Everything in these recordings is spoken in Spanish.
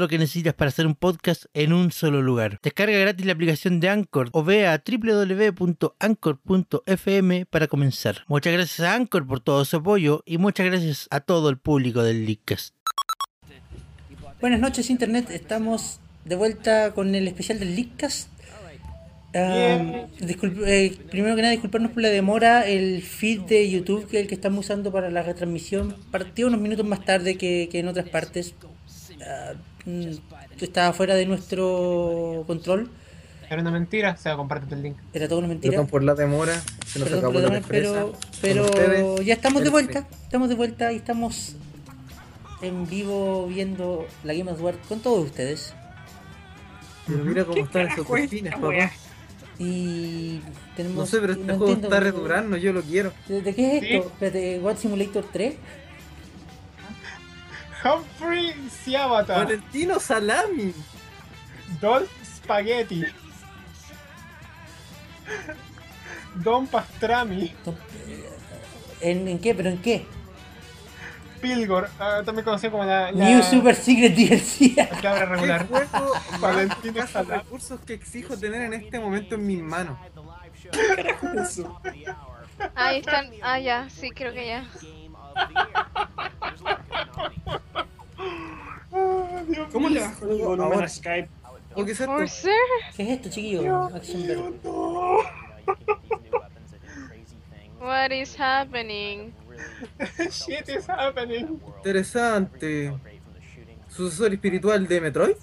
lo que necesitas para hacer un podcast en un solo lugar. Descarga gratis la aplicación de Anchor o ve a www.anchor.fm para comenzar. Muchas gracias a Anchor por todo su apoyo y muchas gracias a todo el público del Leadcast. Buenas noches Internet, estamos de vuelta con el especial del Leakcast. Ah, disculp- eh, primero que nada, disculparnos por la demora. El feed de YouTube, que es el que estamos usando para la retransmisión, partió unos minutos más tarde que, que en otras partes. Ah, mm, estaba fuera de nuestro control. Era una mentira, o sea, compártete el link. Era todo una mentira. Perdón por la demora, se nos Perdón acabó por la la demora, destreza. pero, pero Con ustedes, ya estamos de el vuelta. Estamos de vuelta y estamos en vivo viendo la Game of War con todos ustedes. Pero mira cómo están esos carajo es cojines, esta papá. weá? Y tenemos. No sé, pero este no juego entiendo- está redurando, yo lo quiero. ¿De de qué es Sí. esto? Espérate, ¿What Simulator 3? Humphrey Siabata. Valentino Salami. Dolph Spaghetti. Don Pastrami. ¿En, en qué? ¿Pero en qué? Pilgor. ah, también conocido como la. la- New Super Secret DLC. la cabra ¿Qué regular. juego Valentino Valentino Salami. Salami. recursos que exijo tener en este momento en mis manos. Ahí están. Ah, ya, sí, creo que ya. Ah, Dios ¿Cómo le mío. bajó el volumen a Skype? ¿O qué es esto? ¿Por ser? ¿Qué es esto, chiquillo? Dios Action mío, Verse. no. What is happening? Shit is happening. Interesante. Sucesor espiritual de Metroid.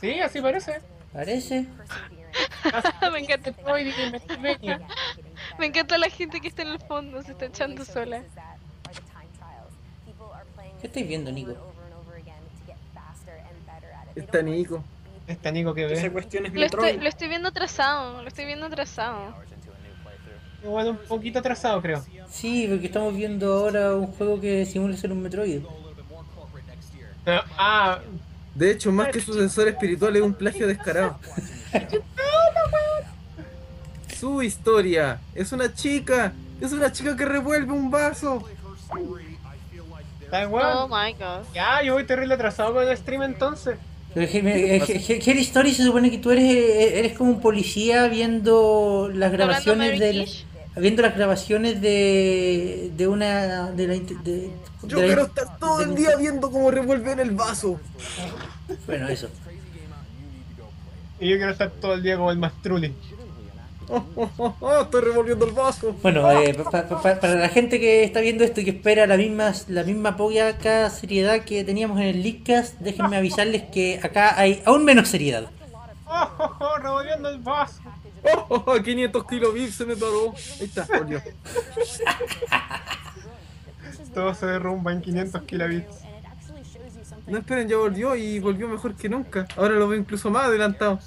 Sí, así parece. Parece. Me encanta. Me encanta la gente que está en el fondo, se está echando sola. ¿Qué estáis viendo, Nico? Está Nico. Este Nico que Esa ve. cuestión es Lo estoy, Metroid. lo estoy viendo atrasado, lo estoy viendo atrasado. Bueno, un poquito atrasado, creo. Sí, porque estamos viendo ahora un juego que simula ser un Metroid. Ah, Ah, De hecho, más que sucesor espiritual es un plagio descarado. Su historia es una chica, es una chica que revuelve un vaso. está en Oh huevo. my god. Ya, yo voy terrible atrasado con el stream entonces. Pero Hell eh, Hell- Hell Story se supone que tú eres, eh, eres como un policía viendo las ¿Hablando grabaciones Mary del, Kish? viendo las grabaciones de, de una de la inter- de- Yo de la- quiero estar todo el día viendo cómo revuelven el vaso. bueno eso Y yo quiero estar todo el día como el Mastruli. Oh, oh, oh, oh, estoy revolviendo el vaso. Bueno, eh, pa- pa- pa- para la gente que está viendo esto y que espera la misma, la misma poca seriedad que teníamos en el Leadcast, déjenme avisarles que acá hay aún menos seriedad. ¡Oh, oh, oh! Revolviendo el vaso. Oh, oh, oh, 500 kilos VIP se me paró. Ahí está, volvió. Todo se derrumba en 500 kilobits. No esperen, ya volvió y volvió mejor que nunca. Ahora lo veo incluso más adelantado.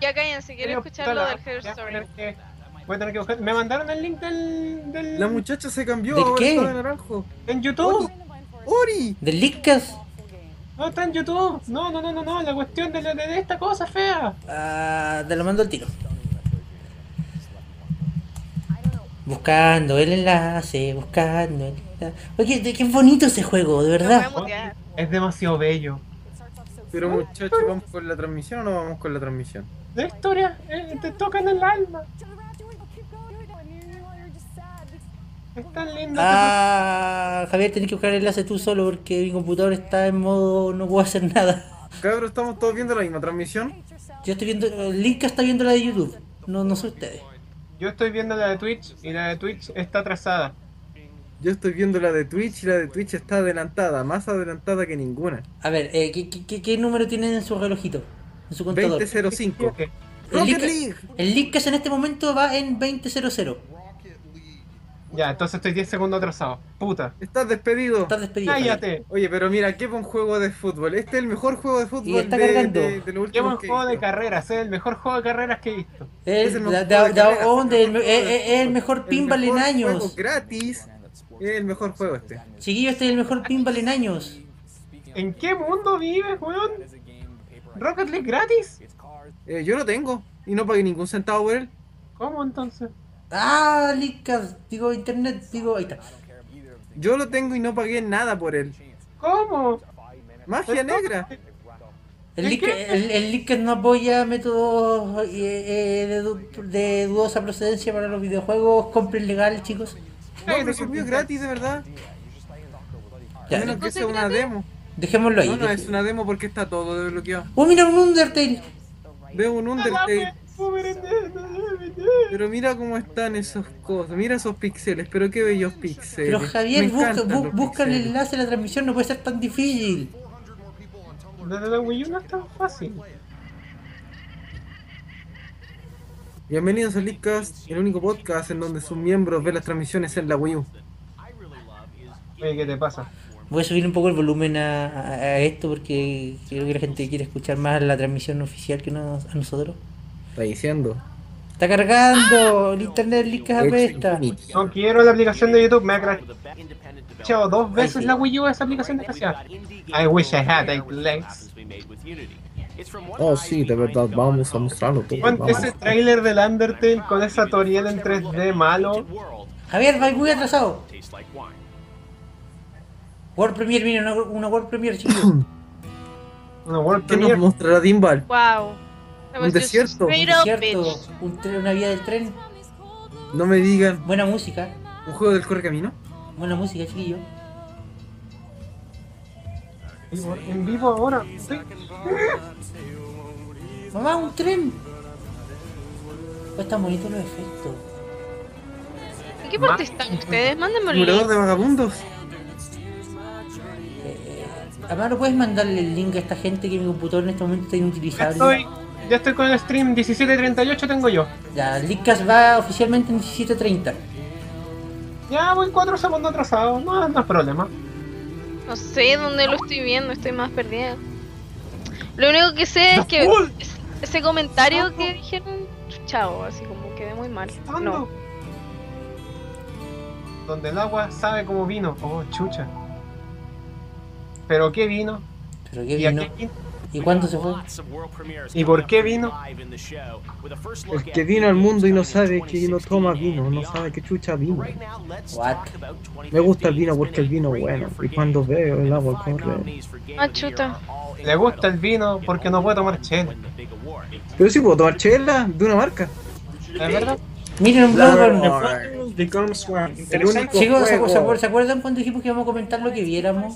Ya cállense, quiero escuchar lo del Hair Voy a Story. tener que- voy a tener que buscar. Me mandaron el link del. del La muchacha se cambió, ¿De ahora qué? está de naranjo. en YouTube. ¡Ori! ¿Del Leadcast? No está en YouTube. No, no, no, no, no. La cuestión de, la- de esta cosa fea. Ah, te lo mando al tiro. Buscando el enlace, buscando el enlace. Oye, de- qué bonito ese juego, de Lo voy a verdad. mutear. Es demasiado bello. Pero muchachos, ¿vamos con la transmisión o no vamos con la transmisión? La historia eh, te toca en el alma. Es tan lindo. Ah, Javier, tenés que buscar el enlace tú solo porque mi computador está en modo no puedo hacer nada. Cabros, estamos todos viendo la misma transmisión. Yo estoy viendo, el Leadcast está viendo la de YouTube, no, no sé ustedes. Yo estoy viendo la de Twitch y la de Twitch está atrasada. Yo estoy viendo la de Twitch y la de Twitch está adelantada, más adelantada que ninguna. A ver, eh, ¿qué, qué, qué- qué número tienen en su relojito? En su contador. 2005. ¿Qué? El Rocket link, League. el link que es en este momento va en 20.00. Ya, entonces estoy 10 segundos atrasado. Puta. Estás despedido. Estás despedido. Javier. Cállate. Oye, pero mira, qué buen juego de fútbol. Este es el mejor juego de fútbol está de, cargando. de- de los Qué buen últimos que he juego de visto. carreras, es el mejor juego de carreras que he visto. Es Es el, el da- mejor da- juego de da- carreras, onda, el el- mejor eh, juego de eh, el fútbol. mejor El pinball en mejor años. juego gratis. Es el mejor juego este. Chiquillo, este es el mejor pinball en años. ¿En qué mundo vives, weón? ¿Rocket League gratis? Eh, yo lo tengo y no pagué ningún centavo por él. ¿Cómo entonces? Ah, Lickas, digo internet, digo, ahí está. Yo lo tengo y no pagué nada por él. ¿Cómo? Magia negra. El ¿El link, qué? el, el Lickers no apoya métodos eh, eh, de, du- de dudosa procedencia para los videojuegos. Compren legal, chicos. No, pero si el mío es gratis, de verdad. Ya, Menos que sea una demo. dejémoslo ahí. No, no, es deje- una demo porque está todo desbloqueado. ¡Oh, mira un Undertale! Veo un Undertale. Pero mira cómo están esas cosas. Mira esos píxeles. Pero qué bellos píxeles. Pero Javier, Me busca, encantan bu- los busca el píxeles. enlace a la transmisión, no puede ser tan difícil. Desde la Wii U no es tan fácil. Bienvenidos a Leakcast, el único podcast en donde sus miembros ven las transmisiones en la Wii U. Oye, ¿qué te pasa? Voy a subir un poco el volumen a, a- a esto porque creo que la gente quiere escuchar más la transmisión oficial que nos- a nosotros. Está diciendo. Está Ah, cargando, el internet Lickas apesta. No quiero la aplicación de YouTube, me ha crashado dos Ay, veces sí. la Wii U esa aplicación desgraciada. I wish I had eight legs. Oh, sí, de verdad, vamos a mostrarlo todo. Juan, vamos. ese tráiler del Undertale con esa Toriel en 3D malo. Javier, vais muy atrasado. World Premiere, mira, una, una World Premiere, chicos. Una World ¿Qué nos Premiere. mostrará Dimbal? Wow. Un desierto. Straight Es up, cierto, bitch. un tren- una vía del tren, No me digan. buena música, ¿Un juego del correcamino? buena música, chiquillo. En vivo ahora. Sí. Mamá, un tren. Oh, están bonitos los efectos. ¿En qué parte están ustedes? Mándenme un ¿Simulador de link. vagabundos? Además, ¿no puedes mandarle el link a esta gente que mi computador en este momento está Ya inutilizable? estoy, ya estoy con el stream 1738 tengo yo. Ya, el Leadcast va oficialmente en 17.30. Ya voy 4 segundos atrasado, no, no es problema. No sé dónde lo estoy viendo, estoy más perdida. Lo único que sé es que ¡Full! ese comentario que dijeron, chao, así como quedé muy mal. No. ¿Cuándo? Donde el agua sabe como vino. Oh, chucha. ¿Pero qué vino? Pero qué ¿Y, a vino. qué vino? ¿Y cuándo se fue? ¿Y por qué vino? El que vino al mundo y no sabe que no toma vino, no sabe que chucha vino. What? Me gusta el vino porque el vino es bueno. Y cuando veo el agua corre. Ah, chuta. Le gusta el vino porque no puede tomar chela. Pero sí puedo tomar chela de una marca. ¿Es verdad? Miren un Bloodborne. El único Chicos, ¿se, acu- se acuer- juego. ¿se acuerdan cuando dijimos que íbamos a comentar lo que viéramos?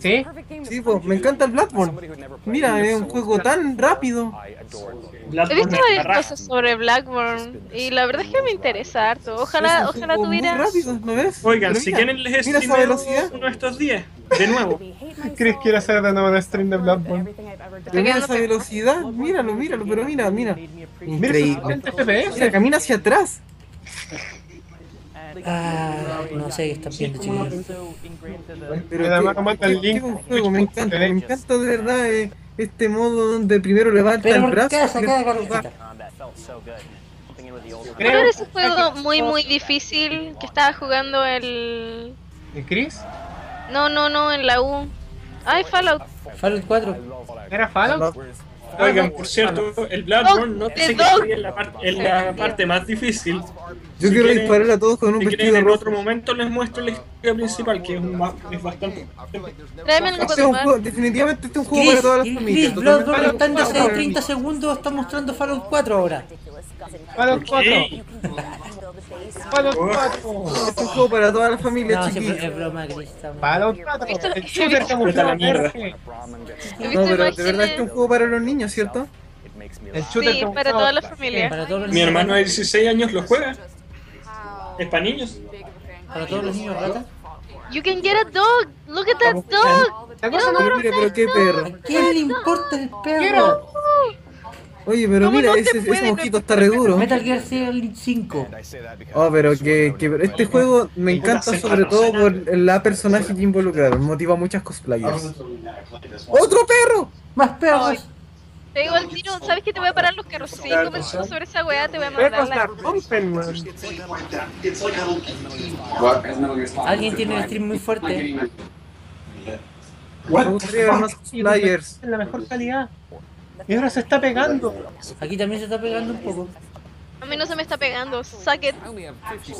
¿Sí? Sí, pues, me encanta el Bloodborne. Mira, es un juego tan rápido. He visto varias cosas sobre Blackburn y la verdad es que me interesa harto. Es Ojalá, un ojalá juego tuviera. Muy rápido, ¿no ves? Oigan, Pero si mira, quieren les mira esa streameo velocidad. uno de estos días, de nuevo. Chris quiere hacer de nuevo el stream de Bloodborne. Pero mira esa velocidad, míralo, míralo, pero mira, mira. Mira, Increíble. 60 FPS. Mira, camina hacia atrás. Ah, no sé qué están viendo, chiquillos. Pero Mira, qué- mano, manda el qué- link. qué buen juego, me encanta, me encanta de verdad eh, este modo donde primero levanta Pero el por brazo. qué saca de después va. carretera. Pero Creo- era ese juego muy, muy difícil que estaba jugando el. ¿Y Chris? No, no, no, en la U. Ay, Fallout. Fallout 4. ¿Era Fallout? Oigan, por cierto, el Bloodborne no The sé que dog. estoy en la, par- en la parte más difícil. Yo Si quiero quieren- disparar a todos con un Si vestido quieren, en rojo. otro momento les muestro la historia principal, que es, un ba- es bastante... Tráeme algo Este para es un tomar. juego- definitivamente este es un juego Chris, para todas las Chris, familias. Bloodborne totalmente está en para 12 de todas las 30 segundos, está mostrando Fallout 4 ahora. Fallout 4. Ey, Oh. Fallout 4. familias. Este es un juego para todas las familias, No, siempre chiquillos. es broma, Chris. estamos- Fallout 4. El shooter camuflado verde. He No, visto pero de verdad imágenes- este es un juego para los niños, ¿cierto? El shooter Sí, para camuflado toda la Bien, familia. Para todos los Mi niños- hermano de 16 años lo juega. Es para niños. Para todos los niños rata. You can get a dog. Look at that dog. La cosa no Pero mire, pero qué perro. ¿A quién le importa el perro? Oye, pero ¿Cómo mira, no se ese, ese puede? mosquito está re duro. Metal Gear Solid 5. Oh, pero que, que- pero este juego me encanta sobre todo por la personaje que involucraron. Motiva a muchas cosplayers. ¡Otro perro! Más perros. Te digo al tiro, ¿sabes que te voy a parar los carros? Si comenzando sobre esa weá, te voy a mandar Perros la la. rompen, weón. Alguien tiene un stream muy fuerte. Me gustaría ver más cosplayers. En la mejor calidad. Y ahora se está pegando. Aquí también se está pegando un poco. A mí no se me está pegando. Saque.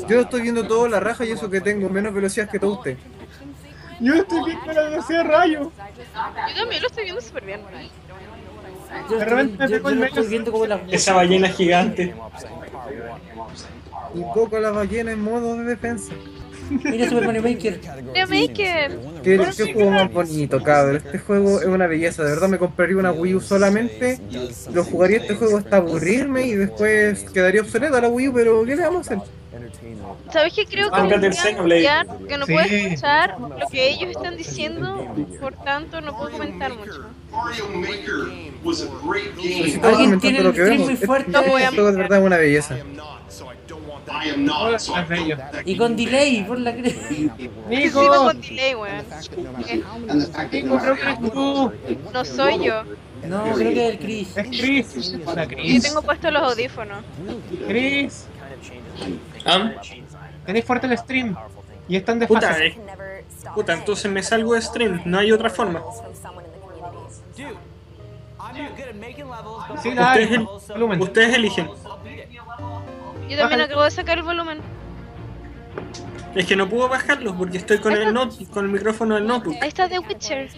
Yo estoy viendo todo la raja y eso que tengo, menos velocidad que todo usted. Yo estoy viendo la velocidad de rayo. Yo también lo estoy viendo súper bien. Yo De repente me estoy, yo- pegó yo el lo medio. estoy viendo como la... Esa ballena gigante. Invoco a la ballena en modo de defensa. Mira Super Mario Maker. Mira, Maker. Qué, qué juego más bonito, cabrón. Este juego es una belleza. De verdad me compraría una Wii U solamente. Lo jugaría este juego hasta aburrirme y después quedaría obsoleta la Wii U, pero ¿qué le vamos a hacer? ¿Sabes qué? Creo que Ándate no el puedes Xenoblade. escuchar, que no Sí. puedes escuchar lo que ellos están diciendo, por tanto no puedo comentar mucho. Pero si estamos Alguien tiene comentando lo el que stream vemos, muy este, fuerte No voy a- este juego de verdad es una belleza. Ahora es bello. y con delay, por la crema. Sí, no Nico, con delay, weón. Eh, Nico, creo que eres tú. No soy yo. No, creo que es el Chris. Es Chris. Hola, Yo Chris. tengo puestos los audífonos. Chris. ¿Ah? Tenéis fuerte el stream. Y están de Puta, fase. eh. Puta, entonces me salgo de stream, no hay otra forma. Sí, dale. Ustedes, Volumen. ustedes eligen. Yo también acabo de sacar el volumen. Es que no puedo bajarlo porque estoy con el not- con el micrófono del notebook. Ahí está The Witcher.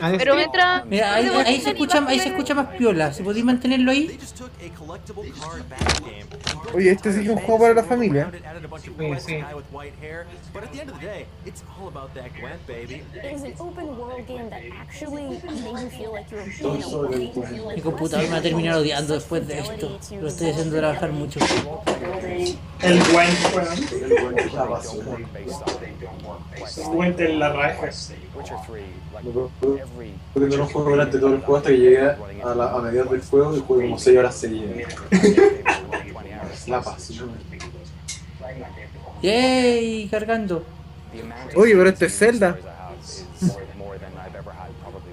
Al Pero stream. mientras. Mira, ahí, The ahí Witcher se y escucha, vas a ahí se ver- escucha más piola. Si podéis mantenerlo ahí, Oye, este sí es un juego para la familia. Sí, sí. Oh, mi computador me va a terminar odiando después de esto. Lo estoy haciendo trabajar mucho. El buen weón. Buen en la raja. Porque no juego durante todo el juego hasta que llegué a, la, a mediados del juego y jugué como 6 horas seguidas. la pasión. ¡Yay! Cargando. Oye, pero esto es Zelda.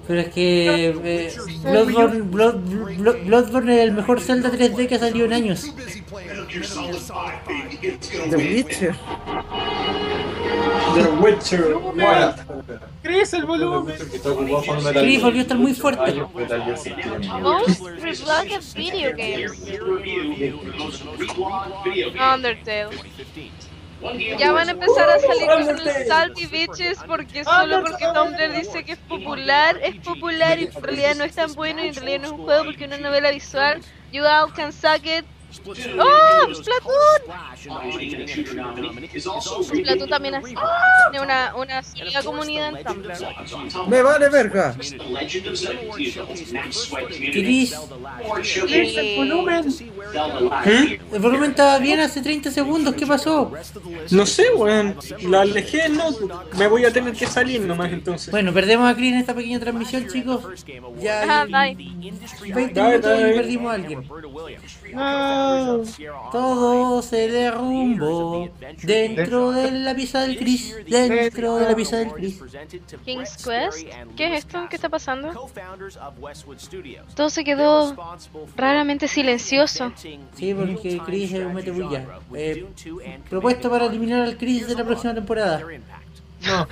Pero es que eh, Bloodborne, Blood- Blood- Bloodborne es el mejor Zelda 3D que ha salido en años. The Witcher. The Witcher. Wild. Chris, el volumen. Que está ocupado con Metal Chris Gear. volvió a estar muy fuerte. Años, Metal Gear Solid. Most Reblogged Video Games. Undertale. Ya van a empezar a salir con el salty bitches porque solo porque Tumblr dice que es popular, es popular y en realidad no es tan bueno y en realidad no es un juego porque es una novela visual. You all can suck it. ¡Oh! ¡Splatoon! Splatoon también hace tiene una, una sólida comunidad en Tumblr. Me vale verga. Chris, Chris, el volumen. ¿Mm? el volumen estaba bien hace 30 segundos. ¿Qué pasó? No sé, weón. Lo alejé del notebook. Me voy a tener que salir nomás entonces. Bueno, perdemos a Chris en esta pequeña transmisión, chicos. Ya Ah, Ajá, hay bye. 20 Bye, minutos y bye. perdimos a alguien. No. Todo se derrumbó dentro de la pieza del Chris. Dentro de la pieza del Chris. King's Quest. ¿Qué es esto? ¿Qué está pasando? Todo se quedó raramente silencioso. Sí, porque Chris es un metebulla. Eh, propuesto para eliminar al Chris de la próxima temporada. No.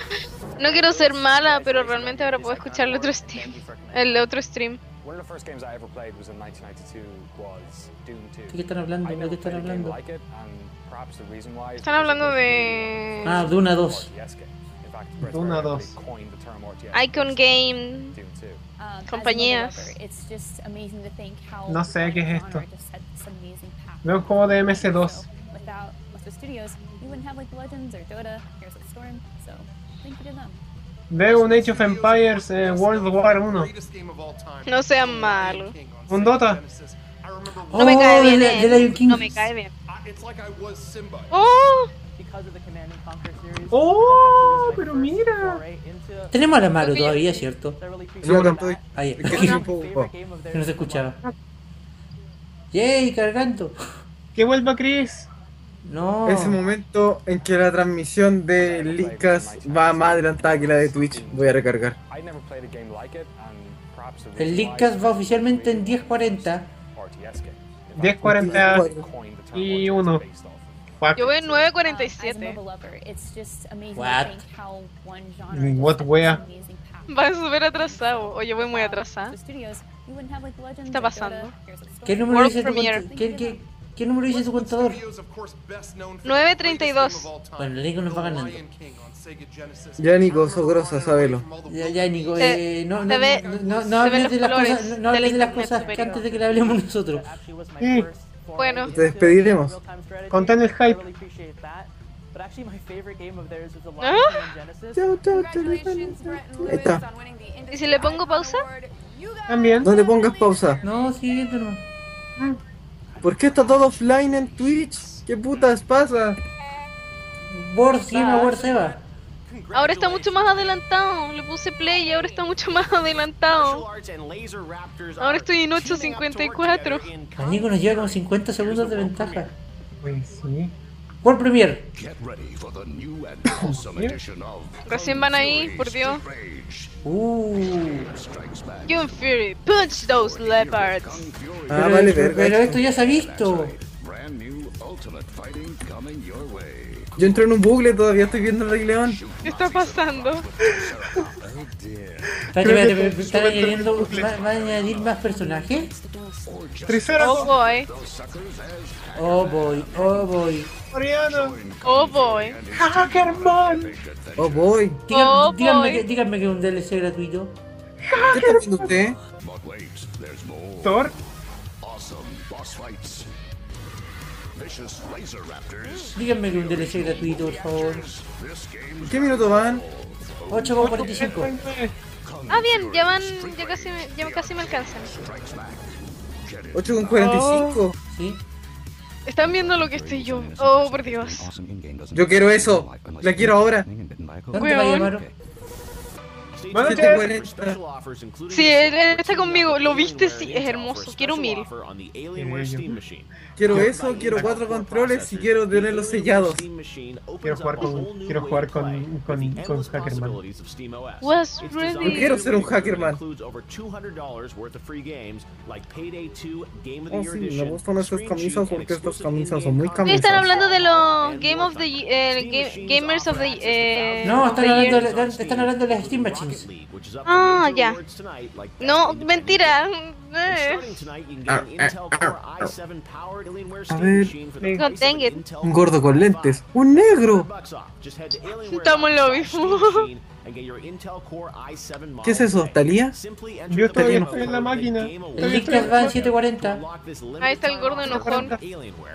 No quiero ser mala, pero realmente ahora puedo escuchar el otro stream. El otro stream. ¿De qué están hablando? ¿De qué están hablando? Están hablando de Ah, Duna 2. Duna 2. Icon Game. Compañías. No sé qué es esto. Veo un juego de MS2. Veo un Age of Empires eh, World War 1. No sean malos. Un Dota. No me Oh, cae bien. de la- de eh. Lion King. No me cae bien. ¡Oh! ¡Oh! Pero mira. Tenemos a la Maru Ok. todavía, ¿cierto? Yo acá estoy. Oh. Ahí, Es que soy un poco ocupado. que no se escuchaba. ¡Yay! Cargando. ¡Que vuelva Chris! No. Ese momento en que la transmisión de Linkas va más adelantada que la de Twitch, voy a recargar. El Linkcast va oficialmente en 10.40. 10.40 y 1. Yo voy en 9.47. What? What wea? Va súper atrasado. Oye, voy muy atrasada. está pasando? ¿Qué número, World dice tu Premiere. cont- qué- qué- qué número dice su contador? 9.32. Bueno, Nico nos va ganando. Ya, Nico, sos grosa, sábelo. Ya, ya, Nico, Se- eh, no, se no, ve- no, no, se no ven hables los de las colores cosas, no- no del hables de las internet cosas que superior. antes de que la hablemos nosotros. Mm. Bueno. Te despediremos. Contén el hype. Chao, chao, chao. Ahí Ahí está. ¿Y si le pongo pausa? También. Ah. No le pongas pausa. No, sigue viendo nomás. ¿Por qué está todo offline en Twitch? ¿Qué putas pasa? Board Game Award Seba. Ahora está mucho más adelantado. Le puse play y ahora está mucho más adelantado. Ahora estoy en 8.54. El Nico nos lleva como 50 segundos de ventaja. Pues sí. World Premiere. Recién van ahí, por Dios. Uh, You and Fury, punch those leopards. Ah, pero, vale, pero- pero verga. esto ya se ha visto. Yo entro en un bucle, todavía estoy viendo el Rey León. ¿Qué está pasando? Espérate, espérate, espérate, ¿Están añadiendo, va, va a añadir más personajes? Oh Triceratops, boy, Oh boy, oh boy. Oriana. oh boy. Hackerman. Oh, voy. Díganme, Oh, díganme boy. que, díganme que es un DLC gratuito. ¿Qué está haciendo usted? Thor. Díganme que es un DLC gratuito, por favor. ¿Qué minuto van? 8,45. Ah, bien, ya van, ya casi me, ya casi me alcanzan. 8.45. Oh, ¿Sí? Están viendo lo que estoy yo. Oh, por Dios. Yo quiero eso. La quiero ahora. ¿Dónde va a Weón. llamar? Buenas noches. 7.40. Sí, él, él está conmigo. ¿Lo viste? Sí, es hermoso. Quiero mil. Quiero eso, quiero cuatro controles y quiero tenerlos sellados. Quiero jugar con. Quiero jugar con. Con. Con Hackerman. Was Yo ready. quiero ser un hacker, man. Oh, sí, me gustan esas camisas porque estas camisas son muy Sí, están camisas. hablando de los Game of the Ye- eh, Ga- Gamers of the eh, No, están the hablando, Year. de- están hablando de las Steam Machines. Ah, ya. No, mentira. Eh. Ah, A ver, God dang it. un gordo con lentes. ¡Un negro! Estamos en lo mismo. ¿Qué es eso? ¿Talía? Yo todavía estoy en la máquina. El Lickcast va en 7.40. Ahí está el gordo enojón.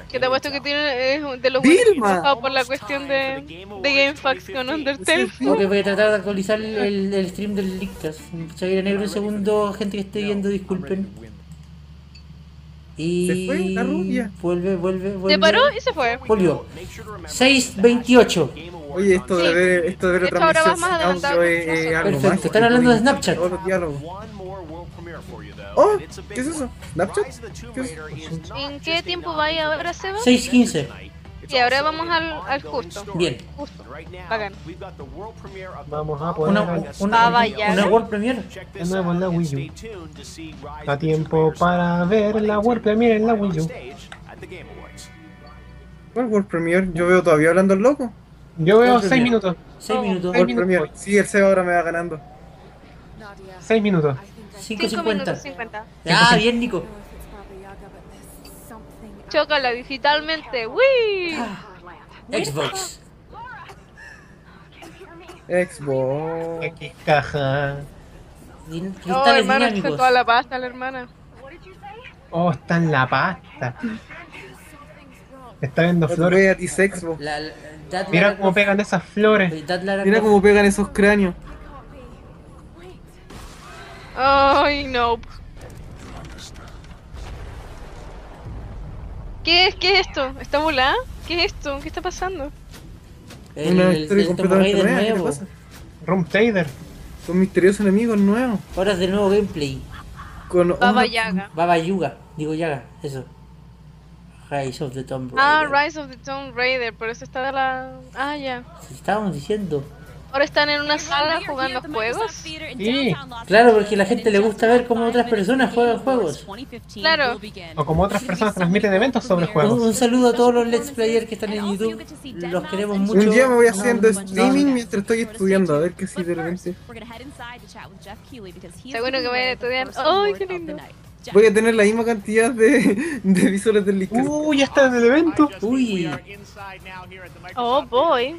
Que te apuesto que tiene eh, de los Vilma. buenos enojado por la cuestión de, de GameFAQs con Undertale. Ok, voy a tratar de actualizar el, el stream del Lickcast. Se irá negro un segundo, gente que esté viendo, disculpen. Se fue Y. la rubia. Vuelve, vuelve, vuelve. Se paró y se fue. Volvió. 6.28. Oye, esto de ver, esto de ver De hecho, ahora transmisión vas más sin audio adelantado es, que es nosotros. algo Perfecto, más. están hablando de Snapchat. Todos los diálogos. Oh, ¿qué es eso? ¿Snapchat? ¿Qué es eso? Pues ¿En qué tiempo va ahí ahora, Seba? 6.15. Y ahora vamos al, al justo. Bien. Justo. Bacán. Vamos a Una, poner. una, Ah, vaya. una World Premiere. De nuevo en la Wii U. Ah, Da tiempo para ver la World Premiere en la Wii U. ¿Cuál World Premiere? Yo veo todavía hablando el loco. Yo veo World 6 Premiere. minutos. 6 minutos. Seis World Premiere. Sí, el Seba ahora me va ganando. 6 minutos. 5 minutos 5.50. 50. Ah, bien, Nico. Chócala digitalmente. ¡Wii! Ah, Xbox. Xbox. Aquí Ah. caja. Din- No, Cristales hermano, está dinámicos. toda la pasta, la hermana. Oh, está en la pasta. Está viendo No te flores. voy a ti, Xbox. La- la- dadle Mira la- cómo pegan esas flores. dadle la- Mira cómo pegan esos cráneos. Ay, no. ¿Qué es, ¿Qué es esto? ¿Está volada? ¿Qué es esto? ¿Qué está pasando? El, Una el, historia el Tomb completamente Raider nueva. ¿Qué te nuevo. pasa? Room Trader. Son misteriosos enemigos nuevos. Horas de nuevo gameplay. Con Baba una- Yaga. Baba Yuga. Digo Yaga, eso. Rise of the Tomb Raider. Ah, Rise of the Tomb Raider, por eso está la... Ah, ya. Si Estábamos diciendo. Ahora están en una sala jugando juegos. Sí, Claro, porque a la gente le gusta ver cómo otras personas juegan juegos. Claro. o como otras personas transmiten eventos sobre Un, juegos. un saludo a todos los Let's Players que están en YouTube. Los queremos mucho. Un día me voy haciendo No, no, streaming mientras estoy estudiando, a ver qué sí de repente. Seguro que voy a estudiar. ¡Ay, qué lindo! Voy a tener la misma cantidad de, de visores del link. Uh, ya está en el evento. Uy. Oh, boy.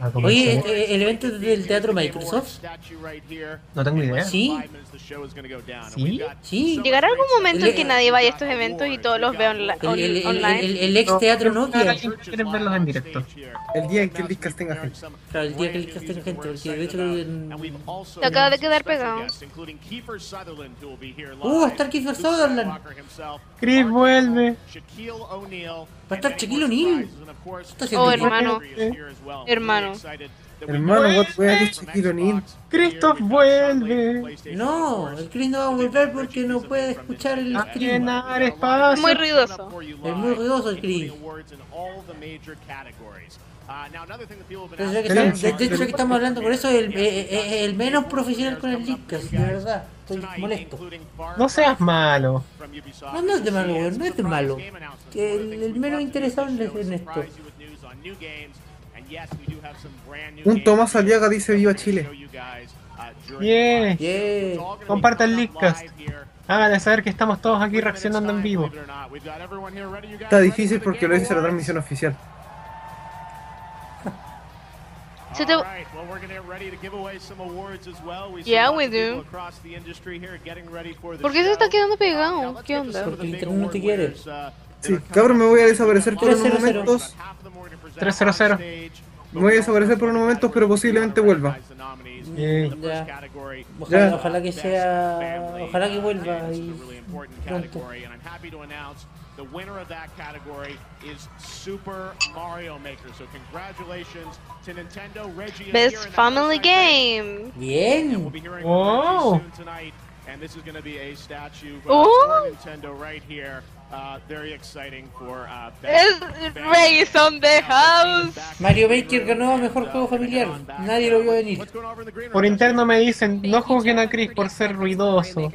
Ah, como Oye, se- eh, el evento del Teatro Microsoft. no tengo idea. Sí, ¿Sí? sí. ¿Llegará algún momento en que nadie vaya a estos eventos y todos los vean El, el- el- online? el- el ex Teatro Nokia. ¿Quieren verlos en directo? El día en que el Discast tenga gente. Claro, el día que el cast tenga gente, porque de hecho creo que en- Te acaba de quedar pegado. ¡Uh, va a estar Kiefer Sutherland! Chris vuelve. Va a estar Shaquille O'Neal. está haciendo Oh, Kiefer? hermano. Hermano. Hermano, what wea que Shaquille O'Neal. Christoph vuelve. No, el Chris no va a volver porque no puede escuchar el A stream. llenar Ah, Es muy espacio. ruidoso. Es muy ruidoso el Chris. Uh, Pero ya que Tenemos- estamos- de de hecho, que estamos hablando por eso, el, eh, eh, el menos profesional con el Lickers, de verdad. Estoy molesto. No seas malo. No, no es de malo, weón, no es de malo. Que El, el menos interesado en, en esto. Un Tomás Aliaga dice viva Chile. uh, Bien. Yeah. Compartan el Lickcast. Háganle saber que estamos todos aquí reaccionando en vivo. Está difícil porque lo hice la transmisión oficial. Se te- Yeah, we do. ¿Por qué se está quedando pegado? ¿Qué onda? Porque el internet no te quiere. Sí, cabrón, me voy a desaparecer por unos 300. momentos. 300. Me voy a desaparecer por unos momentos, pero posiblemente vuelva. Eh, Bien. Ya. Ojalá, Ya. ojalá que sea. Ojalá que vuelva y pronto. Best Family Game. Bien. Wow. Oh. Uh, Es Reyes on the House. Mario Maker ganó a mejor juego familiar. Nadie lo vio venir. Por interno me dicen, no juzguen a Chris por ser ruidoso.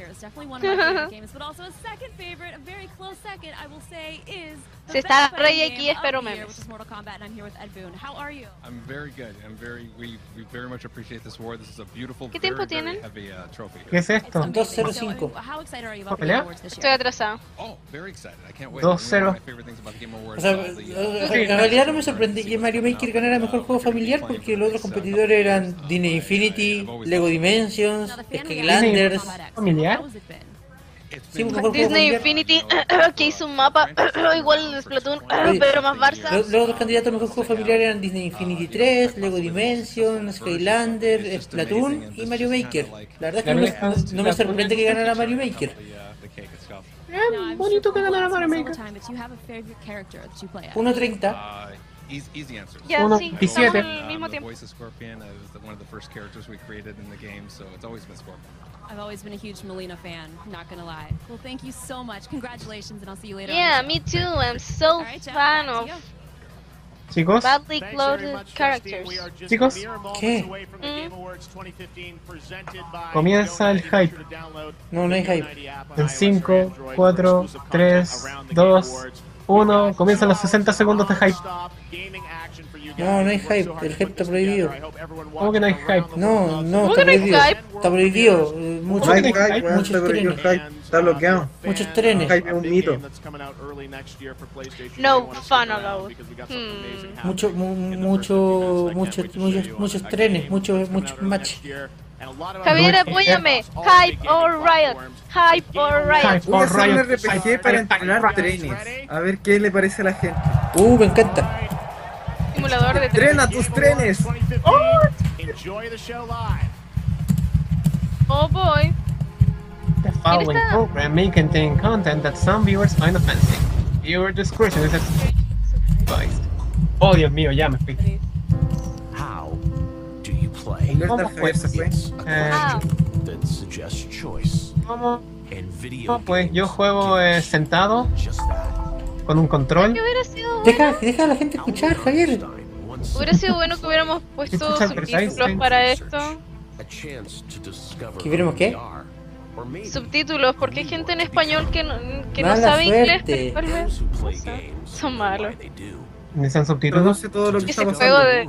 Si está Rey aquí, espero memes. I'm very good. I'm very. We, we very much appreciate this award. This is a beautiful, ¿Qué tiempo very, very tienen? heavy uh, trophy. ¿Qué es esto? 205. uh, ¿Pelea? Estoy atrasado. Oh, very excited. I can't wait. Dos One cero. of my favorite things about the Game O Awards sea, is all the, uh, en realidad no me sorprendí que Mario Maker ganara mejor juego familiar porque los otros competidores eran Disney Infinity, Lego Dimensions, Skylanders. ¿Familiar? it's Sí, been mejor juego Disney familiar. Infinity que hizo un mapa igual de Splatoon, pero más Barça. Los, los otros candidatos a mejor juego familiar eran Disney Infinity 3, Lego Dimensions, Skylander, Splatoon y Mario Maker. La verdad es que no me, no me sorprende que ganara Mario Maker. the, uh, the cake itself. Eh, bonito que ganara Mario Maker. 1.30. Uh, easy, easy answers. Ya, Uno sí, y estamos siete. al mismo Um, the tiempo. voice of Scorpion is one of the first characters we created in the game, so it's always been Scorpion. I've always been a huge Melina fan, not gonna lie. Well, thank you so much. Congratulations, and I'll see you later. on Yeah, the me too. I'm so show. Alright, Jeff, back fan to of you. Chicos, badly clouded characters. Chicos, ¿qué? Mm-hmm. comienza el hype. No, no hay hype. En 5, 4, 3, 2, 1. Comienzan los 60 segundos de hype. No, no hay hype. El hype está prohibido. ¿Cómo que no hay hype? No, no, ¿Cómo está que no hay prohibido. hype? Está prohibido. eh, Mucho, No hay hype, weón, muchos está prohibido el trenes. hype. Está bloqueado. Muchos trenes. Hype es un mito. No fun allowed. Hmm. Ah, Mucho, mu- mucho, muchos, muchos, muchos trenes. Muchos, muchos match. Javier, apóyame. Hype or riot. Hype or riot. Voy a hacer un Riot RPG Side, para Riot Side, entrenar Riot trenes. A ver qué le parece a la gente. Uh, me encanta. Simulador de tren. ¡Trena tus trenes! Oh boy. The following está? program may contain content that some viewers find offensive. Viewer discretion is advised. Oh, Dios mío, ya me fui. How do you play? Alerta ¿Cómo al fue Javier se fue. It's a Eh, Ah, that suggests choice ¿Cómo? and video No, pues games yo juego eh, sentado do just that. con un control. Que hubiera sido Deja, deja a la gente escuchar, Javier. Hubiera sido bueno que hubiéramos puesto Escucha el Precise, subtítulos sí. para esto. ¿Que hubiéramos qué? Subtítulos, porque hay gente en español que no, que no Mala sabe inglés, suerte. pero tal vez, no sé, son malos. Necesitan subtítulos. Reduce todo lo que Ese está juego pasando. de...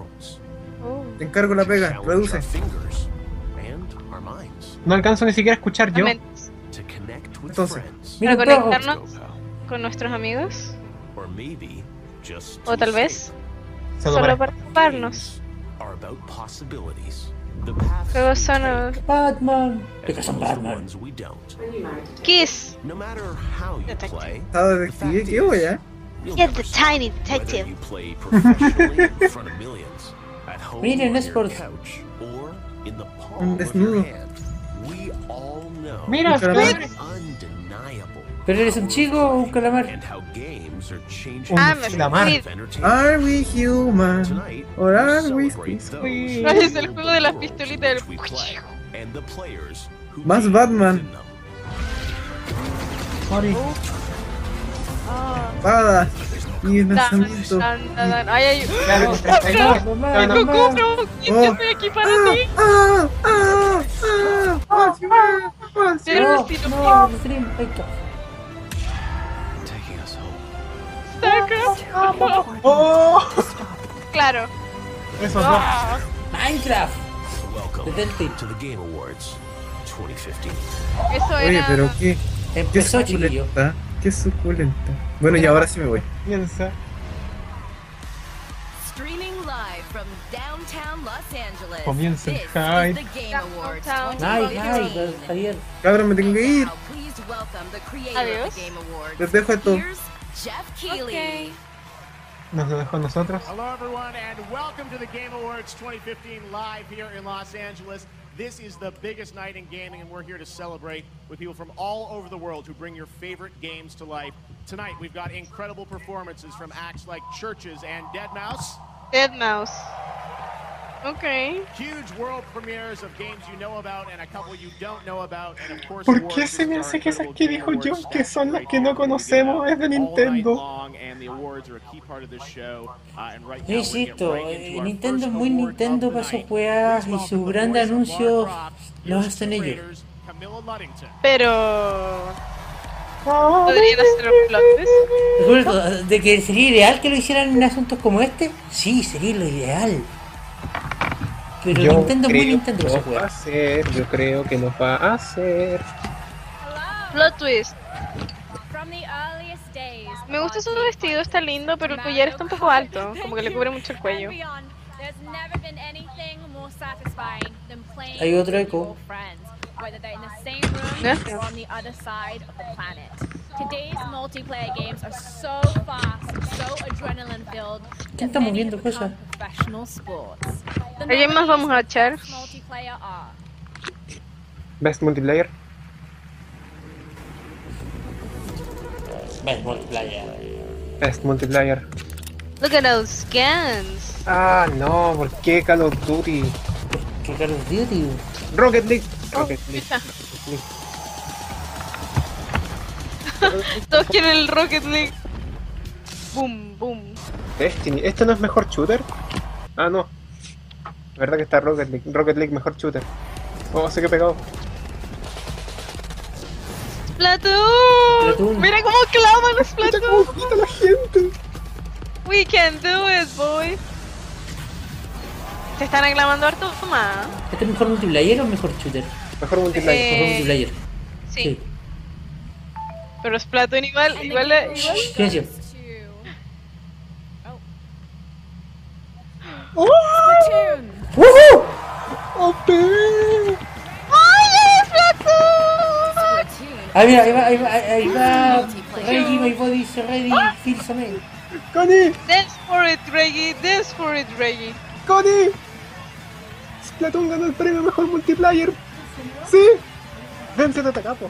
Oh. Te encargo la pega, Challenge reduce. our fingers and our minds No alcanzo ni siquiera a escuchar yo. Amén. to connect with Entonces, friends. Mira, Para todo. conectarnos con nuestros amigos, Or maybe just to o tal vez escape. Solo solo para- para ocuparnos. Are about possibilities. The paths Juegos we son take, uh, Batman. as Because I'm well as the Batman. ones we don't. Kiss. No matter how you Detective. play, Estado detective, qué wea. you'll Get never the stop. tiny Whether detective. you play professionally in front of millions, at home Mira, on no es your por- couch, or in the Un palm of desnudo. your hand, we all know Mira, it's Fred. undeniable ¿Pero eres un chico o un calamar? and how games are changing Un the Ah, me shape calamar. fui. of entertainment. Are we human? Tonight, Or we are we celebrate those squeaky? who Es el build juego de las the worlds in pistolitas del- which we play, and the players who Más live Batman. within them. Sorry. Uh, Ah. Espada y Dan, lanzamiento. dan, dan, dan. Ay, ay. Claro, ahí Oh, no, está. no, Bueno, Goku, no, yo estoy aquí para ¡Ah! ti. ¡Ah! ¡Ah! ¡Ah! ¡Ah! ¡Ah! ¡Ah! Pero No, no, si no, no, Dream, ahí está. Taking us home. saca. ¡Oh! Claro. Ah. Esos dos. Minecraft. Welcome The Delphi. to the Game Awards 2015. Eso era. Oye, pero qué, qué Empezó, chiquillo. suculenta. Qué suculenta. Bueno, y ahora sí me voy. Piensa. Streaming live from downtown Los Angeles. Comienza el This is hype. the Game Awards Downtown. Ay, 2015. ay, Javier. Cabros, me tengo que ir. Now, please welcome the creator of Adiós. the Game Awards. Les dejo esto. Here's Jeff Keighley. Ok. Nos lo dejó a nosotros. Hello, everyone, and welcome to the Game Awards 2015 live here in Los Angeles. This is the biggest night in gaming, and we're here to celebrate with people from all over the world who bring your favorite games to life. Tonight, we've got incredible performances from acts like Churches and Dead Mouse, Dead Mouse. Ok. huge world premieres of games you know about and a couple you don't know about, and of course, ¿Por awards qué se me that hace start que esas incredible que Game dijo Awards John que stars son las que no all conocemos es de night Nintendo? long, and the awards are a key part of this show. Uh, and right now, we're gonna get Yo insisto, right eh, into our Nintendo es first muy award Nintendo of the para sus night. weas Please y sus welcome the voice grandes of anuncios Lara Croft, los Here's hacen to ellos. creators, Camilla Luddington. Pero. ¿Podrían hacer un plot twist? Recuerdo de que sería ideal que lo hicieran en asuntos como este. Sí, sería lo ideal. Pero Yo Nintendo es muy creo Nintendo que para lo sus va a weas. hacer, yo creo que lo va a hacer. Plot twist. From the earliest days, Me gusta su vestido, está lindo, pero el collar está un poco alto. Como que le cubre mucho el cuello. There's never been anything more satisfying than playing Hay otro with eco. your friends, whether they're in the same ¿Eh? room or on the other side of the planet. Today's multiplayer games are so fast, so adrenaline filled. ¿Quién está moviendo cosas? Professional sports. The ¿A quién más vamos a echar? nominees for multiplayer are Best multiplayer. Ves, multiplayer. Best multiplayer. Look at those guns. Ah, no, ¿por qué Call of Duty? Que Call of Duty. Rocket League. Rocket League. chucha. Rocket League. Todos quieren el Rocket League. Boom, boom. Destiny. ¿Este no es mejor shooter? Ah, no. La verdad que está Rocket League. Rocket League mejor shooter. Oh, sé que he pegado. Splatoon. Splatoon. Mira cómo clavan Splatoon. ¡Quita la gente! We can do it, boys. Se están aclamando harto más. ¿Este es mejor multiplayer o mejor shooter? Mejor multiplayer. Mejor Eh, multiplayer. Sí. Pero Splatoon igual, igual, igual. Silencio. two. ¡Woohoo! ¡Ay, Splatoon! Splatoon. Ah, mira, ahí va, ahí va, ahí va. Ready, my body is ready. Feel so many. ¡Connie! Dance for it, Reggie. Dance for it, Reggie. ¡Connie! Splatoon ganó el premio mejor multiplayer. ¡Sí! Vence de Takapo.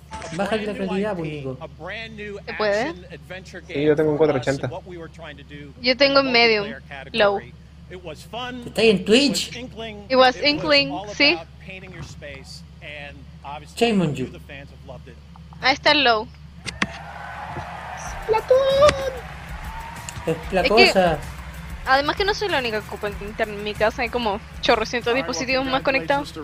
Baja la calidad, público. ¿Se puede? Sí, yo tengo un 480. Yo tengo en medium, low. Está ahí en Twitch. It was Inkling, sí. Shame on you. Ahí está el low. Es la Es que- cosa. Además que no soy la única que ocupa el internet en mi casa, hay como Ah, chorrocientos dispositivos más conectados. uh,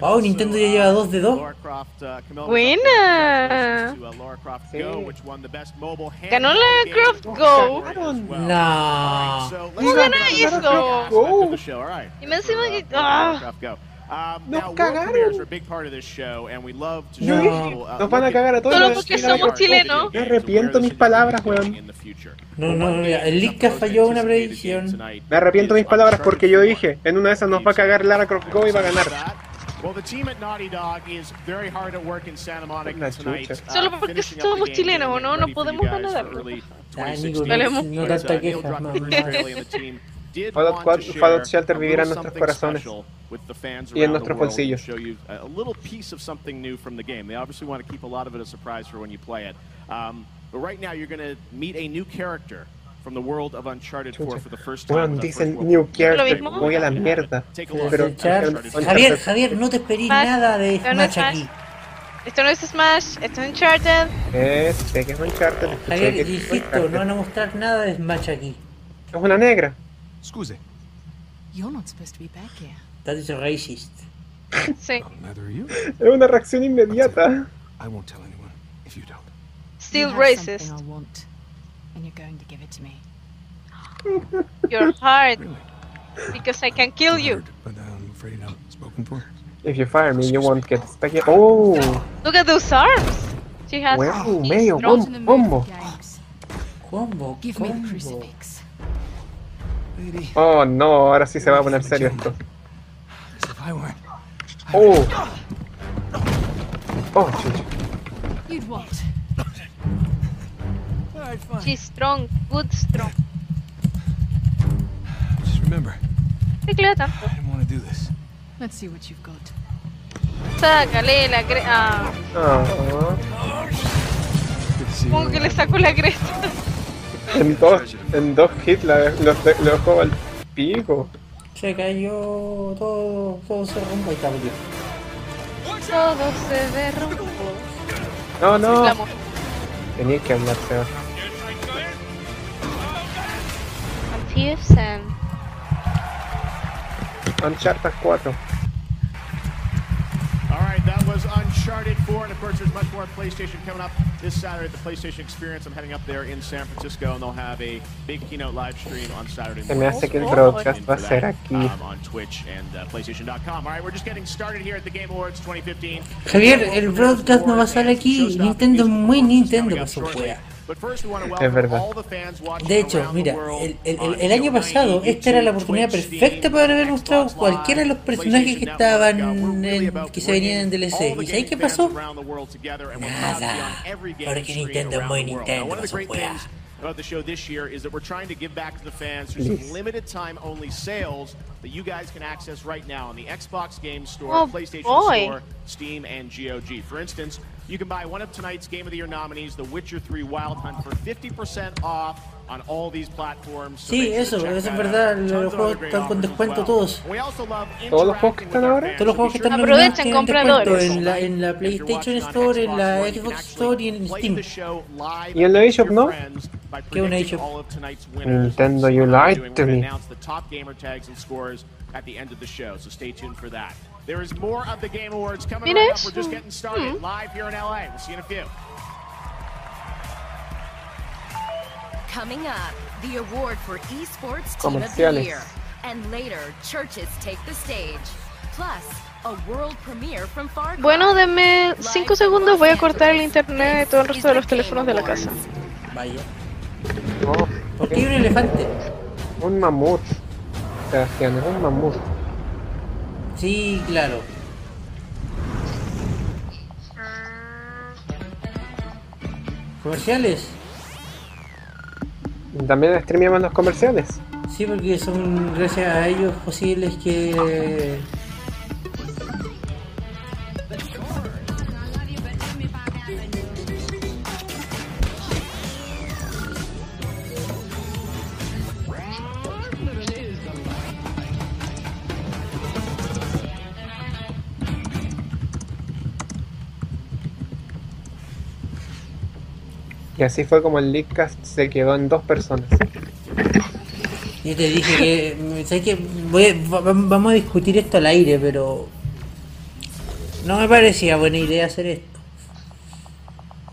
Wow, Oh, Nintendo uh, ya lleva dos de dos. Buena. uh, Ganó la Croft Go. No. ¿Cómo gana eso? Y me encima que... ah. Nos cagaron. No. Nos van a cagar a todos. Solo porque somos chilenos. Me arrepiento mis palabras, weón. No, no, mira, el Lickas falló una predicción. Me arrepiento mis palabras porque yo dije, en una de esas nos va a cagar Lara Croft Go y va a ganar. Well, the team at Naughty Dog is very hard at work in Santa Monica La tonight. chucha. uh, Solo porque finishing up the somos game chilenos, ready ¿no? No for you podemos guys ganar. for early Ah, 2016. Nico, Valemos. But, no uh, tanta Neil queja, Druckmann mamá. primarily and the team did Fallout want to 4 share Fallout Shelter a vivirá en little nuestros something corazones special with the fans y around en the nuestros world to bolsillos. show you a little piece of something new from the game. They obviously want to keep a lot of it a surprise for when you play it. Um, but right now, you're going to meet a new character from the world of Uncharted 4 for the first time. Weón, with our first dicen world New Character, mismo? voy a la mierda. Pero Char- Javier, Javier, no te esperís Smash. nada de No, no es Smash aquí. Esto no es Smash, esto es Uncharted. Este, que es Uncharted, escuché que Javier, es insisto, Uncharted. no van a mostrar nada de Smash aquí. Es una negra. Scusi. You're not supposed to be back here. That is racist. Sí. Neither are you. Es una reacción inmediata. I won't tell anyone if you don't. Still You have something racist. I want, and you're going to give it to me. Your heart. Because I can kill you. But I'm afraid I'm spoken for. If you fire me, you won't get stuck here. Oh, Look at those arms. She has weón, these medio strong- combo. combo. Combo, Give me the combo. crucifix. Oh no, ahora sí se va a poner serio esto. As if I weren't. Oh. Oh, chucha. You'd what? Alright, fine. She's strong, good strong. Just remember, Teclea tanto. I didn't want to do this. Let's see what you've got. Sácale la cre... Ah, Ah. Good to see supongo you. que le sacó la cresta. En dos, en dos hits la, los, de- los dejó al pico. Se cayó todo, todo se rumbo y está murió. Todo se derrumbó. No, no. Vamos. Tenía que hablar, Seba. I'm fierce and- Uncharted 4. All right, that was Uncharted 4, and of course, there's much more at PlayStation coming up this Saturday at the PlayStation Experience. I'm heading up there in San Francisco, and they'll have a big keynote live stream on Saturday. Se me morning. hace que el Look broadcast va a for ser that, aquí. um, on Twitch and uh, PlayStation.com. All right, we're just getting started here at the Game Awards 2015. Javier, el broadcast no va a salir aquí. Nintendo es muy Nintendo con su wea. But first, we want to Es welcome verdad. all the fans watching De hecho, around the mira, world el, el- on el- el año Yo90, pasado esta era la oportunidad YouTube, Twitch, perfecta para haber mostrado Xbox Live, cualquiera de los personajes que PlayStation Network. estaban Uh, we're really en- about que se venían en bringing all DLC. the ¿Y sabéis gaming qué fans pasó? around the world together, and we're proud to be on Nada. every game Porque screen Nintendo es around muy the world. Now, one Nintendo of con the su great wea. things about the show this year is that we're trying to give back to the fans through some Please. limited time only sales that you guys can access right now on the Xbox Game Store, Oh, PlayStation boy. Store, Steam, and GOG. For instance, you can buy one of tonight's Game of the Year nominees, The Witcher 3 Wild Hunt, for 50% off on all these platforms. So Sí, make sure to eso, check eso es that verdad, out. los Tons of juegos other great están con offers as descuento well. todos. We also love ¿Todos los juegos que interacting están with our ahora? fans, Todos los so juegos be que sure están to nominados Aprovechen, tienen descuento compradores. en la, en la If you're PlayStation watching on Store, en Xbox la One, you can Xbox actually Store y en play Steam. the show live ¿Y en la with eShop your no? friends by ¿Qué una predicting eShop? all of tonight's winners. Nintendo So what we're Unite doing, to we're gonna me. announce the top gamer tags and scores at the end of the show, so stay tuned for that. There is more of the Game Awards coming Mira right up. We're eso. just getting started Mm. live here in LA. We'll see you in a few. Coming up, the award for esports team of the Comerciales. year, and later churches take the stage. Plus, a world premiere from Far Cry. Bueno, denme 5 segundos, voy a cortar el internet de todo el resto de los teléfonos de la casa. Vaya. Oh, ¿Por qué hay un elefante? un mamut. Sebastián, es un mamut. Sí, claro. comerciales. También streameamos los comerciales. Sí, porque son gracias a ellos posibles que. Y así fue como el Leakcast se quedó en dos personas. Yo te dije que. ¿Sabes qué? Voy- va- va- vamos a discutir esto al aire, pero. No me parecía buena idea hacer esto.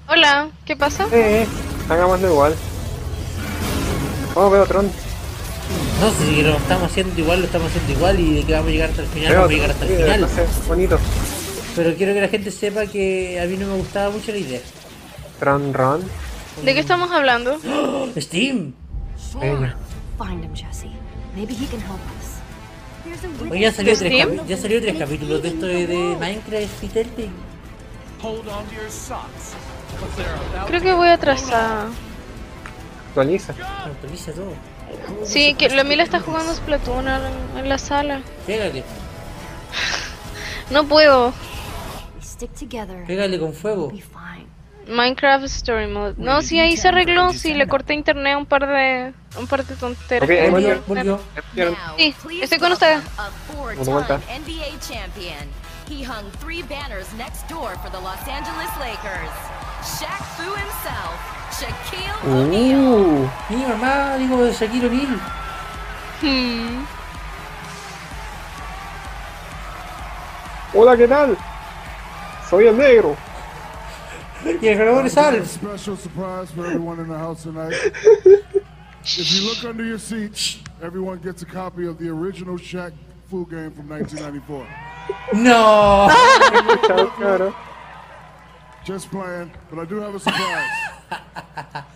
Hola, ¿qué pasa? Eh, hagámoslo igual. Oh, veo Tron. No sé si lo estamos haciendo igual, lo estamos haciendo igual y de que vamos a llegar hasta el final, Veo vamos a llegar Tron, hasta sí, el final. entonces, bonito. Pero quiero que la gente sepa que a mí no me gustaba mucho la idea. Tron Ron. ¿De qué estamos hablando? ¡Oh! Steam. Ella. Find him, Jesse. Maybe he can help us. There's a Oye, ya salió, tres ¿Steam? capi- ya salió tres capítulos de esto de, de Minecraft y Telltale. Hold on to your socks. Creo que voy atrasada. Actualiza. Actualiza todo. Sí, que la Mila está jugando Splatoon en en la sala. Pégale, No puedo. We stick together. pégale con fuego. Minecraft Story Mode. No, sí, ahí se arregló. Sí, le corté internet un par de. un par de tonteras. Ok, ahí volvió. Volvió. Sí, estoy con usted. A vuelta. four-time NBA champion. He hung three banners next door for the Los Angeles Lakers. Shaq Fu himself, Shaquille Uh, Mi mamá, digo, Shakiro O'Neal. Hmm. hola, ¿qué tal? Soy el negro. Y el jugador es Alf. Special surprise for everyone in the house tonight. If you look under your seat, everyone gets a copy of the original Shaq Fu game from 1994. No. Chao, claro. Just playing, but I do have a surprise.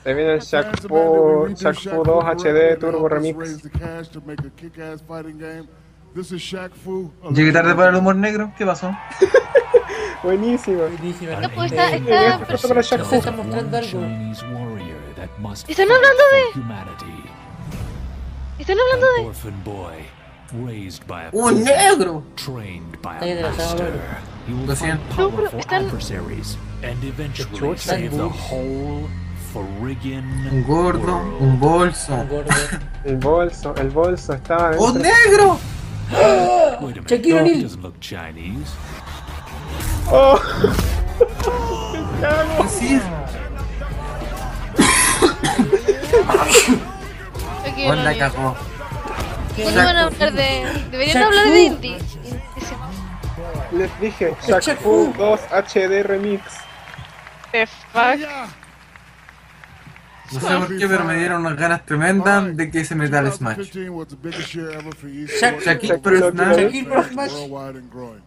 Se viene el Shaq Fu, Shaq Fu 2 HD Turbo Remix. Raise the cash to make a kick-ass fighting game. This is Shaq Fu. Llegué tarde para el humor negro, ¿qué pasó? Buenísimo. Ah, No, pues está. está Esto para Shaq Fu. Está mostrando algo. Están hablando de. Están hablando de. Orphan boy, raised by a ¡Un negro! trained by Cállate a la sábana. master. He will Lo find siento. No, pero powerful están- adversaries and eventually Chucha. save the whole Un Floridian gordo, world. un bolso. Gordo. El bolso, el bolso estaba ¡Un dentro. negro! Wait a minute, Shaquille no, O'Neal. he doesn't look Chinese. Oh, Sí, Aquí Juan la Loli. cagó. ¿Cuándo van a hablar de.? Deberían hablar de indie. les dije, Shaq Fu 2 HD Remix. The fuck. No sé por qué, pero me dieron unas ganas tremendas de que se me da el Smash. 2015 was the biggest year ever for Shaq- esports. Shaquille O'Neal. Shaquille O'Neal. Worldwide and growing.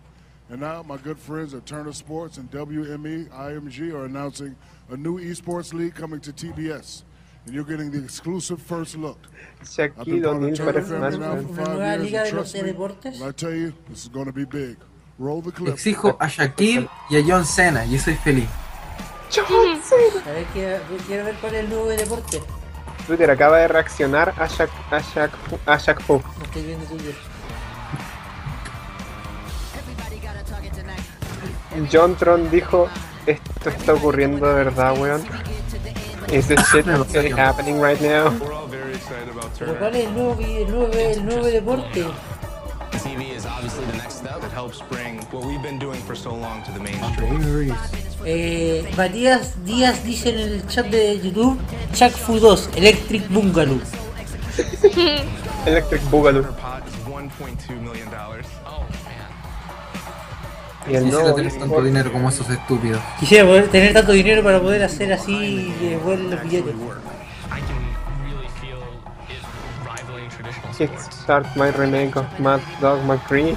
And now my good friends at Turner Sports and E, WME IMG are announcing a new esports league coming to TBS. And you're getting the exclusive first look. I've been Shaquille part of O'Neal the para Turner Smash family now Bros. for Una nueva five years. liga de and trust los me, deportes. when I tell you, this is going to be big. Roll the clip. Exijo a Shaquille y a John Cena, y soy feliz. Hmm. A ver, qué- quiero ver cuál es el nuevo de deporte. Lo Twitter acaba de reaccionar a Shaq, a Shaq, Fu- a Shaq Fu. estoy viendo tuyo. John Tron dijo, esto está ocurriendo de verdad, weón. Is this shit really happening right now? We're all very excited about Pero Turner. cuál es el nuevo, el nuevo, el nuevo deporte. TV is obviously the next step. It helps bring what we've been doing for so long to the mainstream. Eh, Matías Díaz dice en el chat de YouTube Chuck Fu 2, Electric Bungalow. Electric Boogaloo. Her pot is 1.2 million dollars. Y el Quisiera nuevo tener tanto eSport, dinero como esos estúpidos. Quisiera poder tener tanto dinero para poder hacer así eh, vuelan los I billetes. can really feel it rivaling traditional sports. Kickstart My Remake of Mad Dog McCree.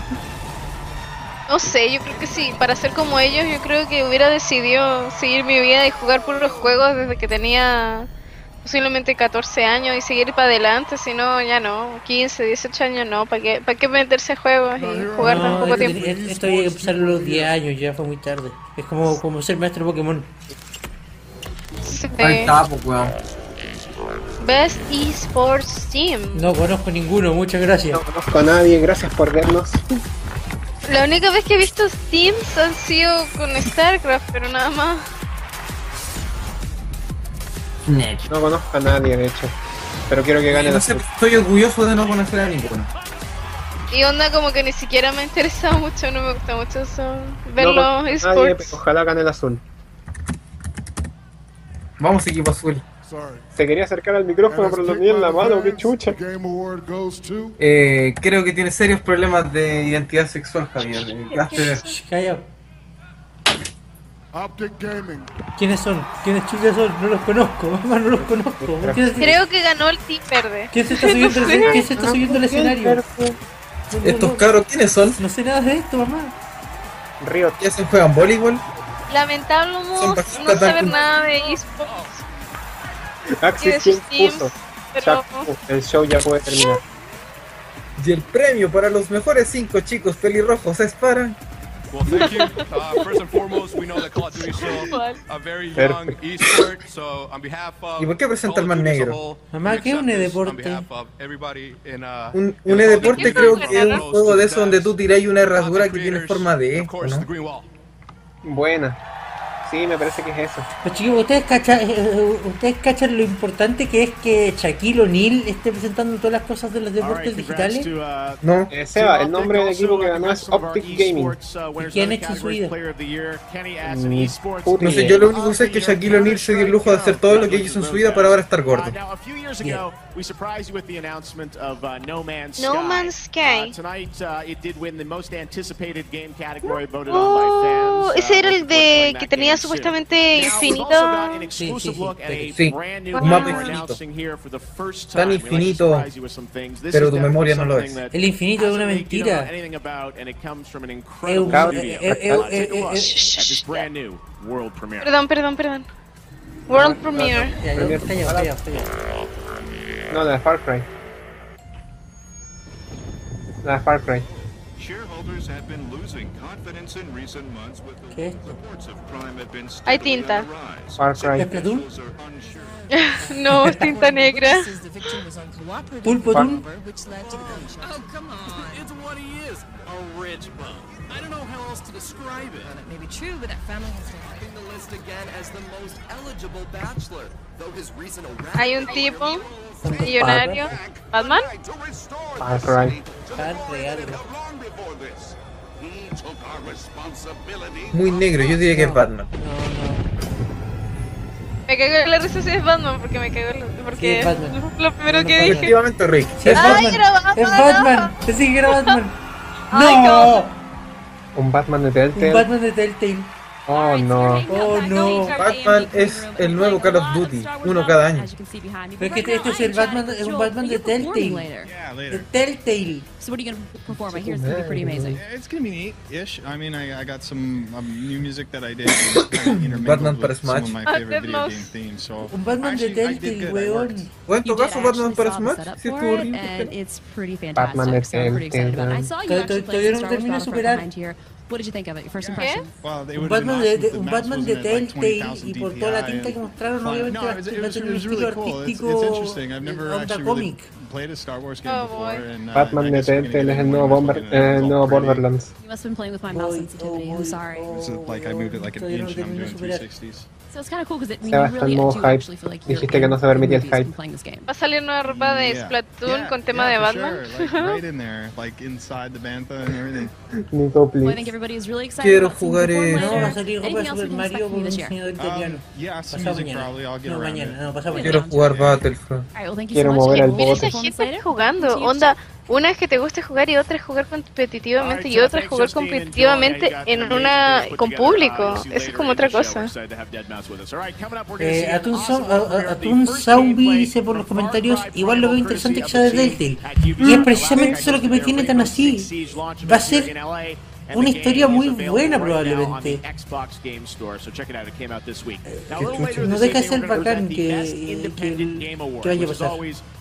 No sé, yo creo que sí. Para ser como ellos, yo creo que hubiera decidido seguir mi vida y jugar por los juegos desde que tenía posiblemente 14 años y seguir para adelante. Si no, ya no. 15, 18 años no. ¿Para qué, para qué meterse a juegos y jugar tan No, poco es- tiempo? es- esto hay que empezar a los 10 años, ya fue muy tarde. Es como, como ser maestro Pokémon. Sí. Ahí está, pues, weón. Best Esports Team. No conozco ninguno, muchas gracias. Conozco a nadie, gracias por vernos. La única vez que he visto Teams han sido con StarCraft, pero nada más. No conozco a nadie, de hecho. Pero quiero que gane No la sé, estoy orgulloso de no conocer a ninguno. Y onda como que ni siquiera me ha interesado mucho, no me gusta mucho eso. Ver No pues, ah, conozco a los nadie, esports. pero ojalá gane el azul. Vamos, equipo azul. Se quería acercar al micrófono, pero lo tenía en la mano, qué chucha. Eh, creo que tiene serios problemas de identidad sexual, Javier. eh, hazte- Callao. ¿Quiénes son? ¿Quiénes chicas son? No los conozco, mamá, no los conozco. ¿Quién, Creo que ganó el Team Verde. quién se está subiendo, al- quién se está subiendo al escenario? Estos cabros, ¿quiénes son? No sé nada de esto, mamá. Río. ¿Ya se juegan voleibol? Lamentable Son no bajitas, saber tal- nada de esports. Axis sus King teams, puso. pero- Chapu, uh, el show ya puede terminar. Y el premio para los mejores cinco chicos pelirrojos es para... Well, thank you. Uh, first and foremost, we know that Call of Duty is still a very young Perfect. esport, so on behalf of ¿Y por qué presenta al más negro? Mamá, ¿qué es un e-deporte? of everybody in uh, Un, un e-deporte creo que es un juego de esos donde tú tiráis una herradura que tiene forma de E, ¿o ¿no? Buena. Sí, me parece que es eso. Pues chicos, ¿ustedes cachan, ¿ustedes cachan lo importante que es que Shaquille O'Neal esté presentando todas las cosas de los deportes digitales? No. Eh, Seba, el nombre del equipo que ganó es Optic Gaming. ¿Quién ha hecho su vida? Mm. No sé, yo lo único que sé es que Shaquille O'Neal se dio el lujo de hacer todo lo que hizo en su vida para ahora estar gordo. Now, a few years ago, we surprised you with the announcement of uh, No Man's No Sky. Man's Sky. Uh, tonight, uh, it did win the most anticipated game category voted on Oh, by fans. ese era el de que tenía supuestamente infinito. An exclusive look at a Sí, brand new un game mapa we're infinito. announcing here for the first time. Tan We like to infinito, surprise you with some things. This pero is tu definitely memoria no lo something es. that El infinito es una hasn't been, you know, mentira. anything about, and it comes from an Eh, incredible eh, studio. eh, Uh, eh, Take a eh, look at eh, this brand new world premiere. Perdón, perdón, perdón. World Premiere. Ya, ya, calla, calla, calla. No, la de Far Cry. La de Far Cry. Shareholders have been losing confidence in recent months with the ¿Qué? reports of crime have been Hay tinta. Far Cry. ¿Splatoon? no, es tinta negra. Pulpo Doom. Oh, come on. It's what he is. A rich bum. I don't know how else to describe it. That may be true, but that family has In the list again as the most eligible bachelor, though his recent arrest Hay un tipo millonario. Batman. Far Cry. Muy negro, yo diría que es Batman. Me cagó en la risa si es Batman porque me cagó en la- porque Sí, es Batman. lo primero que dije. Efectivamente, Rick. Sí, es Ay, Batman. era Batman. Es Batman. Pensé que era Batman. Ay, ¡No! Un Batman de Telltale. Un Batman de Telltale. Oh no. Oh no. Batman es el nuevo Call of Duty, uno cada año. Pero es que este- esto es el Batman, es un Batman de Telltale. De Telltale. So what are you gonna perform? I hear it's gonna be pretty amazing. It's gonna be neat-ish. I mean, I, I got some um, new music that I did and kind of Batman intermingled para with some of Smash. my Ah, favorite video Thanos. game themes. So Un Batman de actually, I did Telltale, good. I worked. weón. Bueno, en todo caso, Batman para saw the Smash, setup sí for estuvo it, horrible. and it's pretty Batman de fantastic. So I'm pretty excited about it. I saw you Todavía- actually todavía play no some Star Wars termino de Battlefront superar. behind here. What did you think of it? Your first Yeah. impressions? Well, it Un would have been Batman de, awesome if de- the un mask Batman wasn't de at like Telltale y 20,000 por toda la DPI tinta que and- mostraron, Fun. obviamente No, va it was, it was, a it tener un was estilo really cool. It's, artístico it's interesting. I've never onda actually really cómic. played a Star Wars game Oh, before, boy. and uh, Batman I de guess we're gonna Telltale get es it el nuevo, when we're looking at it. Bomber, eh, It's el all nuevo pretty. Borderlands. You must have been playing with my mouse sensitivity. I'm sorry. It's like I moved it like an oh, Todavía no inch. termino and I'm doing de superar. 360s. So it's kind of cool because it means Seba you está en really modo do actually feel hype. like you're Dijiste que in no se permitía el movies when hype. playing this game. Va a salir una ropa de Yeah. Splatoon Yeah, con tema yeah, de for Batman. Sure. Like right in there, like inside the bantha and everything. Nico, Well, I please. think everybody is really excited Quiero about seeing jugar you eh, perform No, va a later. salir ropa de Anything else we Super can expect Mario from you con un this year? diseñador italiano. Um, Yeah, some Pasado music mañana. probably. I'll get No, around mañana, it. no, pasado Quiero mañana. jugar Battlefront. All right, well, thank you Quiero so much. mover al Anything Mira else esa bote. you want to say? gente jugando. Onda, una es que te guste jugar y otra es jugar competitivamente y otra es jugar competitivamente en una con público. Eso es como otra cosa. Eh, Atún, Sau- a- a- Atún Saumbi dice por los comentarios, igual lo veo interesante que sea de Telltale. Y es precisamente eso lo que me tiene tan así. Va a ser una historia muy buena probablemente. Eh, No No deja de ser bacán que, que, que vaya a pasar.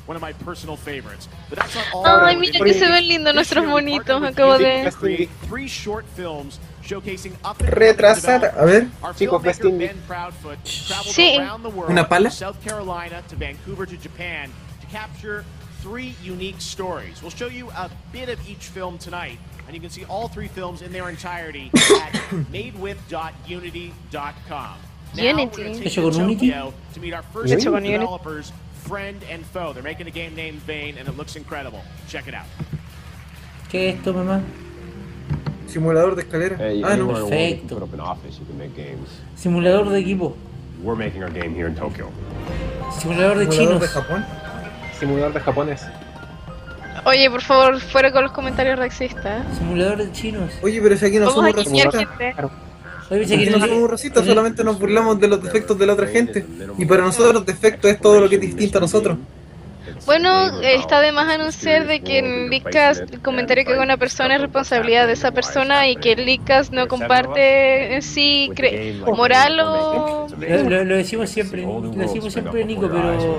one of my personal favorites. But that's not all. Ay, mira que se ven lindos nuestros monitos. Acabo de. Create three short films showcasing up and Retrasada. A ver, Our chicos, pues, filmmaker Ben Proudfoot traveled Sí. around the world, ¿Una pala? from South Carolina to Vancouver to Japan, to capture three unique stories. We'll show you a bit of each film tonight, and you can see all three films in their entirety at madewith.unity.com. Now we're Unity. gonna take Hecho you con to Unity. Tokyo to meet our first Hecho con Unity. developers, friend and foe. They're making a game named Vane, and it looks incredible. Check it out. ¿Qué es esto, mamá? Simulador de escalera. Hey, ah, no. anywhere in the world you can Perfecto. put up an office, you can make games. Simulador de equipo. We're making our game here in Tokyo. Simulador de Simulador chinos. de Japón. Simulador de japonés. Oye, por favor, fuera con los comentarios racistas. Simulador de chinos. Oye, pero si aquí no Vamos somos a quitar racistas. gente. Oye, pues, pensé Aquí que no somos racistas, solamente nos burlamos de los defectos de la otra gente. Y para nosotros los defectos es todo lo que es distinto a nosotros. Bueno, eh, está de más anunciar de que en Leakcast el comentario que haga una persona es responsabilidad de esa persona y que Leakcast no comparte en sí cre- moral o... Lo, lo- lo decimos siempre, lo decimos siempre Nico, pero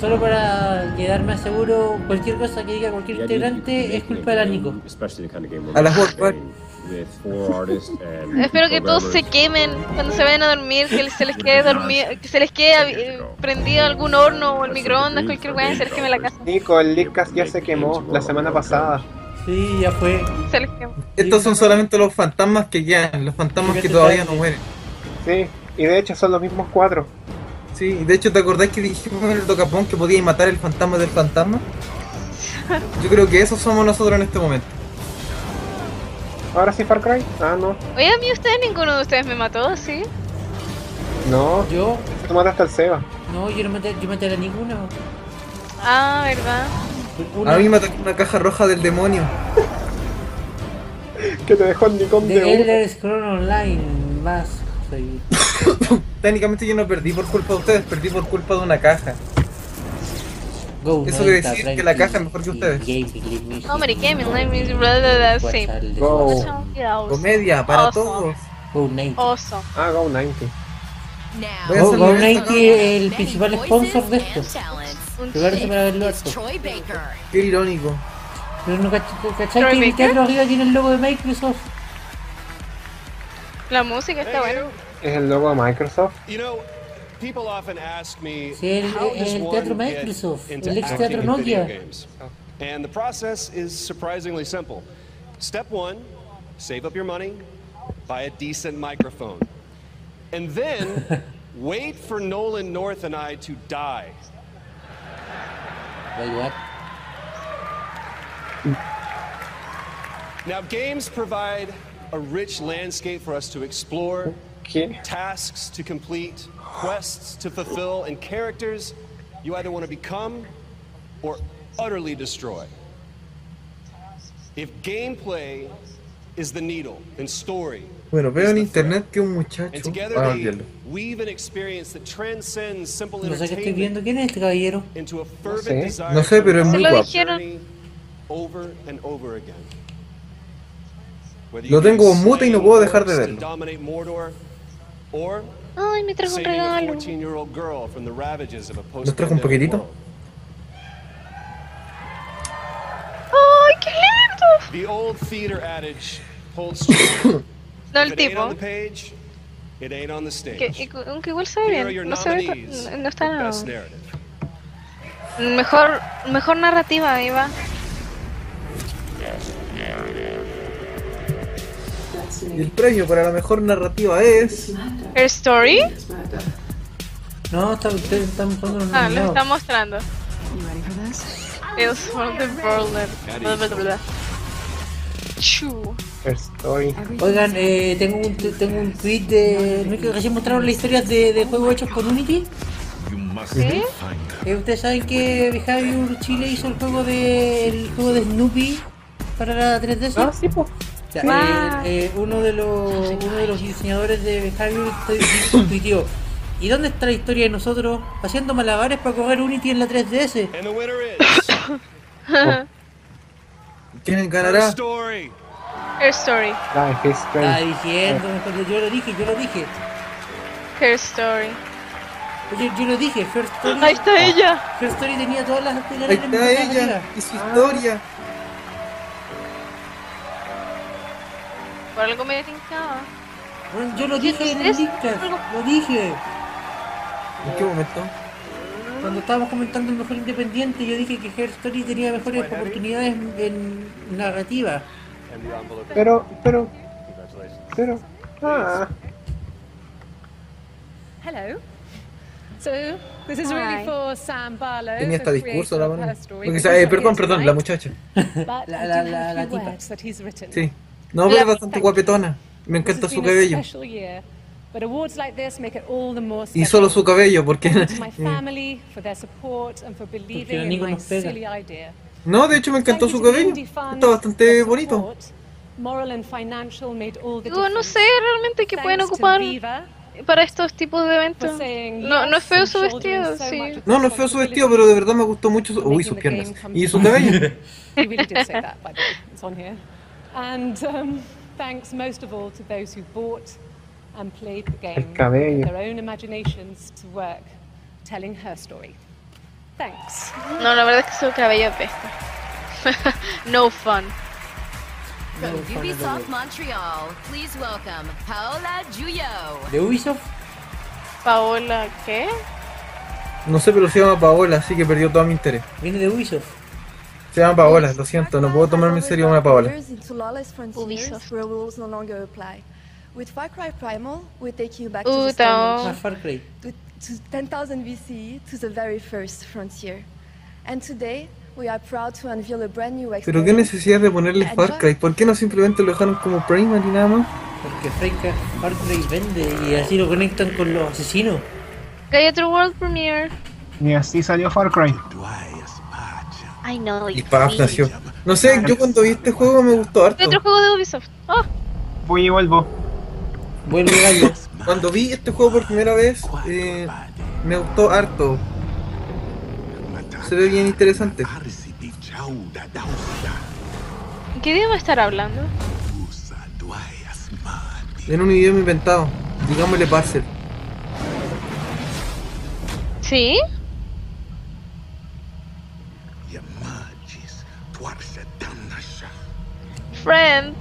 solo para quedar más seguro, cualquier cosa que diga cualquier integrante es culpa de la Nico. Especially the kind of game we're A las World making with four artists and Espero que todos se programmers. quemen cuando se vayan a dormir, que se les quede dormido, que se les quede eh, prendido algún horno o el microondas, cualquier weá, y se les queme la casa. Nico, el Leadcast ya se quemó la semana pasada. Sí, ya fue. Se les quema. Estos son solamente los fantasmas que quedan, los fantasmas que todavía no mueren. Sí, y de hecho son los mismos cuatro. Sí, y de hecho, ¿te acordás que dijimos en el Tocapón que podíais matar el fantasma del fantasma? Yo creo que esos somos nosotros en este momento. ¿Ahora sí Far Cry? Ah, no. Oye, a mí ustedes, ninguno de ustedes me mató, ¿sí? No, Yo, tú mataste al Seba. no, yo no maté, yo maté a ninguna. Ah, ¿verdad? A mí me atacó una caja roja del demonio. Que te dejó el Nikon De de Elder Scrolls Online, más. soy- Técnicamente yo no perdí por culpa de ustedes, perdí por culpa de una caja. Go, Eso quiere 90, decir que la 30, caja es mejor que ustedes. game, believe me, No, Mary Kay, mi name is blah, blah, blah, sí. Go. Awesome. Comedia para Awesome. todos. Go 90. Awesome. Ah, Go 90. Voy a Go, Go hacerle esto. 90 es el principal sponsor de esto. Un Prepárense shit. para verlo harto. Troy Baker. Qué irónico. Pero no cach- cachai Troy que el Baker. teatro arriba tiene el logo de Microsoft. La música está buena. Es el logo de Microsoft. You know, people often ask me, Sí, el- how does el one teatro get Microsoft, into el ex acting teatro in video Nokia. games? And the process is surprisingly simple. Step one, save up your money, buy a decent microphone. And then wait for Nolan North and I to die. Wait, what? Now, games provide a rich landscape for us to explore, ¿Qué? tasks to complete, quests to fulfill, and characters you either want to become or utterly destroy. If gameplay is the needle and story, Bueno, veo en internet que un and muchacho. together Ah, they olvídalo. weave an experience that transcends simple No sé qué estoy entertainment viendo. ¿Quién es este caballero? into a sé. fervent No desire sé, to pero es live muy the guapo. journey over and over again. Whether Lo you tengo be en mute y no slaying puedo dejar de orcs verlo. and dominate Mordor, or Ay, me trajo un saving a regalo. 14-year-old girl from the ravages of a ¿Nos trajo un post-pandemic paquetito? world. ¡Ay, qué lindo! The old theater adage holds true. No, el If it ain't on the tipo. page, it ain't on the stage. Que, y- aunque igual se ve Here are your bien. No se ve. nominees tan- No for está nada. best narrative. Mejor, mejor narrativa, Iba. Y el premio para la mejor narrativa es. Her story. No, está, ustedes están mostrando los Ah, lo nominados. está mostrando. Tales from the Borderlands. Bla, bla, bla, bla. Chu. Estoy. Oigan, eh, tengo, un, te- tengo un tweet de. ¿No es que recién mostraron las historias de, de juegos hechos con Unity? ¿Sí? Eh, Ustedes saben que Javier Chile hizo el juego de, el juego de Snoopy para la 3DS. Ah, sí, pues. Ya, Ah. eh, eh, uno, de los, uno de los diseñadores de Javier tu- tuiteó. ¿Y dónde está la historia de nosotros haciendo malabares para correr Unity en la 3DS? And the winner is ¿Quién her ganará? story. Her story. Life is Está Strange. diciendo, mejor, yo lo dije, yo lo dije. Her story. Yo, yo lo dije, Her Story. Ahí está ella. Her Story tenía todas las Ahí está ella y su historia. Por algo me tincaba. Bueno, Pues yo lo dije en el Lickcast, lo dije. ¿En qué momento? Cuando estábamos comentando el mejor independiente, yo dije que Her Story tenía mejores oportunidades en, en narrativa. Pero, pero, pero. Ah. Hello. So, this is really for Sam Barlow. Tenía hasta the discurso creator la of mano. Her Story, Porque, because eh, that's what perdón, he is perdón, la tonight. muchacha. But La- I la- do la- have la a few tipa. words that he's written. Sí. No, pero es bastante guapetona. Me This encanta has su been a cabello. special year, but awards like this make it all the more Y solo special. su cabello, porque. eh, To my family for their support and for la believing in Nico my nos pega. silly idea. No, de hecho me encantó su cabello. Está bastante bonito. Moral and financial made all the Digo, no difference. sé realmente qué pueden Thanks to ocupar Viva para estos tipos de For eventos. saying No, no es feo su yes and children vestido, so sí. No, no es feo su vestido, pero de verdad me gustó mucho su... Uy, sus piernas. Y su cabello. He really did say that, by the way. It's on here. And um, thanks most of all to those who bought and played the game, cabello. put their own imaginations to work, telling her story. Thanks. No, la verdad es que su cabello apesta. no fun. From Ubisoft Montreal, please welcome Paola Juyo. ¿De Ubisoft? Paola, ¿qué? No sé, pero se llama Paola, así que perdió todo mi interés. Viene de Ubisoft. Se llama Paola, lo siento, no puedo tomarme en serio una Paola. Years into lawless frontiers where rules no longer apply. With Far Cry Primal, we're taking you back to the Stone Más Age, Far Cry. to, to 10,000 BCE, E, to the very first frontier. And today, we are proud to unveil a brand new Pero qué necesidad de ponerle Far Cry, ¿por qué no simplemente lo dejaron como Primal y nada más? Porque Far Cry- Far Cry vende y así lo conectan con los asesinos. Gator World Premiere. Y así salió Far Cry. I know. Y Paf nació. No sé, yo cuando vi este juego me gustó ¿Qué harto. otro juego de Ubisoft? Oh, Voy y vuelvo. Vuelve gallo. Cuando vi este juego por primera vez, eh, me gustó harto. Se ve bien interesante. ¿en ¿qué idioma estar hablando? En un idioma inventado. Digámosle parcel. ¿Sí? Friend.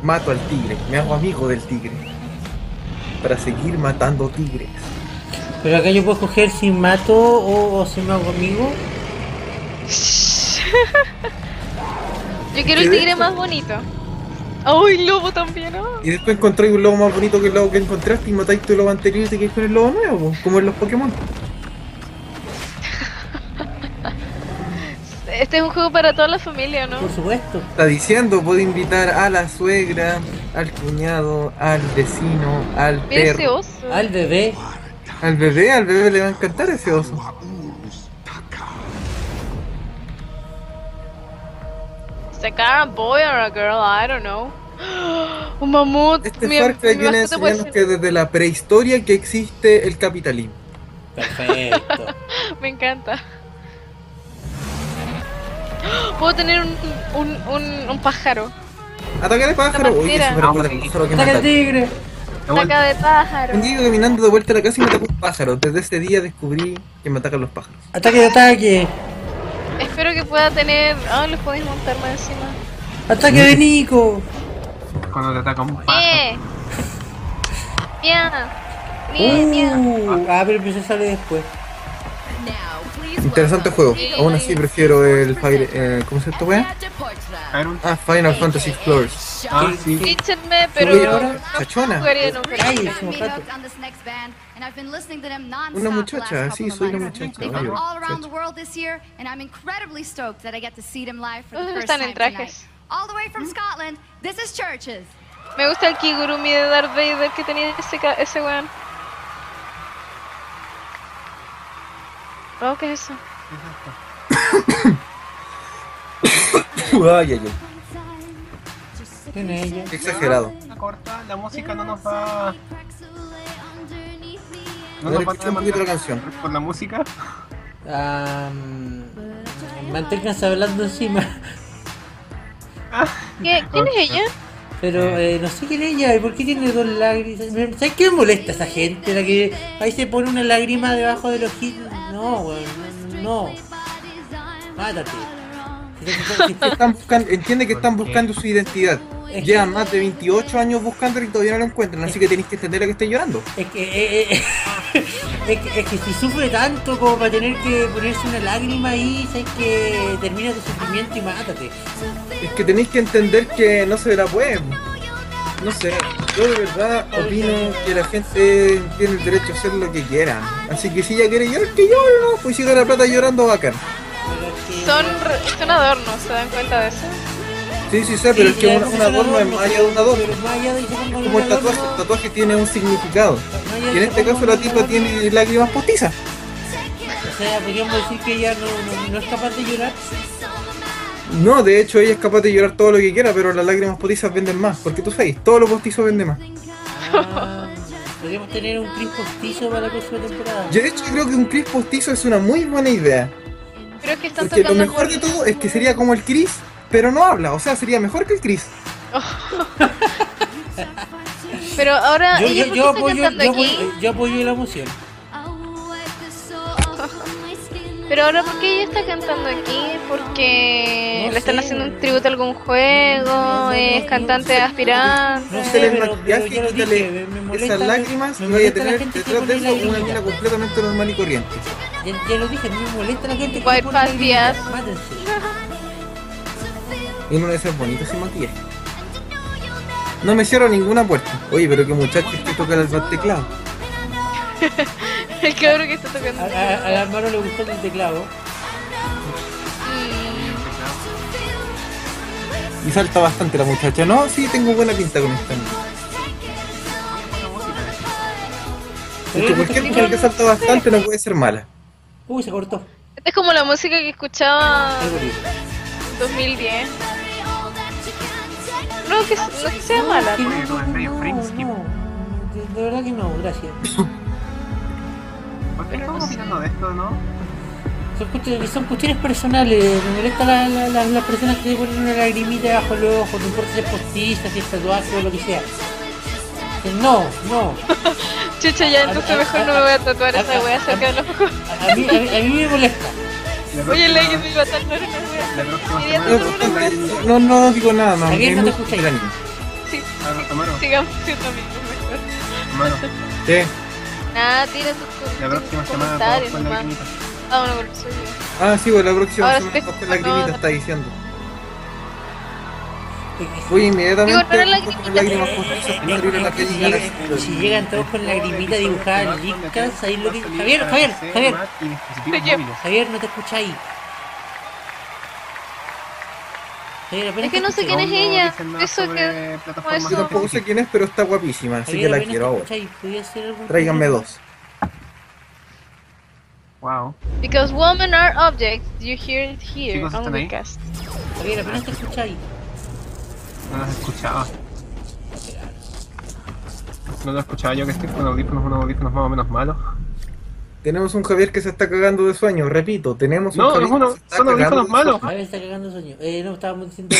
Mato al tigre, me hago amigo del tigre. Para seguir matando tigres. Pero acá yo puedo escoger si mato o, o si me hago amigo. Yo quiero el tigre más bonito. ¡Ay, lobo también! ah. Y después encontráis un lobo más bonito que el lobo que encontraste y matáis tu lobo anterior y te quedáis con el lobo nuevo, como en los Pokémon. Este es un juego para toda la familia, ¿no? Por supuesto. Está diciendo, puedo invitar a la suegra, al cuñado, al vecino, al Mira ese perro. oso. Al bebé. Al bebé, al bebé le va a encantar ese oso. It's like a boy or a girl, I don't know. Un mamut. Este Mi- Far Cry mi viene a mascota puede enseñarnos ser- que desde la prehistoria que existe el capitalismo. Perfecto. Me encanta. Puedo tener un, un, un, un pájaro. Ataque de pájaro. La Oye, pantera. se me recuerda el pájaro que me Saca el atacó. tigre. Saca de pájaro. Un día iba caminando de vuelta a la casa y me atacó un pájaro. Desde ese día descubrí que me atacan los pájaros. Ataque de ataque. Espero que pueda tener. Ah, los podéis montar más encima. Ataque de Nico. Cuando te ataca un ¡Eh! ¡Mia! ¡Mia, mia! Uh, ah, pero eso sale después. Interesante juego. Aún así prefiero el Fire... Eh, ¿Cómo se llama esta wea? Ah, Final Fantasy Explorers. Ah, sí. Díchenme, Oye, pero. ahora, Chachona. Jugaría en un Ay, juego. es un gato. Una muchacha, sí, soy una muchacha. They've obvio, been all around the muchacha. world this year, and I'm incredibly stoked that I get to see them live for the Todos first están en time tonight. trajes. All the way from Scotland, this is Churches. Me gusta el Kigurumi de Darth Vader que tenía ese, ca- ese weón. Oh, ¿qué es eso? Ay, ay, ay. Tiene ella. Exagerado. Corta, la música no nos va. No A nos va ver, a escucha un tomar poquito la canción. por la música. Ah, mm, manténganse hablando encima. Eh, ¿Qué- ¿Quién es ella? Pero eh, no sé quién es ella y por qué tiene dos lágrimas. ¿Sabes qué me molesta esa gente? La que ahí se pone una lágrima debajo del ojito. No, weón, no. no. Mátate. Están buscando- entiende que están buscando su identidad. Llevan más de 28 años buscándola y todavía no la encuentran, así que tenéis que entender a que esté llorando. Es que, eh, eh, es, que, es que si sufre tanto como para tener que ponerse una lágrima ahí, sabes que termina tu sufrimiento y mátate. Es que tenéis que entender que no se la pueden. No sé, yo de verdad opino que la gente tiene el derecho a hacer lo que quiera. Así que si ella quiere llorar, que llore, ¿no? Pues si gana plata llorando, bacán. Son, re- son adornos, ¿se dan cuenta de eso? Sí, sí, sé, pero Sí, es que ya, un, pues, un es un adorno es adorno, más allá de un adorno. pero es más allá de que pongan Como un el tatuaje, adorno. el tatuaje tiene un significado. allá Y en de este que caso la tipa tiene lágrimas postizas. O sea, podríamos decir que ella no, no- no es capaz de llorar. No, de hecho ella es capaz de llorar todo lo que quiera, pero las lágrimas postizas venden más, porque tú sabes, todo lo postizo vende más. Ah, podríamos tener un clip postizo para la próxima temporada. Yo de hecho creo que un Chris postizo es una muy buena idea. Creo que están Porque lo tocando. mejor de todo es que sería como el Chris, pero no habla, o sea, sería mejor que el Chris. Pero ahora, Yo, ¿ella yo, por yo apoyo, qué está yo, cantando aquí? apoyo, yo apoyo la emoción. Pero ahora, ¿por qué ella está cantando aquí? ¿Porque No le están sé. haciendo un tributo a algún juego? ¿Es cantante aspirante? No se le pero- maquillaje, pero ya lo quítale dije, me- me molesta esas la- lágrimas me y vaya a molesta la tener gente que detrás de pone eso una lágrimas. mina completamente normal y corriente. Ya, ya lo dije, a mí me molesta la gente que White pone Fast lágrimas. Díaz. Mátense. Y uno de esos bonitos sin maquillaje. No me cierro ninguna puerta. Oye, pero qué muchacho que toca el bat teclado. El cabrón que está tocando. A, a, al hermano le gustó el teclado. Y salta bastante la muchacha. No, sí, tengo buena pinta con esta. niña. Porque cualquier mujer que salta bastante no puede ser mala. Uy, se cortó. Esta es como la música que escuchaba Algo lindo. en 2010. No, que, no que sea mala. Que no, no, no, no, no. De, de verdad que no, gracias. ¿Por qué estamos opinando de esto, no? Son, cuestiones, son cuestiones personales, me molesta la- la- la- las personas que se ponen una lagrimita bajo el ojo, no importa si es postiza, si es tatuaje o lo que sea. Que No, no. Chucha, ya entonces mejor no me voy a tatuar esa wea cerca de los ojos. A mí, a mí- a mí me molesta. Oye, la que me iba a tatuar una wea. Quería tatuar una wea. No, no digo nada más. Javier, no te muy escucháis. grande. Sí, Ah, Tomaro, sigamos siendo amigos mejor. Tomaro. Sí. Nada, tira tus cosas. La próxima semana comentarios todos con nomás. lagrimita. Ah, bueno, con el suyo. Ah, sí, bueno, la próxima Ahora semana sí, vamos con no, la no. grimita está diciendo. Voy inmediatamente Digo, no era a lagrimita. poner lágrimas postizas para abrir en la Si calle y ganar. llegan, si llegan todos con lagrimita dibujada en licas, ahí lo que... Javier, Javier, Javier, Y dispositivos móviles. Javier, no te escucháis. Javier, apenas Es que te no sé escucháis. quién es ella. Eso que. como Yo tampoco eso. sé quién es, pero está guapísima, así que Javier, la apenas te quiero ahora. escucháis, ¿podría hacer algún- Tráiganme dos. Wow. Because women are objects, you hear it here Chicos, on ¿están ahí? Wicast. Javier, apenas te escucháis. No los escuchaba. No los escuchaba yo que estoy con audífonos, unos audífonos más o menos malos. Tenemos un Javier que se está cagando de sueño, repito, tenemos un No, Javier es uno- que se está son audífonos cagando de malos. sueño. Javier está cagando sueño. Eh, no, estábamos diciendo...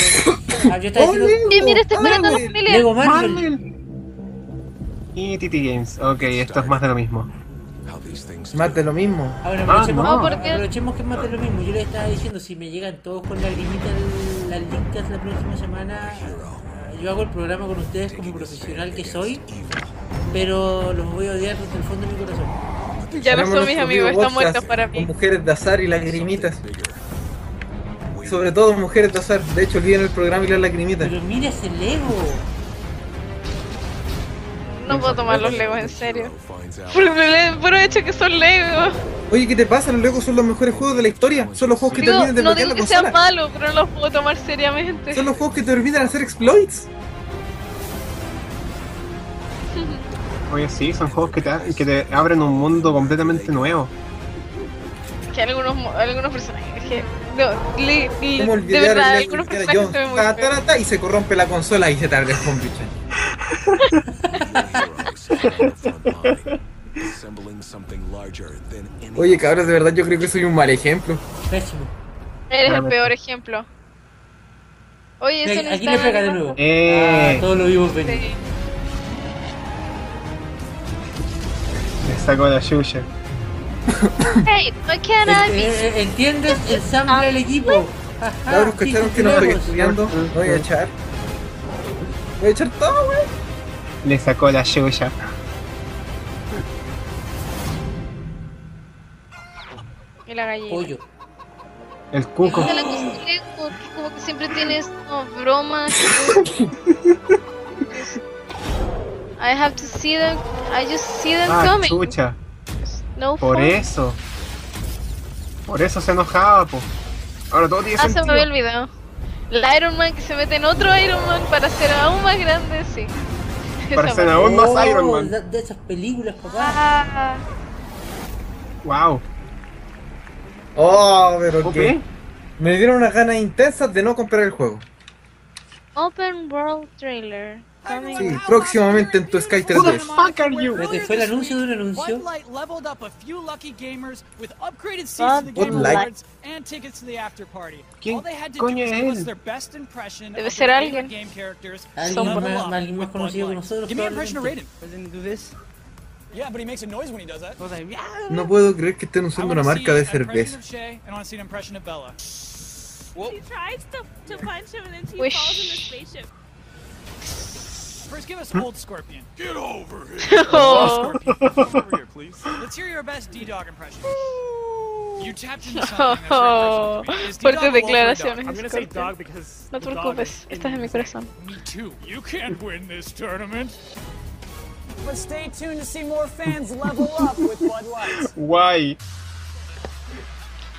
Ah, yo estaba ¡Oh, diciendo... Y Eh, mira, está Lego! esperando a la ¡Marvel! familia. Lego Marvel. Y TT Games. Ok, esto es más de lo mismo. Más de lo mismo. Ahora Ah, aprovechemos, no. ¿por qué? aprovechemos que es más de lo mismo. Yo les estaba diciendo, si me llegan todos con lagrimita en las linkas la próxima semana, yo hago el programa con ustedes como profesional que soy, pero los voy a odiar desde el fondo de mi corazón. Ya no Tenemos son mis nuestro amigos, amigo están muertos Boxas para Con mí. mujeres de azar y lagrimitas. Sobre todo mujeres de azar. De hecho, olviden el programa y las lagrimitas. Pero mira ese Lego. No puedo tomar los Legos en serio. Por el puro hecho que son Legos. Oye, ¿qué te pasa? Los Legos son los mejores juegos de la historia. Son los juegos que te Digo, permiten no desbloquear digo la que sean consola. malos, pero no los puedo tomar seriamente. Son los juegos que te permiten hacer exploits. Oye, sí, son juegos que te, que te abren un mundo completamente nuevo. Que algunos, mo- algunos personajes que. No, li- li- ¿Cómo de olvidar el verdad, Lego algunos Indiana personajes Jones? Ah, se ven muy Ta, ta, feos. ta, ta, y se corrompe la consola y se tarda el zombie. Oye, cabros, de verdad yo creo que soy un mal ejemplo. Pésimo. Eres el Claramente. peor ejemplo. Oye, eso no Aquí está le pega de en nuevo. Eh. Ah, todo lo vimos venir. Sí. Le sacó la Yuya. Hey, no queda nada de Ah. Eh, eh, ¿Entiendes? El Sam del equipo. Ajá, Cabros, ¿cacharon Ah, sí, que no estoy tenemos. estudiando? Ah, Me voy a echar. Me voy a echar todo, wey. Le sacó la Yuya. Y la gallina. Pollo. El cuco. Esa es la costumbre, porque como que siempre tienes como bromas. I have to see them. I just see them Ah, coming. chucha. No Por fun. Ah, eso. Por eso se enojaba, po. Ahora todo tiene Ah, se me sentido. había olvidado. La Iron Man que se mete en otro Iron Man para ser aún más grande, sí. Para Esa ser parte. aún más Iron Oh, Man. de, de esas películas, papá. Ah, Wow. Oh, pero Ok. qué. Me dieron unas ganas intensas de no comprar el juego. open World Trailer. Coming. Sí, próximamente en tu Sky 3D. fuck are you? Creo que fue el anuncio de un anuncio. Bud Light leveled up a few lucky gamers with upgraded seats Ah, to the Bud Game Light. Awards and tickets to the after party. ¿Quién All they had to do coño es was give us él? their best impression Debe of ser their alguien. favorite game characters. Alguien Some level más, up. alguien más conocido que nosotros. Give me an impression of Raiden. probablemente. Yeah, but he makes a noise when he does that. No puedo creer que estén I Ah, usando wanna una see marca de an impression cerveza. of Shay, and I want to see an impression of Bella. She tries to, to punch him and then she Wish. falls in the spaceship. First, give Hmm? us old Scorpion. Get over here. Oh. Scorpion. over here, please. Let's hear your best D-Dog impression. You tapped into something that's Oh, very personal to me. Is D-Dog fuertes a wolf or a dog? declaraciones. Scorpio. No te preocupes, estás en mi corazón. Me too. You can't win this tournament. But stay tuned to see more fans level up with Bud Light. Why?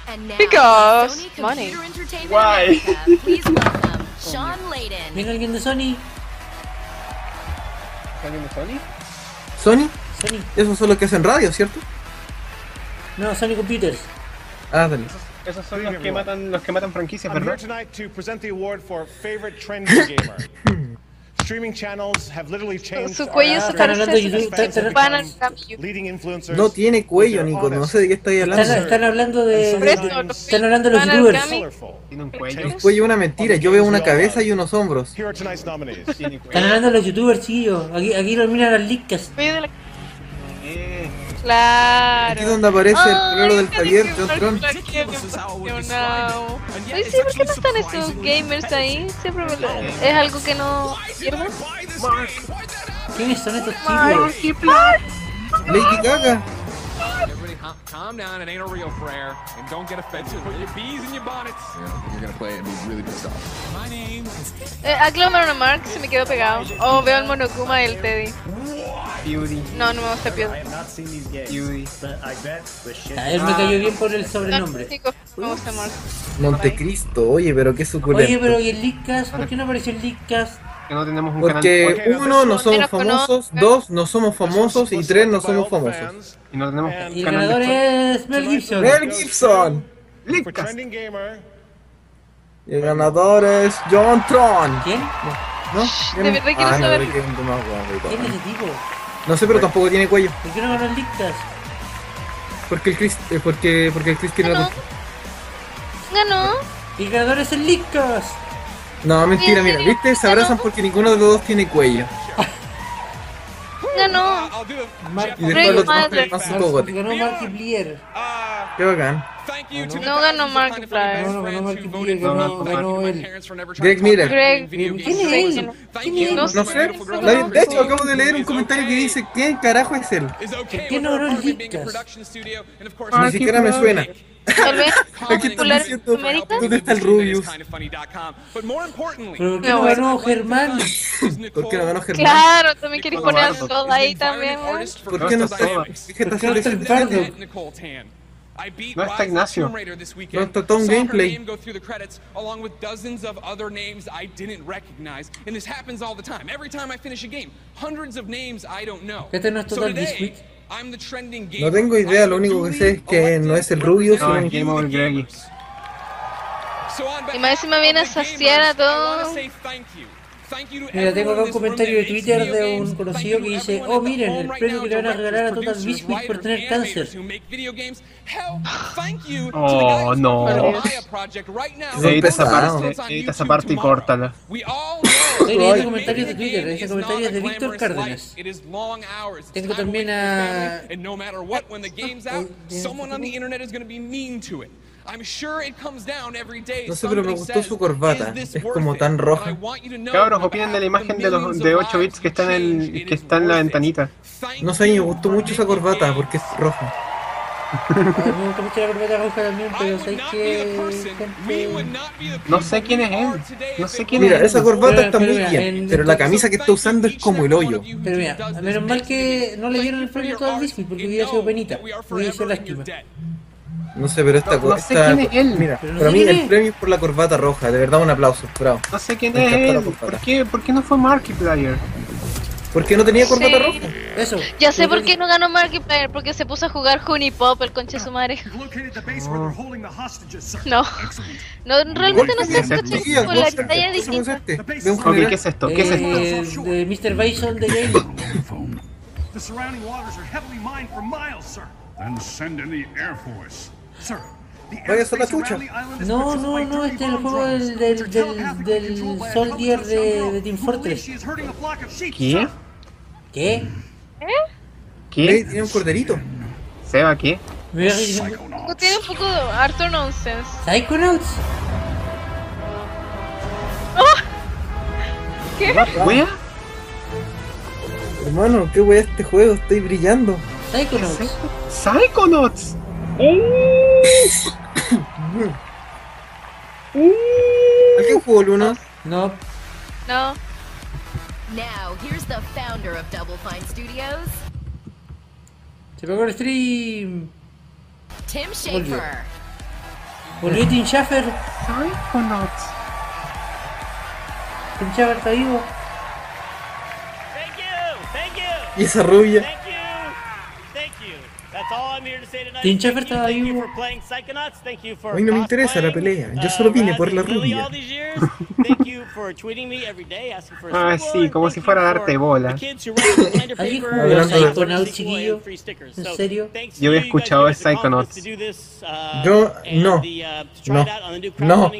And now, Because Sony Computer money. Entertainment Why? America, please welcome Sean Layden. ¿Viene alguien de Sony? ¿Alguien de Sony? ¿Sony? Sony. Eso son los que hacen radio, ¿cierto? No, Sony Computers. Ah, dale. Esos son los que matan, los que matan franquicias, I'm here ¿verdad? tonight to present the award for favorite trendy gamer. Streaming channels have literally changed. Su our cuello, su experience Están hablando de as YouTube, fans están- have Van al become cambio. Leading influencers. No tiene cuello, Nico, no sé de qué estáis Están, hablando. están hablando de. Por eso, los Están hablando de los van al youtubers. cambio. Tiene un El cuello. cuello es una mentira, yo veo una cabeza y unos hombros. Here are tonight's nominees. Tiene Están cuello. hablando de los youtubers, chiquillos. Aquí, aquí lo miran las licas. Cuello de la- Eh, Aquí Claro. es donde aparece el plano del Ay, Javier, qué John Tron. ridiculous is how it is emocionado. Ay, sí, ¿por qué no están esos gamers ahí? Siempre me lo- Es algo que no pierdo. ¿Quiénes son estos chicos? Markiplier. Lady Gaga. Everybody calm, calm down. It ain't a real prayer. And don't get offensive. Put your bees in your bonnets. You're gonna play it and be really pissed off. My name is Eh, aclamaron a Mark, se me quedó pegado. Oh, veo el monokuma del Teddy. Beauty, No, no me gusta Piu. beauty. A Ah, Ah. él me cayó bien por el sobrenombre. Chicos, me gusta Mark. Montecristo, oye, pero qué Oye, suculento. pero ¿y el Lickas? ¿Por qué no apareció el Lickas? Que no tenemos un canal. Porque uno, no somos Pero conozco. famosos, dos, no somos famosos y tres, no somos famosos. Y no tenemos Y el canal ganador de es Mel Gibson. Mel Gibson. For trending gamer, Y el ganador es Eh, John Tron. ¿Quién? ¿No? De verdad quiero Ay, no, saber. que es un más guapo y todo. ¿Quién es ese tipo? No sé, pero tampoco tiene cuello. ¿Por qué no ganó el Lickas? Porque el Chris, eh, porque, porque el Chris tiene Ganó. la Ganó. Y el ganador es el Lickas. No, mentira, ¿En mira, serio? ¿viste? Se abrazan porque ninguno de los dos tiene cuello. Ganó. I'll do the. Mark Y después los dos madre. más un cogote. Ganó Markiplier. Qué bacán. Thank you to the No ganó Markiplier. No, no ganó friends who Markiplier, voted ganó, ganó my él. parents for never trying Greg to Miller. talk about Greg. video ¿Quién games. es él? Thank ¿Quién you. No No sé. No sé. sé, nadie- de hecho acabo de leer un comentario que dice ¿Quién carajo es él? Is okay with ¿Quién no her ganó el apartment being a Lickas? production studio, and of Ah, Ah, course, Ni siquiera me suena. Tal vez Aquí están popular en diciendo América. ¿Dónde está el Rubius? kindoffunny.com. But more importantly, ¿Pero por qué No, no bueno. ganó Germán? ¿Por qué no ganó Germán? Claro, también queréis Nicole poner Bardo. todo ahí también, weón. ¿Por qué no está? ¿Por qué no está el Bardo? Nicole Tan. I beat No Rise está of Ignacio. Tomb Raider this weekend. No está todo un Saw her gameplay. name go through the credits along with dozens of other names I didn't recognize. And this happens all the time. Every time I finish a game, hundreds of names I don't know. Este no es So Total today, Biscuit. I'm the trending gamer. No tengo idea, lo único que sé es que no es el Rubius, No, el sino Game Over Greggy. So on Y más encima viene a behalf of the saciar a gamers, I wanna todo. say thank you. Mira, tengo acá un comentario de Twitter de un conocido que dice, oh miren, el premio que le van a regalar a Total Biscuit por tener cáncer. Oh, no. Edita esa parte, edita esa parte y córtala. Estoy leyendo comentarios este de Twitter, ese comentario es de Víctor Cárdenas. Tengo también Uh, a... And no matter what, when the game's Oh, out, someone on the internet is going to be mean to it. I'm sure it comes down every day. No sé, pero me gustó su corbata. Es como tan roja. Cabros, opinen de la imagen de los de 8 bits que está en el, que está en la ventanita. No sé, me gustó mucho esa corbata porque es roja. A mí me gusta mucho la corbata roja también, pero sabéis que... No sé quién es él. No sé quién Mira, es él. esa corbata está muy mira, bien, pero la camisa que está usando es como el hoyo. Pero mira, a menos mal que no le dieron el premio a Total Biscuit porque hubiera sido penita. Hubiera sido lástima. No sé, pero esta No cosa. sé quién es él. Mira, Pero no para sé mí quién el es. premio es por la corbata roja. De verdad, un aplauso. Bravo. No sé quién Me es encanta la él. ¿Por corbata. qué, ¿Por qué no fue Markiplier? ¿Por qué no tenía corbata Sí. roja? Eso. Ya sé por qué no ganó Markiplier, porque se puso a jugar Honey Pop, el conche su madre. No, no realmente no sé, coche, con la talla distinta. Ok, ¿qué es esto? ¿Qué es Eh, esto? De Mr. Bison de Game. The surrounding waters are heavily mined for miles, sir. Then send in the Air Force. Sir, the Vaya, está la airspace around chucha. the island is No, purchased no, by no, dirty este es el bomb juego drones. del, del, del, del Soldier de, de Team Who believes Fortress. she is herding a flock of sheep, ¿Qué? sir? ¿Qué? Eh, ¿Qué? Tiene un corderito. ¿Seba qué? No tiene un poco de harto nonsense. ¿Psychonauts? ¿Qué? ¿Wea? Hermano, qué wea este juego. Estoy brillando. ¿Psychonauts? ¡Psychonauts! ¿Alguien jugó Luna? No. No. Now, here's the founder of Double Fine Studios, Se pegó el stream. Tim Volvió. Schafer. Volvió Tim Schafer. Psychonauts. Tim Schafer está vivo. Y esa rubia. Tim Schafer estaba vivo. A mí no me interesa la pelea. Yo solo vine por la rubia. Ah, sí, como si fuera a darte bola. ¿Alguien jugó Psychonauts, chiquillo? ¿En serio? Yo había escuchado de Psychonauts. uh, Yo no. No. No.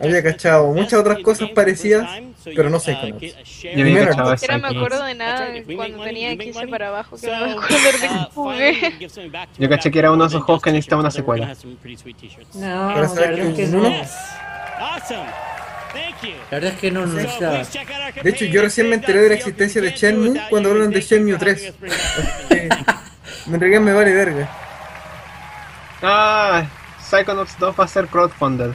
Había cachado muchas otras cosas parecidas, pero no sé con Yo había Primero. escuchado de Era, me acuerdo Psychonauts. de nada cuando tenía 15 para abajo, que no me uh, acuerdo de que jugué. Yo caché que era uno de esos juegos que necesitaba una secuela. No, Para la saber verdad es que que es no. uno. La verdad es que no, no necesitaba. De hecho, yo recién me enteré de la existencia de Shenmue cuando hablan de Shenmue 3. Me entregué, me vale verga. Ah, Psychonauts 2 va a ser crowdfunded.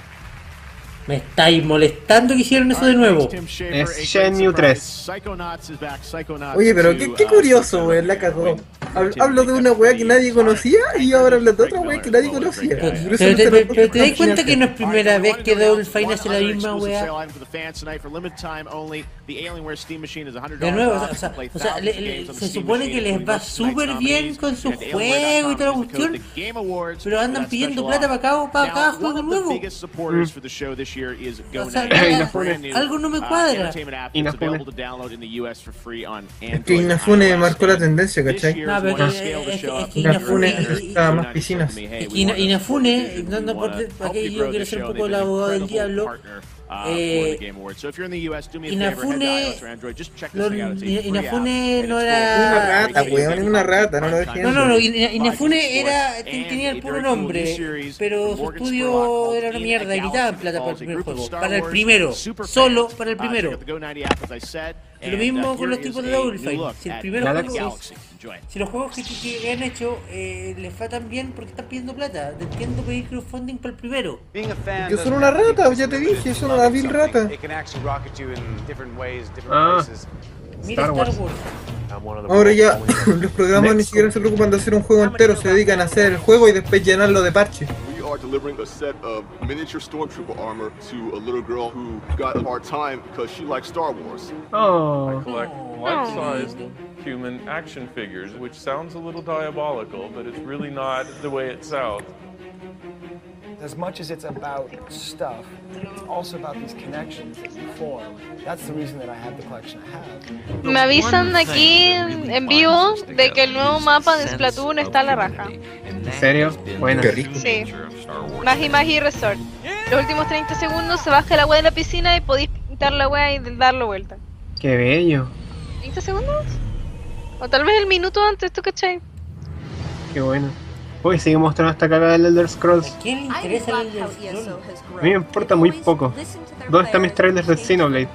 Me estáis molestando que hicieron eso de nuevo. Es Shenmue 3. Psychonauts is back. Psychonauts Oye, pero 2, qué, uh, qué curioso, wey, la cagó. Hab- Hablo de una weá que nadie conocía y ahora hablo de otra weá que nadie conocía. Pero Pero eso te, no se pero- reporta pero te das cuenta consciente. que no es primera vez que Double Fine hace la Another misma exclusive weá. sale item for the fans tonight for limited time only. The Alienware Steam Machine is $100 De nuevo, o off. sea, You can o sea, play o sea, thousands of le- le- games on the se Steam supone Machine, que les including va tonight's súper bien nominees con su and at alienware.com juego y use the toda la code cuestión, The Game Awards pero for andan that pidiendo special plata para offer. cada, para Now, cada one juego of the nuevo. biggest supporters for the show this year is O sea, GoNet, nada, a brand new, algo no me uh, cuadra. entertainment app Inafune. that's available to download in the US for free on Es que Android and Inafune iOS. marcó la tendencia, This ¿cachai? year's No, pero one es- scaled es- to show es up for every que Inafune vendor. necesitaba más United piscinas. told me, hey, Es we que Ina- wanna support you, Inafune, we no, no, wanna por- help aquí you yo grow quiero this ser un show, poco they've been el an abogado del incredible diablo. partner, uh, for Eh, the Game Awards. So if you're in the US, do me a favor, head to Inafune, iOS or Android, just check this no, thing out. It's a free Inafune app, no and it's era... Una rata, weón, es una rata, no lo defiendo. No, no, no, Ina- Inafune era, ten- tenía el puro nombre, pero su estudio era una mierda, y necesitaban plata para el primer juego, para el primero, solo para Ah, Uh, el primero. Lo mismo con los tipos de Double Fine, si el primero juego es- si los juegos que, que- que han hecho eh, les va tan bien, ¿por qué están pidiendo plata? Te entiendo pedir crowdfunding para el primero. Yo soy una rata, pues, ya te dije, soy una vil rata. Ah, Mira Star Star Wars. Wars. Ahora ya los programas ni siquiera se preocupan de hacer un juego entero, se dedican a hacer el juego y después llenarlo de parches. We are delivering a set of miniature stormtrooper armor to a little girl who got a hard time because she likes Star Wars. Oh. collect life-sized human action figures, which sounds a little diabolical, but it's really not the way it sounds. as much as it's about stuff, it's also about these connections that you form. That's the reason that I have the collection I have. Me avisan aquí en en vivo de que el nuevo mapa de Splatoon está a la raja. ¿En serio? Bueno. Sí. Magi Magi Resort. Los últimos 30 segundos se baja la wea de la piscina y podéis pintar la wea y darle vuelta. Qué bello. ¿30 segundos? O tal vez el minuto antes, ¿tú cachai? Qué bueno. Uy, siguen mostrando esta cagada del Elder Scrolls. ¿Quién le interesa Ah, el Elder Scrolls? A mí me importa muy poco. ¿Dónde están mis trailers de Xenoblade?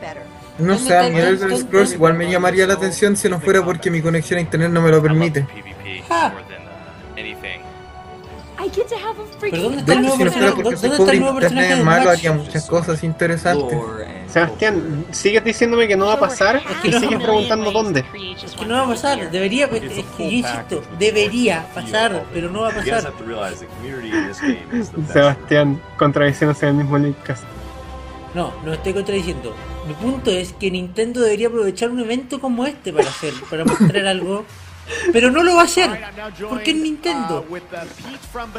No sé, a mí el Elder Scrolls igual me llamaría la atención si no fuera porque mi conexión a internet no me lo permite. I get to have a Pero freaking ¿dónde está De el hecho, nuevo si no fuera personaje? ¿Dó- porque se ¿Dónde está cubre el nuevo personaje internet de malo, Smash? haría muchas cosas interesantes. eh, Sebastián, ¿sigues diciéndome que no va a pasar? Y sigues preguntando dónde. Es que no va a pasar, debería, es que yo insisto, debería pasar, pero no va a You guys pasar. have to realize the community in this game is the best. Sebastián, contradiciéndose en el mismo Linkcast. No, no estoy contradiciendo. Mi punto es que Nintendo debería aprovechar un evento como este para hacer, para mostrar algo, pero no lo va a hacer, porque es Nintendo.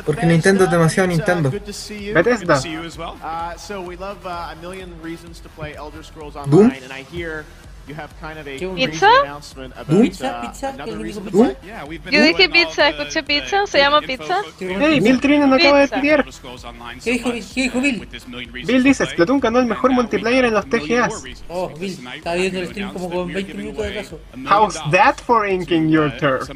Porque Nintendo es demasiado Nintendo. uh, Good to Bethesda. see you as well. Uh, so we love uh, a million reasons to play Elder Scrolls Online, Doom? and I hear you have kind of a Doom. crazy Pizza? announcement about Doom? uh, Pizza? another ¿El reason to Doom? play. Yeah, we've Yo dije pizza, escuché pizza, se llama pizza. ¡Hey, Bill Trinen acaba de pelear! ¿Qué dijo, ¿Qué dijo Bill? Bill dice, Splatoon ganó el mejor multiplayer en los TGAs. Oh, Bill, estaba viendo el stream como con 20 minutos de atraso. How's that for inking Uh, your turf?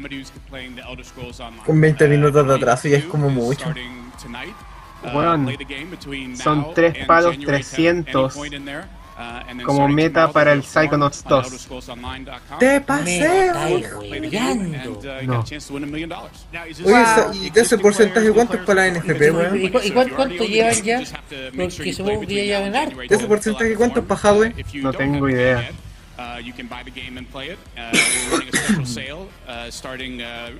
Con 20 minutos de atraso ya es como mucho. uh, Weón, son tres palos 300 como meta para el uh, Psychonauts 2. ¡Te paseo! No. Oye, esa- ¿y de ese porcentaje cuánto es para la NFP, weón? ¿Y, cu- y cuánto, cuánto llevan ya? Porque supongo que ya llevan harto. ¿De ese porcentaje cuánto es para Huawei? No tengo idea. Uh, you can buy the game and play it. Uh, we're running a special sale uh, starting uh,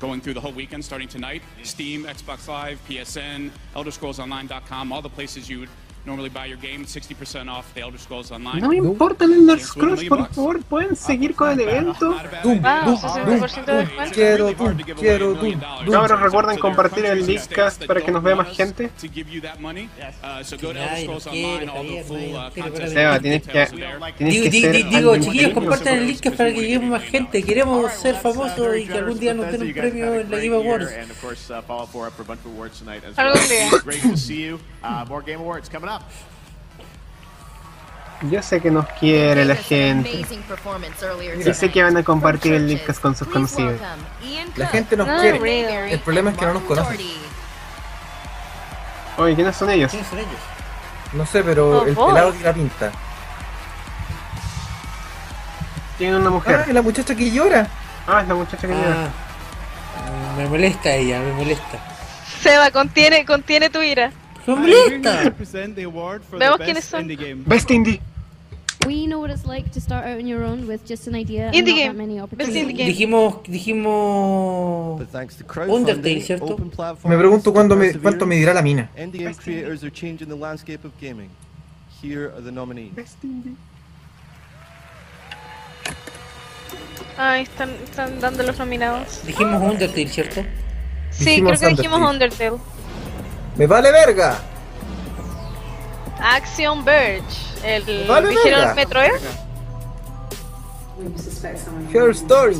going through the whole weekend, starting tonight. Steam, Xbox Live, PSN, ElderScrollsOnline.com, all the places you would normally buy your game, 60% off the Elder Scrolls Online. No me importa el Elder Scrolls, por favor, pueden seguir con el evento. Doom, Wow, Doom, 60% de descuento. Quiero Doom, quiero Doom, Doom. Cabros, recuerden compartir el Leadcast para que nos vea más gente. Uh, so go to Elder Scrolls Online, all the full uh, contest. Seba, tienes que, Digo, tienes que di- ser di- digo, alguien chiquillos, que- compartan el link para que lleguemos más gente. Queremos ser famosos y que algún día nos den un premio en la Game Awards. And of course, uh, follow for up for a bunch of awards tonight as Algún día. well. Great to see you. Uh, more Game Awards coming up. Yo sé que nos quiere la gente. Amazing performance earlier Yo sé today. que van a compartir el Leadcast con sus conocidos. Welcome, Ian La Cook, gente nos Mark quiere. Berry, El problema es que no nos and conoce. Doherty. Oye, ¿quiénes son ellos? ¿Quiénes son ellos? No sé, pero el pelado tiene la pinta. Tiene una mujer. Ah, es la muchacha que llora. Ah, es la muchacha que Ah, me molesta ella, me molesta. Seba, contiene, contiene tu ira. ¡Molesta! Veamos quiénes son. Best Indie. We know what it's like to start out on your own with just an idea Indie and not that game. many Best indie opportunities. game. Dijimos, dijimos... Undertale, ¿cierto? Me pregunto cuándo me, cuánto me dirá la mina. NDM creators are changing the landscape of gaming. Here are the nominees. Ay, Ah, están, están dando los nominados. Dijimos Undertale, ¿cierto? Sí, creo Dijimos que dijimos Undertale. Undertale. ¡Me vale verga! Action Verge. El, Vale, ¿Dijeron verga. Metro E. Air? Her Story.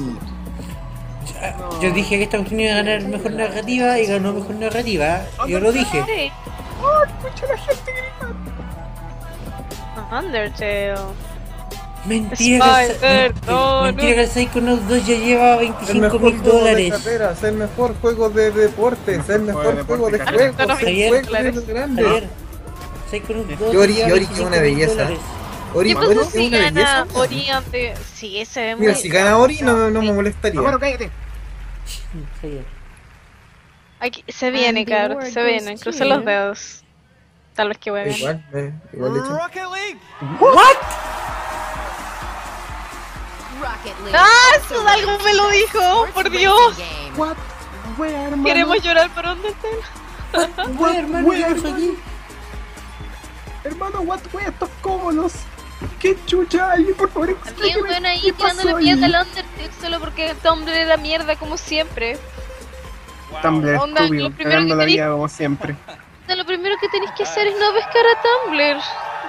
Yo dije que esta cuestión iba a ganar mejor narrativa y ganó mejor narrativa. Yo lo dije. Sí. Undertale. Mentira que, el- Spider, no, mentira que el Psychonauts 2 ya lleva 25 mil juego de dólares. carreras, el mejor juego de deportes, el mejor juego de carreras. juegos, el Javier, juego de Javier, los Javier, grandes. Psychonauts 2 Yori, lleva Yori que es 25.000 una belleza. dólares. Ori, ¿Qué Ori pasa es si una gana belleza. Ori ante.? Sí, ese es Mira, muy- si gana Ori no, no me molestaría. cállate. Aquí, se viene, And the cabrón, award se viene. goes Crucen to- los dedos. Tal vez que vuelvan. Igual, eh, igual de hecho. ¿What? Rocket League. ¡Ah! Eso algo me lo dijo, por Dios. What? Wea, hermano. Queremos llorar por Undertale. What? hermano, Wea, ya lo hermano. Hermano, what? Wea, estos cómodos. Qué chucha, alguien por favor Bien, explíqueme. bueno, ahí ¿Qué pasó tirándole ahí? piedra al Undertale solo porque Tumblr era mierda como siempre. Tumblr Onda, estúpido, lo primero cagando que la quería- vida como siempre. Lo lo que tenéis que hacer es no pescar a Tumblr.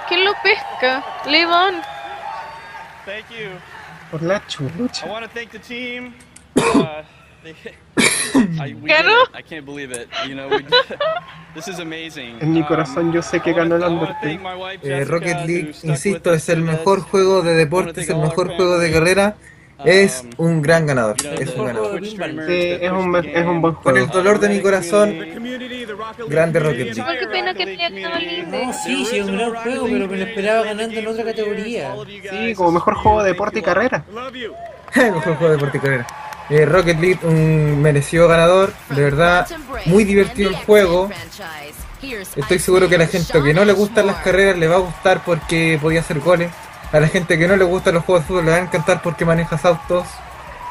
¿Quién lo pesca? Levan. Thank you. Por la chucha. I want to thank the team. Uh, they, I, we did it. I can't believe it. You know, we, this is amazing. En mi corazón yo sé que ganó el Undertale. Eh, Rocket League, insisto, es el mejor juego de deporte, es el mejor juego de carrera. Es un gran ganador. Es un ganador. Sí, es un, es un buen Con el juego. dolor de mi corazón, grande Rocket League. Qué pena que no haya ganado Lindes. No, sí, sí, es un gran juego, pero me lo esperaba ganando en otra categoría. Sí, como mejor juego de deporte y carrera. El mejor juego de deporte y carrera. Eh, Rocket League, un merecido ganador, de verdad, muy divertido el juego. Estoy seguro que a la gente que no le gustan las carreras le va a gustar porque podía hacer goles. A la gente que no le gustan los juegos de fútbol le va a encantar porque manejas autos.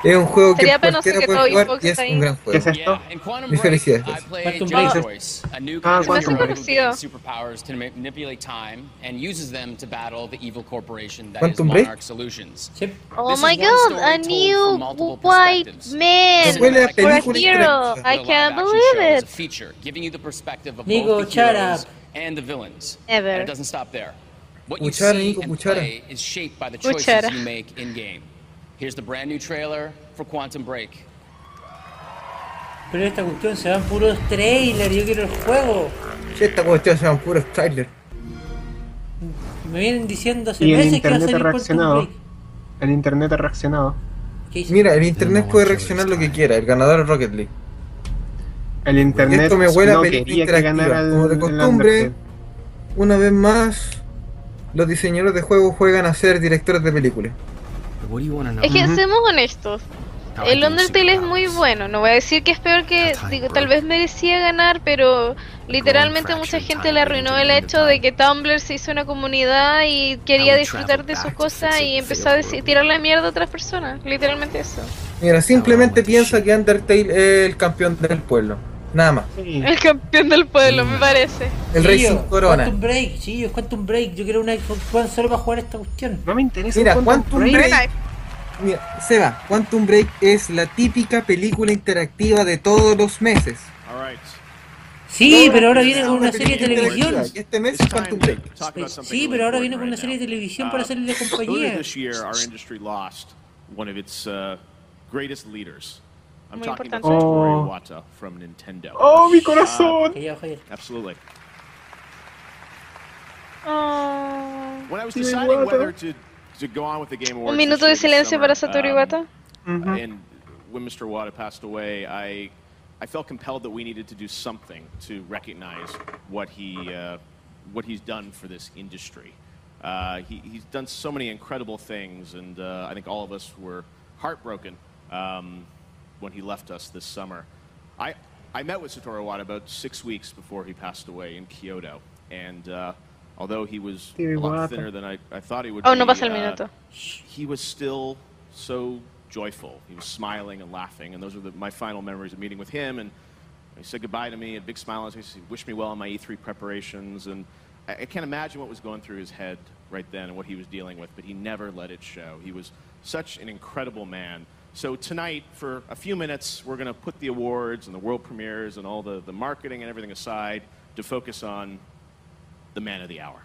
Es un juego que Sería penoso cualquiera que puede todo jugar Xbox y es ahí. un gran ¿Qué es juego. esto? Mis felicidades. Quantum Break. Break. A new computer Ah, Quantum Break. generated game superpowers to ma- manipulate time and uses them to battle the evil corporation that is Quantum Break? Monarch Solutions. Oh my god, a new white man Huele a for a película hero. incorrecta. I The live-action can't believe show is a it. feature giving you the perspective of Nico, both the shut heroes up. and the villains. Ever. And it doesn't stop there. What you Cuchara, see Nico, and cuchara. play is shaped by the choices Cuchara. you make in game. Here's the brand new trailer for Quantum Break. Pero esta cuestión se dan puros trailers, yo quiero el juego. Sí, Esta cuestión se llama puros trailers. Me vienen diciendo hace Y el meses que va internet a ha salir Quantum reaccionado. Break. El internet ha reaccionado. ¿Qué hice? Mira, el internet puede reaccionar lo que quiera, el ganador es Rocket League. El internet Esto me huele a no película quería que interactiva, ganara el, como de el costumbre. Undertale. Una vez más, los diseñadores de juegos juegan a ser directores de películas. What do you want to know? Es que seamos honestos. El Undertale es muy bueno. No voy a decir que es peor que. Digo, tal vez merecía ganar, pero literalmente mucha gente le arruinó el hecho de que Tumblr se hizo una comunidad y quería disfrutar de su cosa y empezó a deci- tirar la mierda a otras personas. Literalmente eso. Ah, Mira, simplemente piensa que Undertale es el campeón del pueblo. Nada más. El campeón del pueblo, me parece. El rey sin corona. Quantum Break, sí, es Quantum Break. Yo quiero una Xbox One solo para jugar esta cuestión. No me interesa Mira, un Quantum Break. Break. Mira, Seba, Quantum Break es la típica película interactiva de todos los meses. All right. Sí, Todos pero ahora los viene meses con es una serie de película televisión. interactiva, y Este mes es Quantum Break. Talk about something Sí, really pero ahora important viene con right una serie de televisión now. Uh, para hacerle de Earlier compañía. this year, our industry lost one of its uh, greatest leaders. I'm Muy talking about importante. Satoru Oh. Iwata from Nintendo. Oh, mi corazón. Callao, Javier. Absolutely. Oh. When I was Sí, deciding Iwata. whether to, to go on with the Game Awards Un minuto de this year, this silencio para summer, Satoru um, Iwata. Ujú. And when Mr. Wada passed away, I, I felt compelled that we needed to do something to recognize what he, uh, what he's done for this industry. Uh, he, he's done so many incredible things, and uh, I think all of us were heartbroken um, when he left us this summer. I, I met with Satoru Wada about six weeks before he passed away in Kyoto, and uh, although he was a Iwata. lot thinner than I, I thought he would Oh, be, no pasa el uh, minuto. he was still so joyful. He was smiling and laughing, and those were the, my final memories of meeting with him. And he said goodbye to me, a big smile on his face. He wished me well in my E3 preparations, and I, I can't imagine what was going through his head right then and what he was dealing with. But he never let it show. He was such an incredible man. So tonight, for a few minutes, we're going to put the awards and the world premieres and all the, the marketing and everything aside to focus on the man of the hour.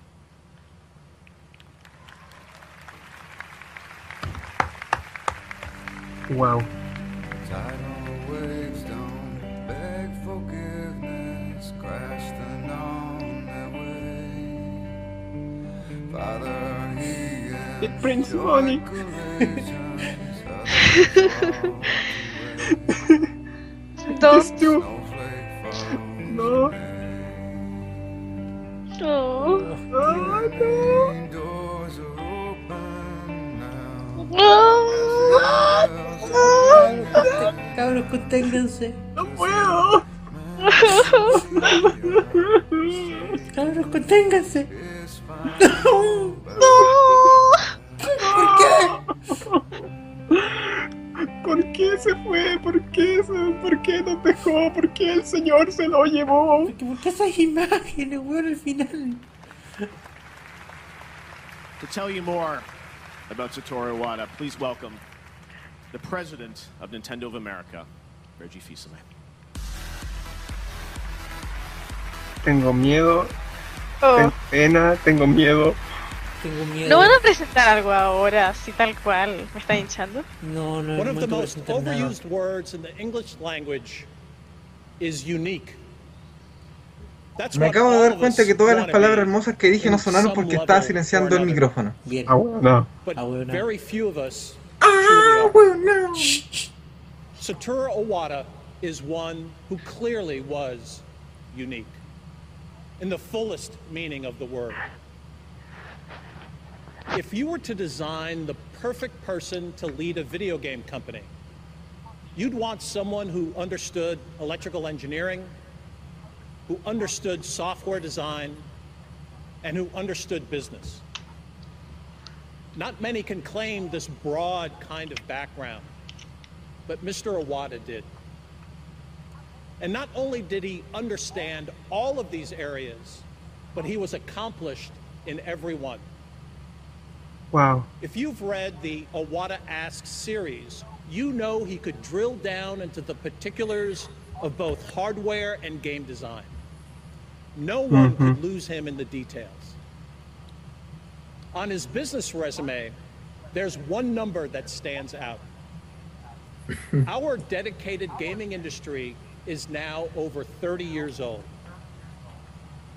Wow. Tidal waves don't beg forgiveness, crash the known their way. Father, he It brings money. Dos. Stu. No. Oh. Ah, no. Cabros, conténganse. No puedo. Cabros, conténganse. ¿Por qué se fue? ¿Por qué se... ¿Por qué nos dejó? ¿Por qué el señor se lo llevó? Porque ¿Por qué esas imágenes, weón, al final? To tell you more about Satoru Iwata, please welcome the president of Nintendo of America, Reggie Fils-Aimé. tengo miedo, tengo pena, tengo miedo. Tengo miedo. ¿No van a presentar algo ahora, así tal cual? ¿Me están hinchando? No, no, One no of the momento most presentar nada. overused words in the English language is unique. That's Me what acabo de all dar of cuenta us que todas las wanna palabras be hermosas que dije no in sonaron some porque level estaba or silenciando el another. micrófono. Bien. Ah, no. But very few of us. Ah, bueno. Satoru Iwata is one who clearly was unique in the fullest meaning of the word. If you were to design the perfect person to lead a video game company, you'd want someone who understood electrical engineering, who understood software design, and who understood business. Not many can claim this broad kind of background, but Mr. Awada did. And not only did he understand all of these areas, but he was accomplished in every one. Wow. If you've read the Awada Asks series, you know he could drill down into the particulars of both hardware and game design. No one Mhm. could lose him in the details. On his business resume, there's one number that stands out. Our dedicated gaming industry is now over 30 years old.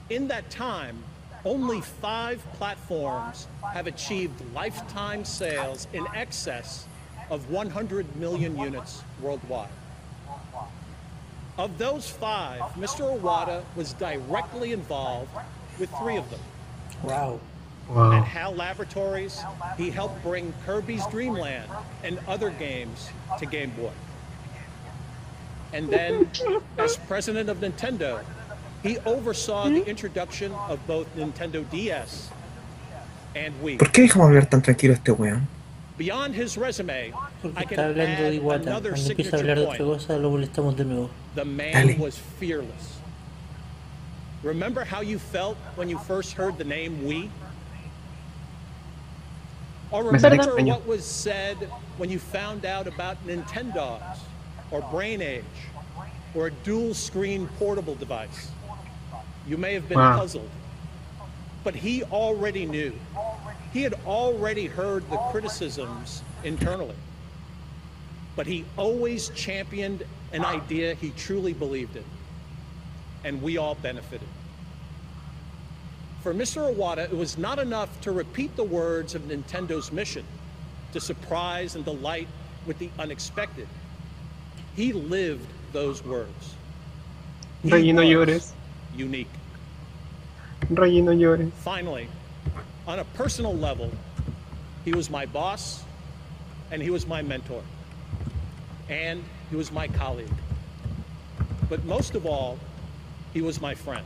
In that time, only five platforms have achieved lifetime sales in excess of 100 million units worldwide. Of those five, Mr. Iwata was directly involved with three of them. Wow. At HAL Laboratories, he helped bring Kirby's Dream Land and other games to Game Boy. And then, as president of Nintendo, he oversaw the introduction of both Nintendo DS and Wii. ¿Por qué dejamos hablar tan tranquilo a este weón? Beyond his resume, I can Está hablando de add Iwata. Cuando another empieza a signature hablar de otra point. cosa, lo molestamos de nuevo. The man was fearless. Remember how you felt when you first heard the name Wii? Or Me sale remember extraño. what was said when you found out about Nintendogs or Brain Age or a dual screen portable device? You may have been Wow. puzzled, but he already knew. He had already heard the criticisms internally, but he always championed an idea he truly believed in, and we all benefited. For Mr. Iwata, it was not enough to repeat the words of Nintendo's mission to surprise and delight with the unexpected. He lived those words. Rey, no llores. Unique. Rey, no llores. Finally, on a personal level, he was my boss and he was my mentor. And he was my colleague. But most of all, he was my friend.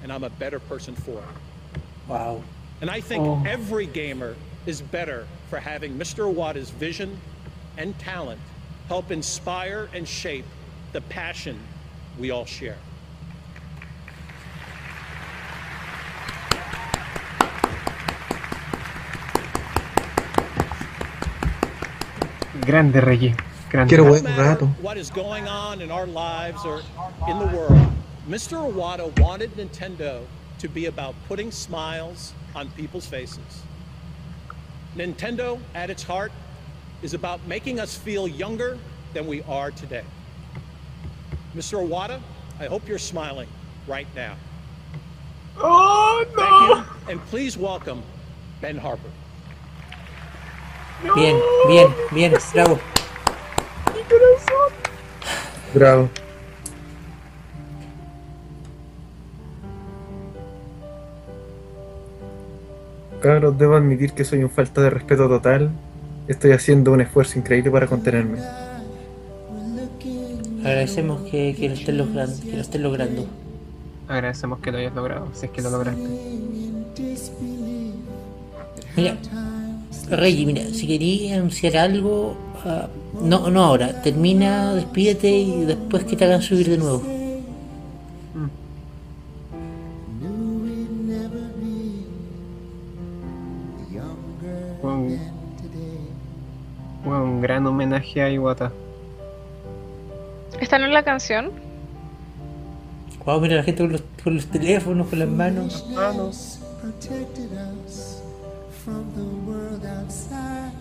And I'm a better person for it. Wow. And I think Oh. every gamer is better for having Mr. Iwata's vision and talent help inspire and shape the passion we all share. Grande Rey. Grande. Quiero buen rato. what is going on in our lives or in the world, Mr. Iwata wanted Nintendo to be about putting smiles on people's faces. Nintendo, at its heart, is about making us feel younger than we are today. Mr. Iwata, I hope you're smiling right now. Oh, Thank you, and please welcome Ben Harper. Bien, bien, bien, bravo. Bravo. Cabros, debo admitir que soy un falta de respeto total. Estoy haciendo un esfuerzo increíble para contenerme. Agradecemos que, que lo estén logrando. Que lo estén logrando. Agradecemos que lo hayas logrado, si es que lo lograste. Mira, Reggie, mira, si querías anunciar algo, ah, no, no ahora, termina, despídete y después que te hagan subir de nuevo. Fue un, fue un gran homenaje a Iwata. ¿Está en la canción? Wow, mira la gente con los, con los teléfonos, con las manos. Manos. protected us from the world outside.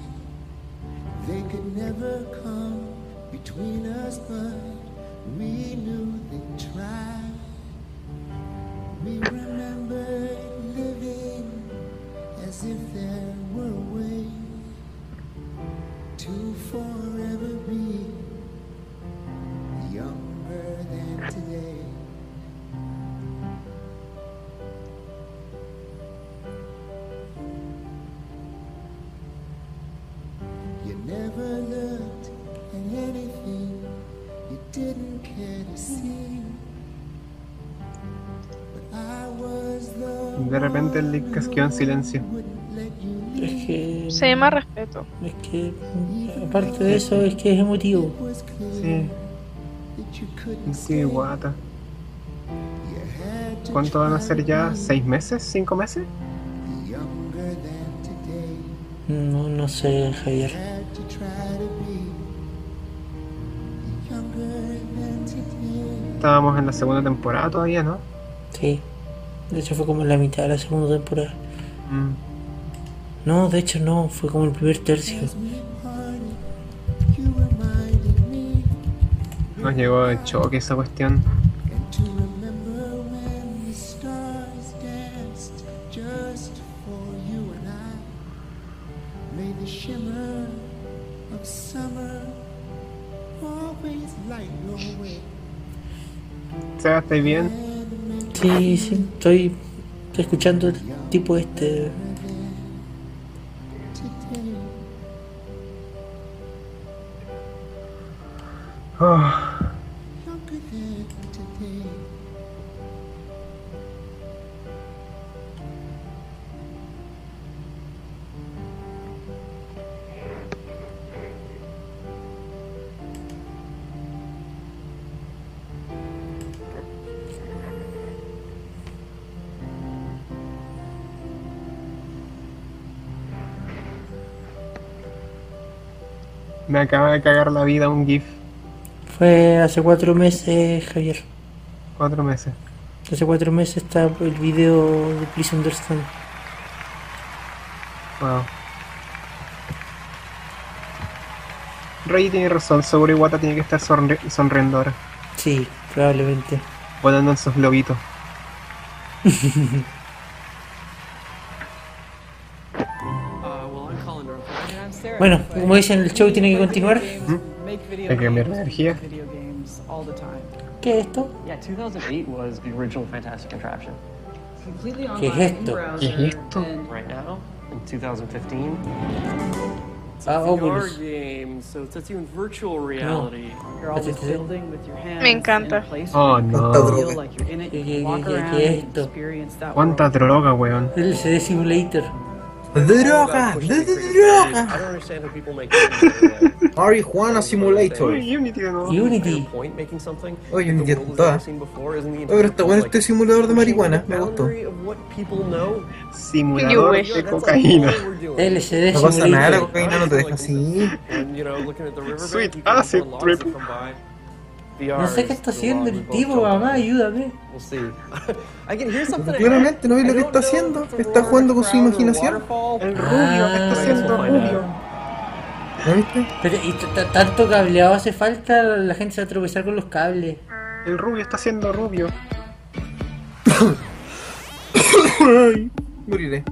They could never come between us, but we knew they tried. We remembered living as if there were a way to forever be younger than today. You never looked at anything you didn't care to see. But I was the De repente el link casqueó en silencio. Es que. Se llama respeto. Es que. Aparte de eso, es que es emotivo. Sí. Sí, guata. ¿Cuánto van a ser ya? ¿Seis meses? ¿Cinco meses? younger than today. No, no sé, Javier. Had to try to be younger than today. Estábamos en la segunda temporada todavía, ¿no? Sí. De hecho, fue como la mitad de la segunda temporada. Mm. No, de hecho, no, fue como el primer tercio. Nos llegó de choque esa cuestión. To remember when the stars danced just for you and I. May the shimmer of summer always light your way. Seba, ¿estáis bien? Sí, sí, estoy, estoy escuchando el tipo este. Ah, Younger than today. me acaba de cagar la vida un GIF. Fue hace cuatro meses, Javier. Cuatro meses. Hace cuatro meses está el video de Please Understand. Wow. Rey tiene razón, sobre Iwata tiene que estar sonri- sonriendo ahora. Sí, probablemente. Volando en sus globitos. Bueno, como dicen, el show tiene que continuar. Hay que cambiar de energía. ¿Qué es esto? Yeah, 2008 was the original Fantastic Contraption. Completely ¿Qué es esto? ¿Qué es esto? Right now, in 2015, it's Ah, a Oculus. VR game, so it sets you in virtual reality. You're all That's just it, is it? building with your hands. Me encanta. Oh Feel no. like you're in it, you ¿Qué, can walk qué- around, qué you es can esto? experience that Cuánta droga, weón. El CD Simulator. ¡Droga! I ¡Droga! don't understand how people make games that way. Marijuana Simulator. Unity de nuevo. Unity. point making something Oye, that Unity the es world has toda. never seen before isn't the Oye, pero está bueno este simulador de marihuana. Me gustó. boundary of what people know Simulador wish. de cocaína. LCD No pasa nada, la Simulator. cocaína no te deja así. And, you know, looking at the riverbank, Sweet you can acid look at the trip. logs that come by. No sé qué está haciendo el tipo, mamá, ayúdame. We'll see. I can hear something ahead. Claramente no veis lo que está haciendo. Está jugando con su imaginación. Waterfall. El rubio, Ah. está siendo rubio. ¿Lo viste? Pero y t- t- tanto cableado hace falta, la gente se va a tropezar con los cables. El rubio está siendo rubio. Ay, Moriré.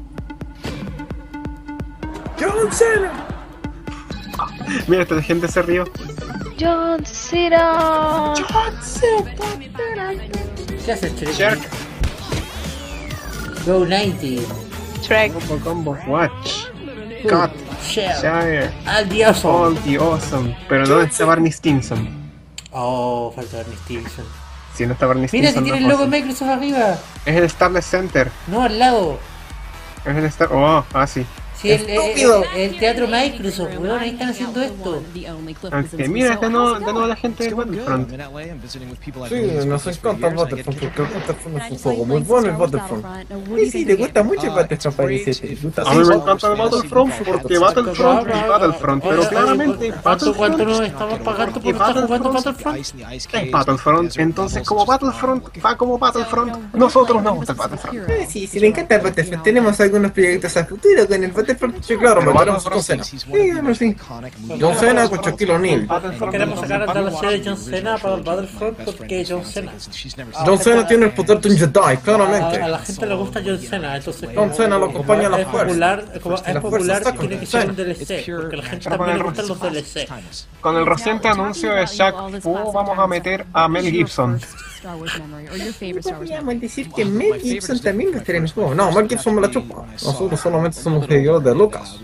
¡John Cena! Mira, esta gente se rió. John Cena. ¿Qué haces, Shrek? Shark, Go 90. Shrek. combo, combo, watch. Cut, Shell. share, Al diablo. all Oh, the awesome. Pero no está Barney Stinson. Oh, falta Barney Stinson. Si no está Barney Mira, si Stinson, tiene no el es logo de awesome. Microsoft arriba. Es el Starless Center. No, al lado. Es el Star. Oh, ah, sí. Sí, el, el, el teatro Night Cruz, weón, ahí están haciendo esto. Ok, mira, acá no, de nuevo la gente de Battlefront. Sí, nos encanta Battlefront porque Battlefront es un juego muy bueno el Battlefront. Sí, sí, te gusta mucho el Battlefront 47. A mí me encanta el Battlefront porque Battlefront y Battlefront, pero claramente ¿Cuánto, cuánto nos Battlefront estamos pagando por estar jugando Battlefront? es Battlefront. Entonces, como Battlefront va como Battlefront, nosotros nos gusta el Battlefront. Ah, Sí, sí, le encanta el Battlefront. Tenemos algunos proyectos a futuro con el Battlefront. Sí, claro, Pero matamos Battlefront con Cena. Sí, bueno, sí. John Cena con Shaquille O'Neal. Queremos sacar a la serie de John Cena para el Battlefront porque John Cena. John Cena tiene el poder de un Jedi, claramente. A, a la gente le gusta John Cena, entonces. John Cena lo acompaña a la es fuerza. Popular, como, es La fuerza popular está y con tiene que Cena. ser un DLC porque a la gente también le gustan los DLC. Con el reciente anuncio de Shaq Fu, vamos a meter a Mel Gibson. Star Wars memory or your favorite Star Wars Podríamos decir que Mel Gibson también va a estar en el juego. No, Mel Gibson me la chupa. Nosotros solamente somos seguidores de Lucas.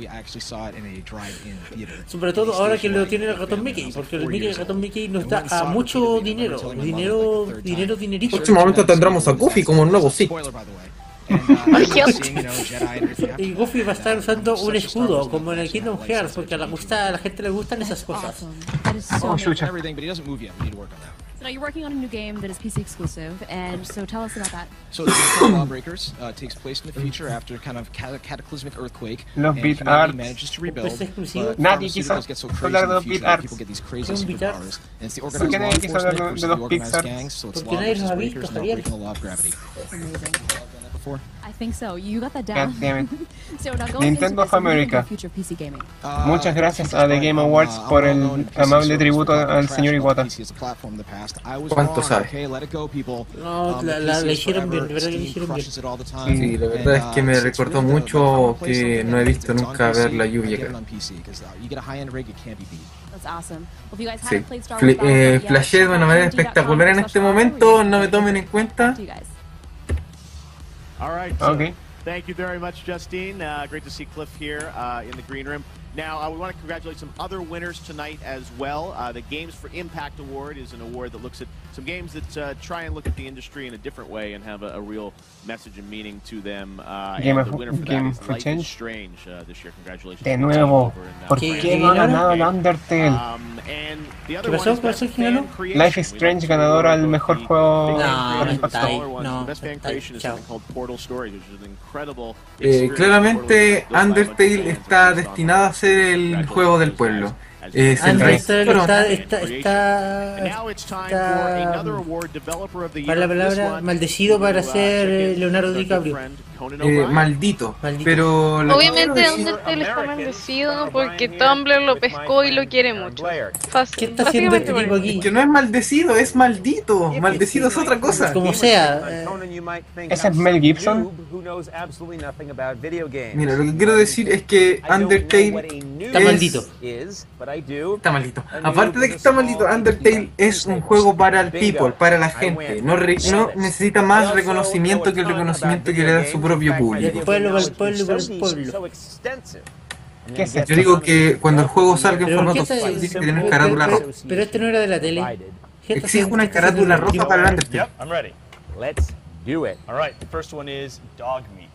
Sobre todo ahora que lo tiene el ratón Mickey, porque el, Mickey, el ratón Mickey nos da a mucho dinero, dinero, dinero, dinerito. Próximamente tendremos a Goofy como un nuevo Sith. Y Goofy va a estar usando un escudo, como en el Kingdom Hearts, porque a la, gusta, a la gente le gustan esas cosas. Oh, chucha. So now you're working on a new game that is PC exclusive, and so tell us about that. So the game called Lawbreakers uh, takes place in the future after kind of cat- cataclysmic earthquake. Los and beat humanity arts. manages to rebuild. Pues exclusivo. But Nadie pharmaceuticals quiso get so hablar crazy de in the los beat future that arts. people get these crazy Son beat arts. superpowers. And it's the ¿Por organized qué law nadie quiso enforcement hablar de versus the los beat organized arts? gangs, so it's Porque law nadie los versus ha visto, breakers, not Javier. breaking the law of gravity. Before? I think so. You got that God down. damn it. so now go Nintendo of America. future of PC gaming. Muchas gracias a The Game Awards por el amable tributo al señor Iwata. ¿Cuánto sabe? Um, No, la, la, la hicieron bien, de verdad que la hicieron bien. Sí, la verdad es que me uh, recordó mucho que no he visto nunca ver la lluvia. uh, creo. That's awesome. Well, if you guys Sí. haven't played Star Wars Fle- eh, Battlefront yet, flasheé de una manera espectacular en este momento, no me tomen en cuenta. you guys. All right. So Okay. Thank you very much, Justine. Uh, great to see Cliff here uh, in the green room. Now, uh, we want to congratulate some other winners tonight as well. Uh, the Games for Impact Award is an award that looks at some games that uh, try and look at the industry in a different way and have a, a real message and meaning to them. Uh, Game and of- the winner for Game that is for Life Change. is Strange uh, this year. Congratulations. De to the team nuevo, over in, uh, ¿por France. qué no ha ganado el Undertale? Um, and the other one is ¿Qué pasó? ¿Cuál Best es el que ganó? Fan Creation. Life is Strange ganador al mejor juego No, por no Xbox está ahí, One. no. Best fan creation is something called Portal Stories, which is an incredible Eh, claramente Undertale está destinada a ser el juego del pueblo. Es el rey. Undertale Bueno, está, está, está, está- para la palabra, maldecido para ser eh, Leonardo DiCaprio. eh, maldito, pero lo que Obviamente quiero decir- Undertale está maldecido porque Tumblr lo pescó y lo quiere mucho. Fácil. ¿Qué está haciendo este tipo aquí? que no es maldecido, es maldito. Maldecido es otra cosa. Como sea, eh, Ese es Mel Gibson. Mira, lo que quiero decir es que Undertale Está es- maldito. Está maldito. Aparte de que está maldito, Undertale es un juego para el people, para la gente. No, re- no necesita más reconocimiento que el reconocimiento que le da su propio del público. pueblo para el pueblo para el pueblo. ¿Qué es esto? Yo digo que cuando el juego salga en Pero, ¿por qué formato está- físico, tiene que pero- tener carátula pero- roja. Pero este no era de la tele. ¿Qué está Exige haciendo? una ¿Qué está haciendo carátula el tipo? roja para el Undertale. I'm ready. Let's do it. All right, the first one is dog meat.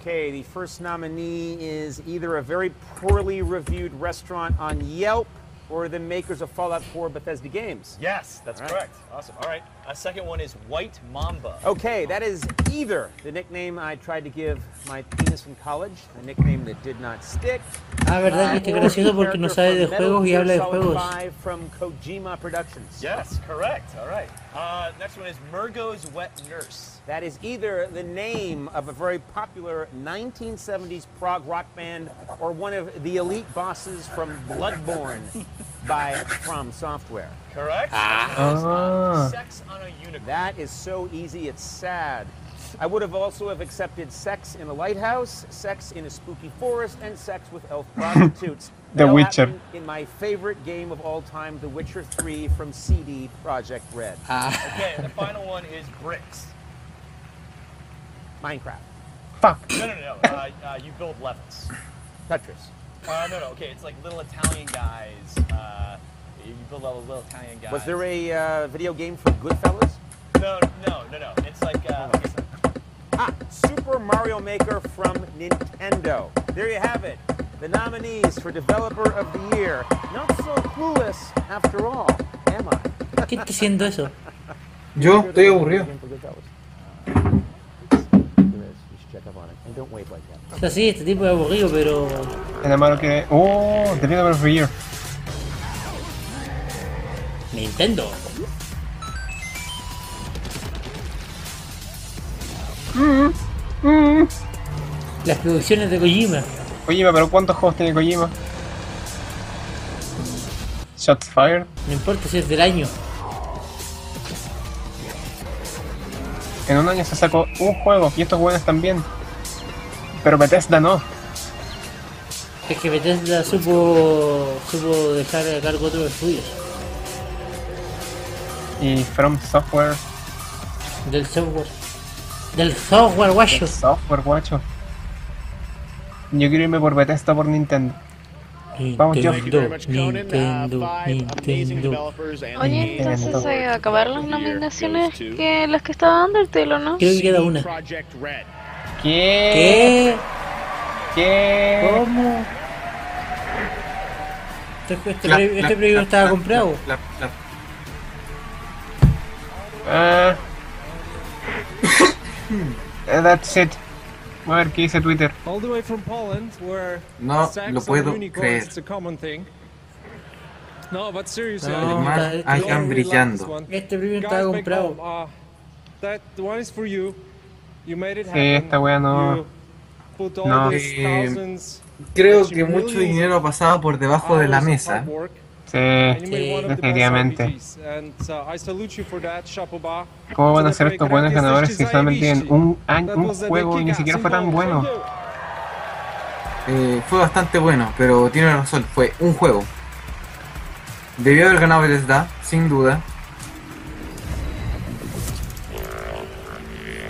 Okay, the first nominee is either a very poorly reviewed restaurant on Yelp or the makers of Fallout 4 Bethesda games. Yes, that's correct. Awesome. All right. A second one is White Mamba. Okay, that is either the nickname I tried to give my penis in college, a nickname that did not stick. Ah, verdad, uh, este or gracioso the porque no character sabe de from Metal juegos y Gear habla de Solid juegos. 5 from Kojima Productions. Yes, correct. All right. Uh, next one is Murgo's Wet Nurse. That is either the name of a very popular 1970s prog rock band or one of the elite bosses from Bloodborne by From Software. Correct. Ah. Sex on a unicorn. That is so easy. It's sad. I would have also have accepted sex in a lighthouse, sex in a spooky forest, and sex with elf prostitutes. The That all Witcher. happened In my favorite game of all time, The Witcher 3 from CD Project Red. Okay, and the final one is bricks. Minecraft. Fuck. No, no, no. Uh, uh, you build levels. Tetris. Uh, no, no. Okay, it's like little Italian guys. Uh, you build levels, little Italian guys. Was there a uh, video game for Goodfellas? No, no, no, no. It's like uh, ah, Super Mario Maker from Nintendo. There you have it. The nominees for Developer of the Year. Not so clueless after all, am I? ¿Qué está haciendo eso? Yo estoy aburrido. O sea, sí, este tipo es aburrido, pero. Era malo que. Oh, debería haber Year. Nintendo. Las producciones de Kojima. Kojima, pero ¿cuántos juegos tiene Kojima? Shots fired. No importa si es del año. En un año se sacó un juego y estos buenos también. Pero Bethesda no. Es que Bethesda supo, supo dejar a cargo otros estudios. Y From Software. Del software. Del software, guacho. Del software, guacho. Yo quiero irme por Bethesda por Nintendo. Vamos, yo. Thank you very much, Conan. Uh, five amazing developers and the Oye, game entonces award eh, acabaron las of the year nominaciones goes to que las que estaba dando el telo, ¿no? Creo que queda una. Project Red. ¿Qué? ¿Qué? ¿Cómo? Este, este, pre- este preview estaba comprado. Ah. Eh, That's it. A ver qué dice Twitter. All the way from Poland, where No, sex lo puedo and unicorns creer. is a common thing. No, but seriously, No, I think Mar- that ah. you Arkham all really like this brillando. one. Este preview Guys, estaba back comprado. home, uh, that one is for you. You made it Sí, happen. esta wea no. You put all No. these Eh, thousands Creo que mucho dinero pasaba por debajo de la hours of mesa. hard work, Sí, and you made one of the best definitivamente. RPGs. And, uh, I salute you for that, chapeau bas. ¿Cómo van a So ser that estos way, buenos gratis, ganadores si solamente tienen un, año- un juego y ni siquiera fue tan bueno? Eh, fue bastante bueno, pero tiene razón, fue un juego. Debió haber ganado Bethesda, sin duda.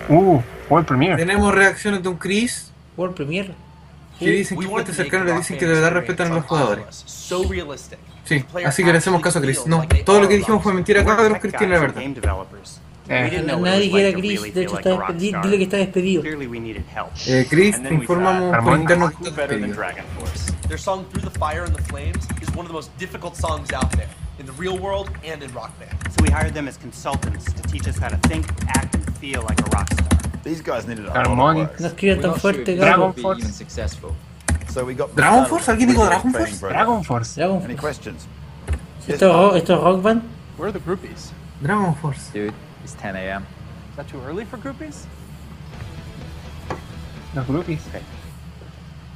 Uh, World Premiere. Tenemos reacciones de un Chris World Premiere. que dicen que fuentes cercanas le dicen que de verdad respetan a los jugadores. So realistic. Sí, así que le hacemos caso a Chris. No, todo lo que dijimos fue mentira, cada de los Chris tiene la verdad. Eh, Nadie quiere a Chris, de hecho está despe- di- dile que está despedido. Eh, Chris, te informamos por interno que estás better than despedido. Dragon Force. Their song Through the Fire and the Flames is one of the most difficult songs out there in the real world and in rock band. So we hired them as consultants to teach us how to think, act, and feel like a rock star. These guys needed Harmonic. No escriban tan fuerte, Dragon cabrón. Force. Dragon Force? ¿Alguien dijo Dragon Force? Dragon Force. Dragon Force. ¿Esto, es ro- esto es Rock Band? Where are the groupies? Dragon Force. Dude, it's 10 a.m. Is that too early for groupies? Los groupies.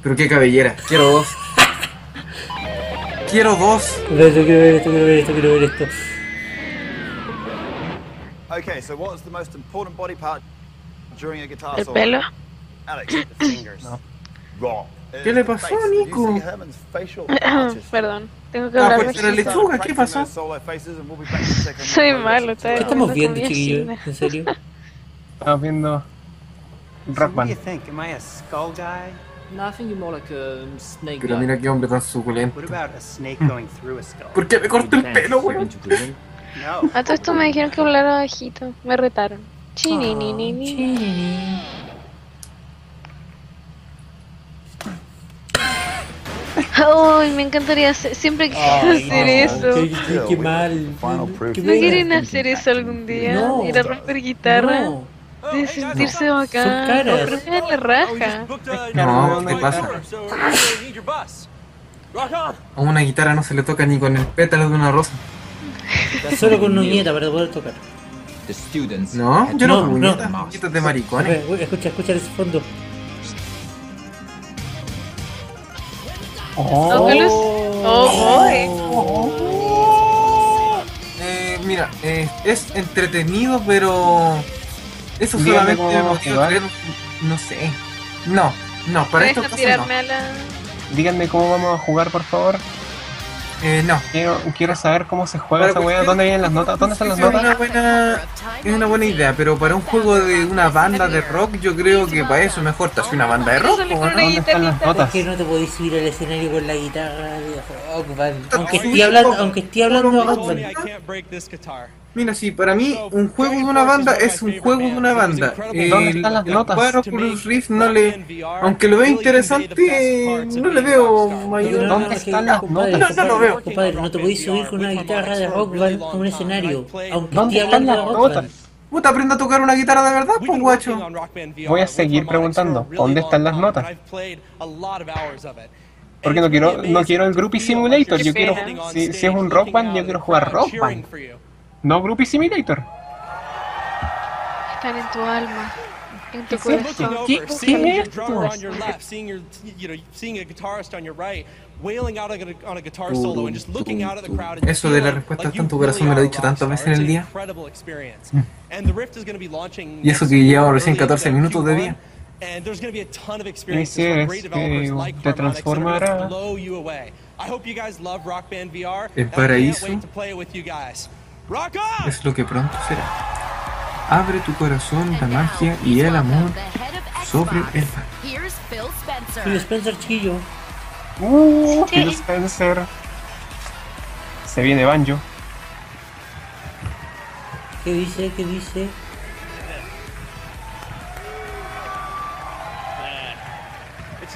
Pero qué cabellera, quiero dos. quiero dos. Pero Esto quiero ver, esto quiero ver, esto quiero ver esto. Okay, so what is the most important body part during a guitar El solo? pelo. Alex, the fingers. Wrong. ¿Qué le pasó a Nico? Perdón, tengo que Ah, hablar pues era mexicano. lechuga, ¿qué pasó? Soy malo, está ¿Qué estamos viendo, comida chiquillos? china. ¿En serio? Estamos viendo Rock What do you Band. think? Am I a skull guy? No, I think you're more like a um, snake. Pero mira qué hombre tan suculento. What about a snake going through a skull? ¿Por qué me corta el pelo, weón? No. A todo esto me dijeron que hablara bajito, me retaron. Chini, ni, ni, ni. Ay, me encantaría hacer, siempre quiero hacer eso. Qué, qué- qué mal. Qué ¿No quieren pena. hacer eso algún día? No. Ir a romper guitarra. No. De sentirse bacán. Son caras. Romperme la raja. No, ¿qué pasa? A una guitarra no se le toca ni con el pétalo de una rosa. Solo con uñeta para poder tocar. No, yo no, No, no, no. Puñetas de maricones. Ve, ve, Escucha, escucha ese fondo. Oculus. Oh, Eh, mira, eh, es entretenido, pero. Eso Dígame solamente cómo me vamos a motiva a jugar. creer- No sé. No, no, boy. para Deja estos casos no. tirarme a la. Díganme cómo vamos a jugar, por favor. Eh, no. Quiero, quiero saber cómo se juega Para esa weá. cualquier- ¿Dónde vienen las notas? ¿Dónde están las Es una notas? buena, es una buena idea, pero para un juego de una banda de rock, yo creo que para eso mejor te hace una banda de rock. Solo po, ¿no? con una guitarrita. Es que no te podéis subir al escenario con la guitarra de Rock Band. Aunque estoy hablando, aunque estoy hablando de Rock Band. Tell me I can't break this guitar. Mira, sí, para mí un juego de una banda es un juego de una banda. Eh, ¿Dónde están las notas? El Oculus Rift no le... Aunque lo veo interesante, no le veo mayor... ¿Dónde están las No, notas? no lo veo. Compadre, no te podéis subir con una guitarra de rock band a un escenario. Aunque ¿Dónde esté hablando de están las rock band. Puta, aprende a tocar una guitarra de verdad, pues guacho. Voy a seguir preguntando, ¿dónde están las notas? Porque no quiero, no quiero el Groupie Simulator, yo quiero, si, si es un Rock Band, yo quiero jugar Uh, Rock Band, no Groupie Simulator. Están en tu alma, en tu So looking corazón. over, seeing your drummer on your left, seeing your you know, seeing a guitarist on your right, wailing out on a, on a guitar solo, and just looking out at the crowd. And Eso de la respuesta está en tu corazón me lo he dicho tantas veces en el día. incredible experience. Mm. And the Rift is going to be launching. Y eso que llevamos recién 14 minutos de día. And there's going to be a ton of Y experiences si from eres, great developers eh, like te Harmonix that are gonna transformará. blow you away. I hope you guys love Rock Band VR. and El I can't paraíso. wait to play it with you guys. Rock Es lo que pronto será. Abre tu corazón la magia y el amor sobre el mar. Here's Phil Spencer. Phil Spencer, chiquillo. Uh, Phil Spencer. Se viene Banjo. ¿Qué dice? ¿Qué dice? It's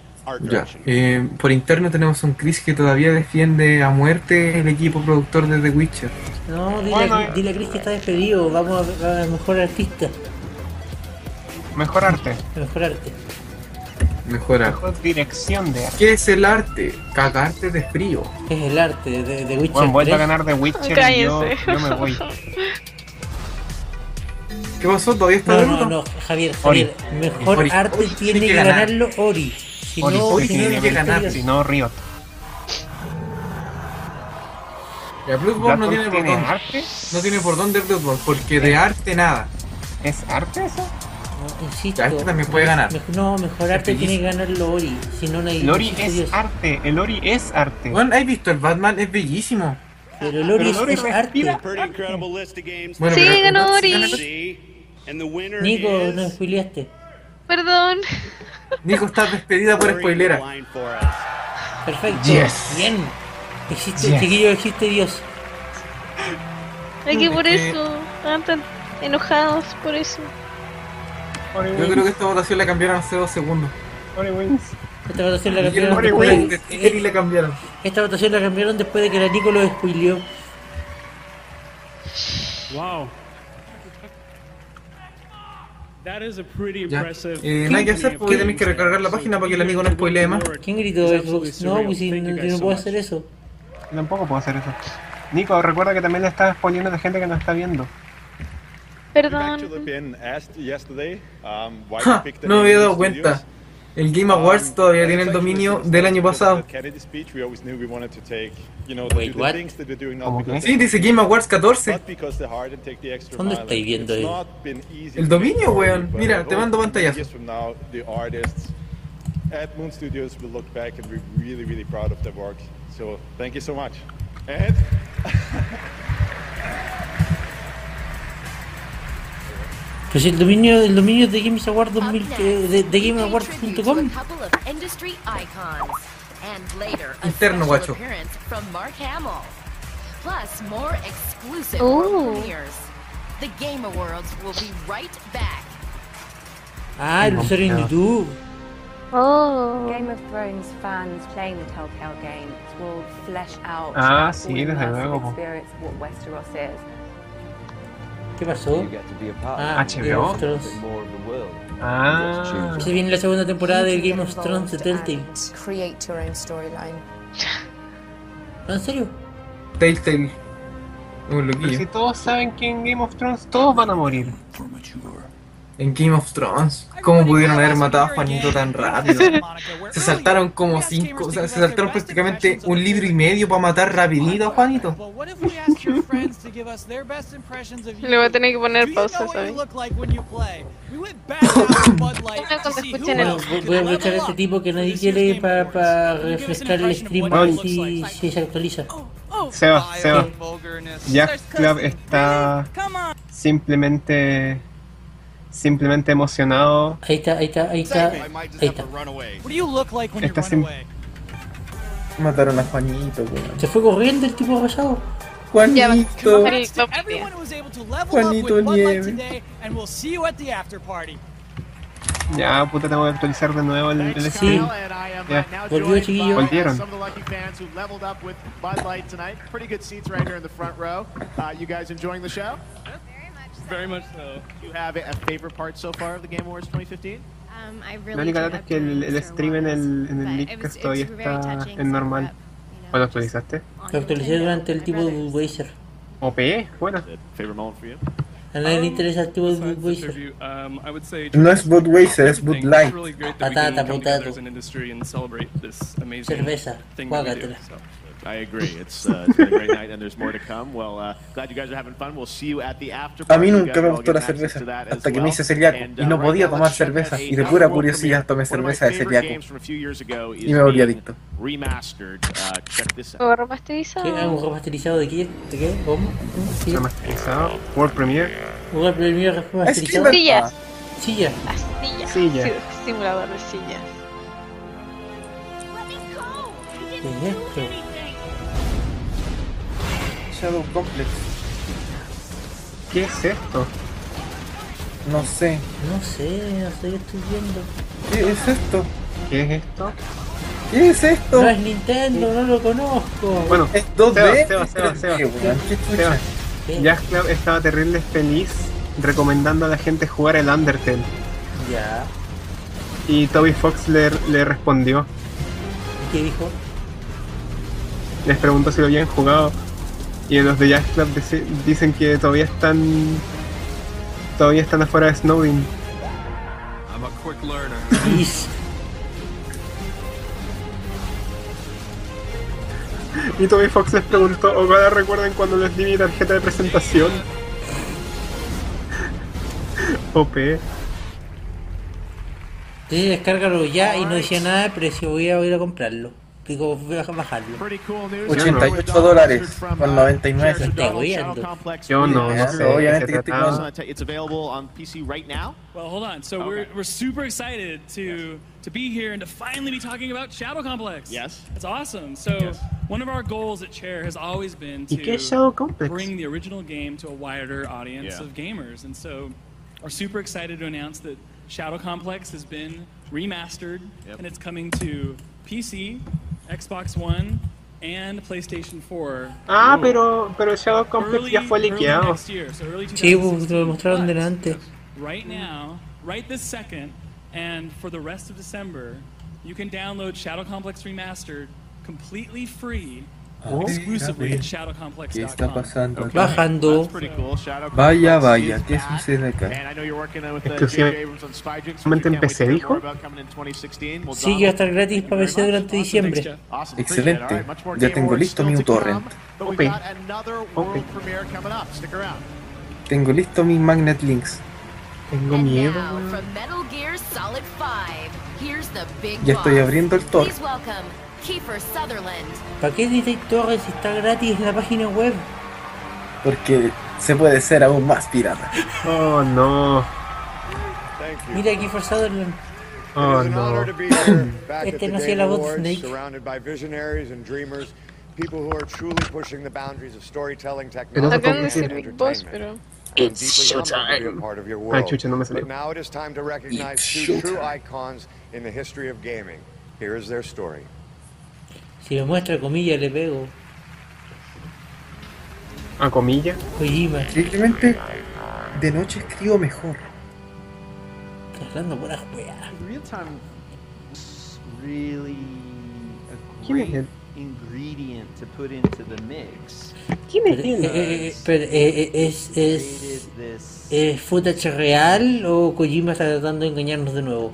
art Ya. direction. eh, por interno tenemos un Chris que todavía defiende a muerte el equipo productor de The Witcher. No, dile, Bueno, a, eh. dile a Chris que está despedido. Vamos a, a mejor artista, Mejor arte. a mejor arte. Mejora. Mejor dirección de arte. ¿Qué es el arte? Cagarte de frío. Es el arte de, de Witcher. Bueno, vuelve a 3. ganar de Witcher y yo, yo me voy. ¿Qué pasó? ¿Todavía está No, Naruto? no, no, Javier, Javier. Ori. Mejor Ori. arte Ori tiene que ganar. ganarlo Ori. Si Ori, no, Ori si no, tiene no que lo ganar, ganas. si no Riot. Ya Bloodborne no ¿Bloodborne tiene, por tiene dónde. arte? No tiene por dónde el Bloodborne, porque de arte nada. ¿Es arte eso? No, insisto. Ya, este también puede ganar. Mej- no, mejor arte tiene que ganarlo Ori. Si no, no hay. El Ori no hay es estudios. arte, el Ori es arte. Bueno, ¿has visto? El Batman es bellísimo. Pero el Ori Pero es, Ori es arte. Pretty incredible list of games. Bueno, Sí, pero- ganó Ori. See? And the winner Nico, is no spoileaste. Perdón. Nico está despedida por spoilera. Blind Forest. Perfecto. Yes. Bien. Existe, Yes. chiquillo, existe Dios. Es Mm, que por Es que- eso. Están tan enojados por eso. Yo creo que esta votación la cambiaron hace dos segundos. Ori wins. Esta votación la Y el cambiaron Ori después wins de, de Twitter y la cambiaron. esta votación la cambiaron después de que la Nico lo spoileó. Wow. That is a pretty Ya. impressive. Eh, nada que hacer porque tenéis que recargar la página para que el amigo no spoilee más. ¿Quién gritó Xbox? No, pues si no, yo no puedo hacer eso. Tampoco puedo hacer eso. Nico, recuerda que también le estás poniendo a la gente que nos está viendo. Perdón. Ja, no me había dado cuenta. El Game Um, Awards todavía tiene el dominio del año pasado. Wait, what? Sí, dice Game Awards 14. ¿Dónde estáis viendo ahí? El dominio, weón. Mira, te mando pantallazo. From now, the artists at Moon Studios will look back and be really, really proud of their work. So thank you so much. And Pues el dominio, el dominio es de Games Award 2000, Up eh, de, de We pay tribute to a GameAwards.com. couple of industry icons. And later, a Interno, guacho. special appearance from Mark Hamill. Plus, more exclusive Ooh. world premieres. The Game Awards will be right back. Ah, el usuario en YouTube. Oh. Game of Thrones fans playing the Telltale games will flesh out Ah, that sí, desde all-immersive luego. experience of what Westeros is. ¿Qué pasó? Ah, Game HBO. of Thrones. Ah. Se viene la segunda temporada del Game of Thrones de Telltale. create your own storyline. ¿No, en serio? Telltale. Un Pero loquillo. si todos saben que en Game of Thrones todos van a morir. En Game of Thrones, ¿cómo pudieron haber matado a Juanito tan rápido? Se saltaron como cinco, o sea, se saltaron prácticamente un libro y medio para matar rapidito a Juanito. Le voy a tener que poner pausa, ¿sabes? Una cosa escuchen el... Voy a aprovechar a este tipo que nadie quiere para refrescar el stream a ver si, si se actualiza. Seba, Seba. Jack Club está simplemente simplemente emocionado. Ahí está, ahí está, ahí está. Ahí está. Está sim- Mataron a Juanito, weón. Se fue corriendo el tipo rayado. Ya, vamos a Juanito, bajar el top. ya. Juanito Nieve. Ya, puta, tengo que actualizar de nuevo el, el Sí. stream. Ya. Volvieron. Some of the lucky fans who leveled up with Bud Light tonight. Pretty good seats right here in the front row. Uh, you guys enjoying the show? Very much so. Do you have a favorite part so far of the Game Awards 2015? Um, I La really única data es que el, el stream en el, en el Leadcast todavía está en normal. ¿O lo actualizaste? Lo actualicé durante el tipo de Wazer. OP, buena. Favorite moment for you? A nadie le interesa el tipo de Wazer. Interview, um, I would say No es Budweiser, es Bud Budlight. Really great that we Patata, can come together potato. as an industry and celebrate this amazing Cerveza, thing that we do. guágatela. So. I agree. It's, uh, it's been a great night, and there's more to come. Well, uh, glad you guys are having fun. We'll see you at the after A party. mí You nunca guys me will all gustó la get access cerveza, to that as hasta que me well. hice celíaco And, uh, y no right podía now, tomar let's check cerveza. out Y de a pura world premiere. curiosidad One tomé of my cerveza de favorite celíaco. games from a few years ago is Y me volví being adicto. Remastered. Uh, check this out. ¿Gorro ¿Qué? Ah, ¿Un juego masterizado? masterizado de qué? ¿De qué? ¿Cómo? Sí. Remasterizado. World Premiere. ¿Un premio masterizado? Sillas. Silla. Sillas. Silla. Sí, Simulador de sillas. ¿Qué es esto? Shadow Complex. ¿Qué es esto? No sé. No sé, no sé qué estoy viendo. ¿Qué es esto? ¿Qué es esto? ¿Qué es esto? No es Nintendo, no lo conozco. Bueno, Oh, Es 2D. Seba, Seba, Seba, Qué Seba. weón, qué Seba, chucha. Jazz Club estaba terrible feliz recomendando a la gente jugar el Undertale. Ya. Y Toby Fox le, le respondió. ¿Y qué dijo? Les preguntó si lo habían jugado. Y los de Jazz Club dice- dicen que todavía están. Todavía están afuera de Snowden. I'm a quick learner. Jeez. Y Toby Fox les preguntó, ojalá recuerden cuando les di mi tarjeta de presentación. OP. Sí, descárgalo ya y no decía nada de precio, voy a ir a comprarlo. Digo, voy a bajarlo. 88 dólares uh, con 99 Me está centavos. guiando. Yo no, no sé. de qué Obviamente se que estoy trataba. con- It's available on PC right now. Well, hold on. So we're, we're super excited to to be here and to finally be talking about Shadow Complex. Yes. It's awesome. So one of our goals at Chair has always been ¿Y qué to es Shadow Complex? bring the original game to a wider audience Yeah. of gamers, and so we're super excited to announce that Shadow Complex has been remastered and it's coming to PC, Xbox One, and PlayStation 4. Ah, pero, pero Shadow Complex E ya fue early liqueado. next year, so early Sí, pues, lo mostraron 2016 delante. right now, right this second, and for the rest of December, you can download Shadow Complex Remastered completely free, Oh, exclusively mira, at mira. ShadowComplex.com. ¿Qué está pasando? acá? Bajando. Vaya, vaya, ¿qué sucede acá? Solamente en PC, dijo. Sí, que va a estar gratis para PC durante diciembre. Excelente. Ya tengo listo mi torrent. OP. OP. Tengo listo mis magnet links. Tengo miedo. Now, from Metal Gear Solid 5, here's the big Ya estoy boss. abriendo el tor. Please welcome Kiefer Sutherland. ¿Para qué editáis torres si está gratis en la página web? Porque se puede ser aún más pirata. Oh no. Mira aquí forzado el... Oh no. to be here back at Este the no hacía Game la voz de Awards, Snake. surrounded by visionaries and dreamers, people who are truly pushing the boundaries of storytelling, no technology, se and puede decir Big entertainment. Boss, pero... I'm deeply honored to be a part of your world. chucha, no me salió. But now it is time to recognize two true icons in the history of gaming. Here is their story. Si lo muestra comillas le pego. A comillas. Kojima. Simplemente de noche escribo mejor. Está hablando por weas. Real time really a ¿Quién es él? ingredient to put into the mix. Pero, eh, eh, eh, pero, eh, eh, es, es, ¿es footage real o Kojima está tratando de engañarnos de nuevo?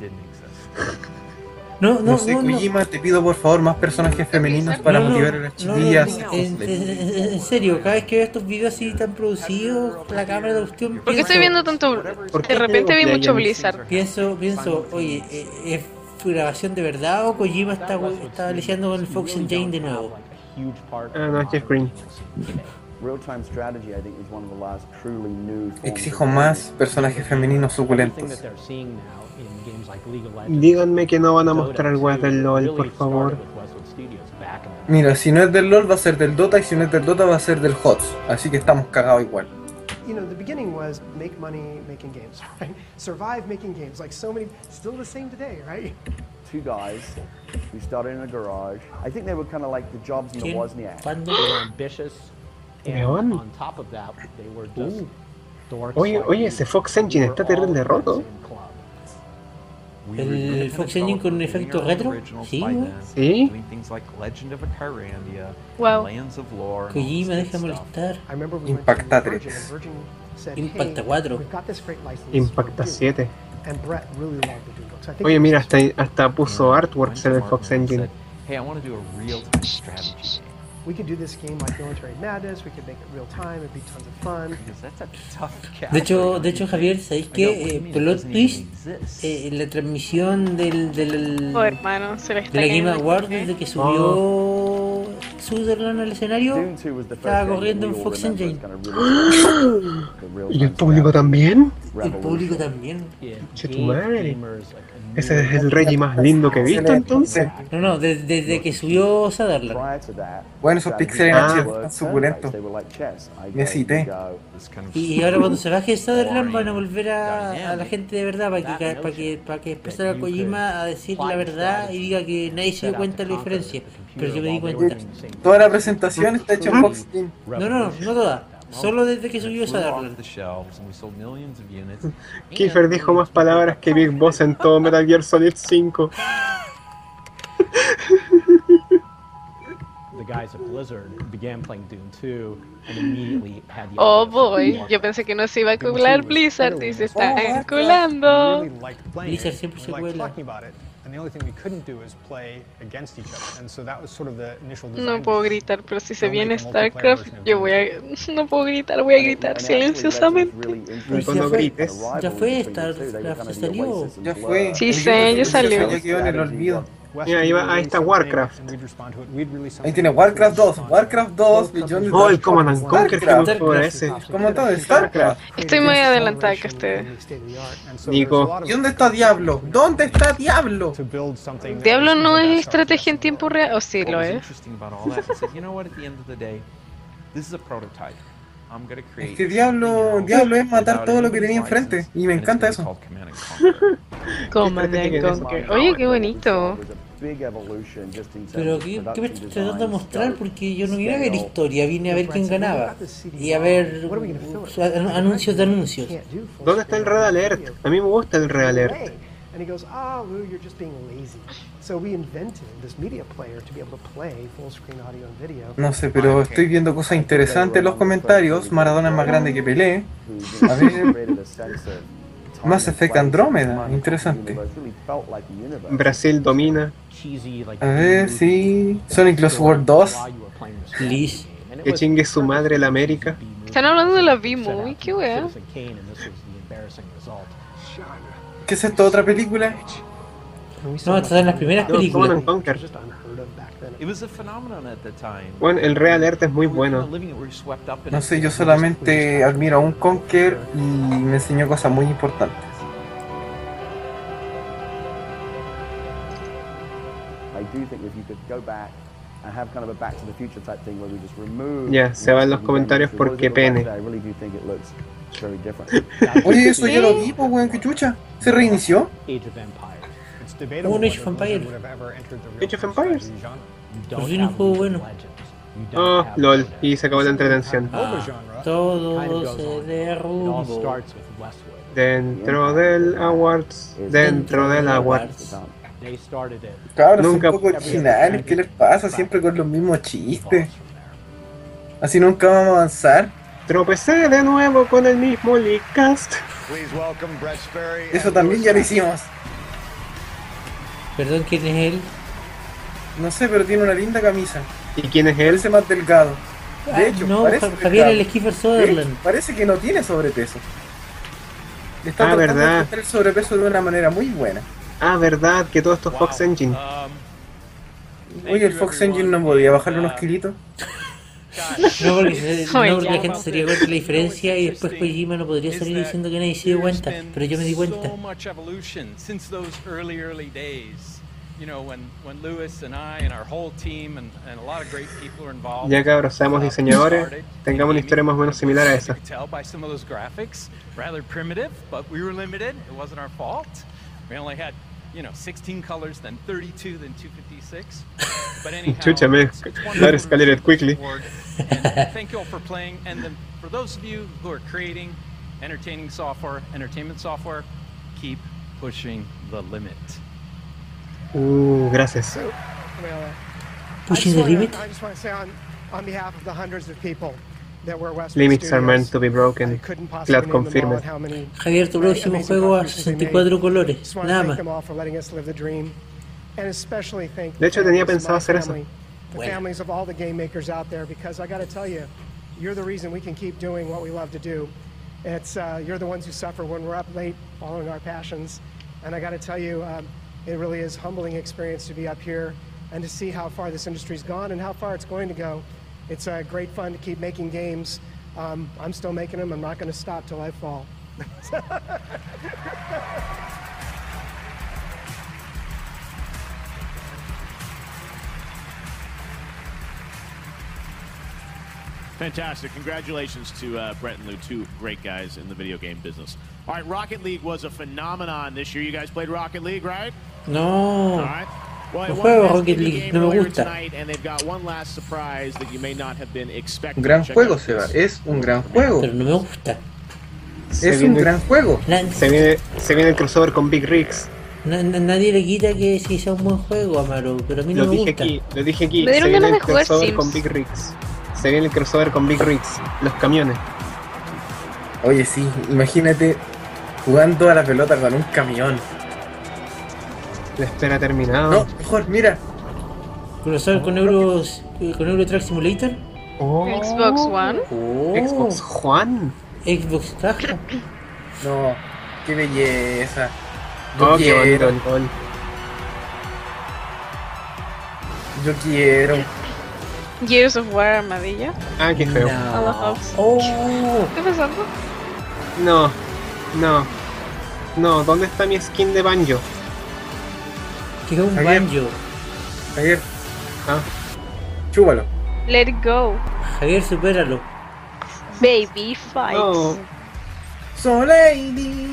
No, no, No sé, no, no. Kojima, te pido por favor más personajes femeninos para No, no, motivar a las no, no, chiquillas. no, en, en- en serio, cada vez que veo estos videos así tan producidos, la cámara de cuestión. ¿Por qué estoy viendo tanto? De repente vi mucho Blizzard. Pienso, pienso, oye, eh, ¿es grabación de verdad o Kojima está, está leseando con el Fox and Jane de nuevo? Ah, no, es Jeff Green. Real-time strategy, I think, is one of the last truly new forms Exijo of- más personajes femeninos Something suculentos. that they're seeing now in games like League of Legends, Díganme que no van a mostrar weas del LOL, por favor. Mira, si no es del LOL va a ser del Dota y si no es del Dota va a ser del HOTS. Así que estamos cagados igual. you know, the beginning was make money making games, right? Survive making games. Like so many, still the same today, right? two guys who started in a garage. I think they were kind of like the jobs in the ¿Quién? Wozniak. ¿Cuándo? They were ambitious, and León. on top of that, they were just dorks Oye, like oye, me. ese Fox Engine está terrible roto. El Fox Engine con efecto retro, sí, güey. ¿Sí? Doing things like Legend of Acarandia, Wow. Lands of Lore, and all Kojima this deja good stuff. molestar. Impacta tres. Virgin said, Impacta hey, 4. we've got this great license. Impacta 7. And Brett really loved the Doodle. So I think Oye, mira, hasta, hasta Mm. puso artworks en el Fox Engine. Hey, I want to do a real-time strategy. we could do this game like Military Madness. We could make it real time. It'd be tons of fun. De hecho, de hecho Javier, ¿sabéis qué? Eh, plot twist, eh, la transmisión del, del, Oh, hermano, se le de está la Game cayendo. Award desde que subió Sutherland al escenario, estaba corriendo en Fox Engine. ¿Y el público también? El público también. Che tu madre. Ese es el Reggie más lindo que he visto entonces. No, no, de- desde, que subió Sutherland. Bueno, esos píxeles Ah. en HD están suculentos. Necesité. Y ahora cuando se baje Sutherland van a volver a, a la gente de verdad para que, para que, para que después salga Kojima a decir la verdad y diga que nadie se dio cuenta de la diferencia. Pero yo me di cuenta. Toda la presentación está hecha ¿Ah? en Fox Engine. No, no, no, no toda. Solo desde que subió Flew Sutherland. off the shelves, and we sold millions of units. Kiefer dijo más palabras que Big Boss en todo Metal Gear Solid 5. The guys at Blizzard began playing Doom 2 and immediately had the Oh idea for boy, more. yo pensé que no se iba a Oh, colar Oh, Blizzard y se está colando. Blizzard siempre se cuela. And the only thing we couldn't do is play against each other. And so that was sort of the initial No design. puedo gritar, pero si se viene StarCraft, yo voy a... No puedo gritar, voy a gritar silenciosamente. Ya fue, ya fue Starcraft, ya salió. Ya fue. Sí sé, ya salió. Ya quedó en el olvido. Mira, ahí, va, ahí está Warcraft. Ahí tiene Warcraft 2, Warcraft 2, Beyond Oh, el Command and Conquer, que me Warcraft. fue ese. Como todo, Starcraft. Estoy muy adelantada que ustedes. Nico. ¿Y dónde está Diablo? ¿Dónde está Diablo? Diablo no es este ¿eh? estrategia en tiempo real, o sí What lo was es. interesting about all that? I said, you know what? At the end of the day, this is a prototype. I'm gonna create. Que Diablo, Diablo es matar todo lo que tenía enfrente. Y me encanta eso. Command and Conquer. Oye, qué bonito. Big evolution just in terms Pero of ¿qué, qué me production estoy design, tratando de mostrar? scope. Porque yo no vine a ver historia, vine a ver quién ganaba. Y a ver uh, an- anuncios de anuncios. ¿Dónde está el Red Alert? A mí me gusta el Red Alert. Hey. And he goes, ah, Lou, you're just being lazy. So we invented this media player to be able to play full screen audio and video. No sé, pero estoy viendo cosas interesantes en los comentarios. Maradona es más grande que Pelé. A ver. Mass Effect Andrómeda, interesante. Brasil domina. A ver, sí. Sonic Lost World 2. Liz. Que chingue su madre la América. Están hablando de la B-Movie, qué weá. ¿Qué es esto? ¿Otra película? No, estas son las primeras No, películas. Command and It was a phenomenon at the time. Bueno, el Red Alert es muy bueno. Living it, we were swept up in No it. sé, yo solamente admiro a un Conker y me enseñó cosas muy importantes. I do think if you could go back and have kind of a Back to the Future type thing where we just remove. Ya, se van los comentarios porque pene. I really do think it looks very different. Oye, eso ya lo vi, pues, weón, qué chucha. ¿Se reinició? Age of Empires. It's debatable Un whether Age of Blizzard Empires. would have ever entered the Age of Empires. real genre. Por fin Pues un juego bueno. Oh, lol. Y se acabó la entretención. Ah, todo se derrumbó. Westwood. Dentro del Awards. Dentro del Awards. They started it. Cabros, un poco originales, ¿qué les pasa? Siempre con los mismos chistes. Así nunca vamos a avanzar. Tropecé de nuevo con el mismo Leakcast. Please welcome Brett Sperry. Eso también ya lo hicimos. Perdón, ¿quién es él? No sé, pero tiene una linda camisa. ¿Y quién es él? Parece más delgado. Ah, De hecho, no, parece Ja- Javier, delgado. el Kiefer De Sutherland. hecho, parece que no tiene sobrepeso. Le Está este Ah, tratando verdad. de tratar el sobrepeso de una manera muy buena. Ah, verdad, que todo esto es Fox Engine. um, Oye, el Fox Engine no podía bajarle unos kilitos. uh, No, porque, se- Soy no, porque la ya. gente se daría cuenta de la diferencia y después Kojima no podría salir diciendo que nadie se dio cuenta, pero yo me di cuenta. so much evolution since those early, early days. You know, when, when Lewis and I and our whole team and, and a lot of great people are involved. Ya cabros, seamos diseñadores, tengamos una historia más o menos similar a You esa. could tell by some of those graphics, rather primitive, but we were limited. It wasn't our fault. We only had, you know, 16 colors, then 32, then 256. But anyhow, Chucha, me it's- it's wonderful that to receive escalated quickly. the award. And thank you all for playing. And then for those of you who are creating entertaining software, entertainment software, keep pushing the limit. Uh, gracias. So, well, Pues Pushing the I just wanna- limit? I just want to say on, on behalf of the hundreds of people that were at Westwood Limits are Studios, meant to be broken. Glad confirmed. Javier, tu próximo juego a 64 colores, I nada thank más. them all for letting us live the dream, and especially thank De hecho, the tenía families of pensado my hacer eso. family, the Bueno. families of all the game makers out there, because I got to tell you, you're the reason we can keep doing what we love to do. It's uh, you're the ones who suffer when we're up late following our passions, and I got to tell you, um, it really is a humbling experience to be up here and to see how far this industry's gone and how far it's going to go. It's uh, great fun to keep making games. Um, I'm still making them. I'm not going to stop till I fall. Fantastic. Congratulations to uh, Brett and Lou, two great guys in the video game business. All right, Rocket League was a phenomenon this year. You guys played Rocket League, right? No. All right. Well, No it won juego Best Rocket Indie League, Game no me earlier gusta. Tonight, and they've got one last surprise that you may not have been expecting. Un gran Check juego, out Seba. this. Es un gran juego. Pero no me gusta. Se Es un viene- gran juego. Se viene, se viene el crossover con Big Rigs. Na- na- nadie le quita que si sea un buen juego, Amaro, pero a mí no Lo me dije gusta. aquí, lo dije aquí. Me dieron se viene ganas el de jugar crossover Sims. con Big Rigs. Se viene el crossover con Big Rigs. Los camiones. Oye, sí, imagínate jugando a la pelota con un camión. La espera terminada. No, mejor, mira. Cruzar Oh. con Euro, con Euro Truck Simulator. Xbox One. Oh. Xbox Juan. Xbox Caja. No, qué belleza. Yo Oh, qué bonito quiero, el gol. yo quiero. Gears of War armadillo. Ah, qué feo. A la Hobbs. ¿Qué pasando? No, no. No, ¿dónde está mi skin de banjo? Quedó un banjo. Javier. Ah. Chúbalo. Let it go. Javier, supéralo. Baby fights. So lady.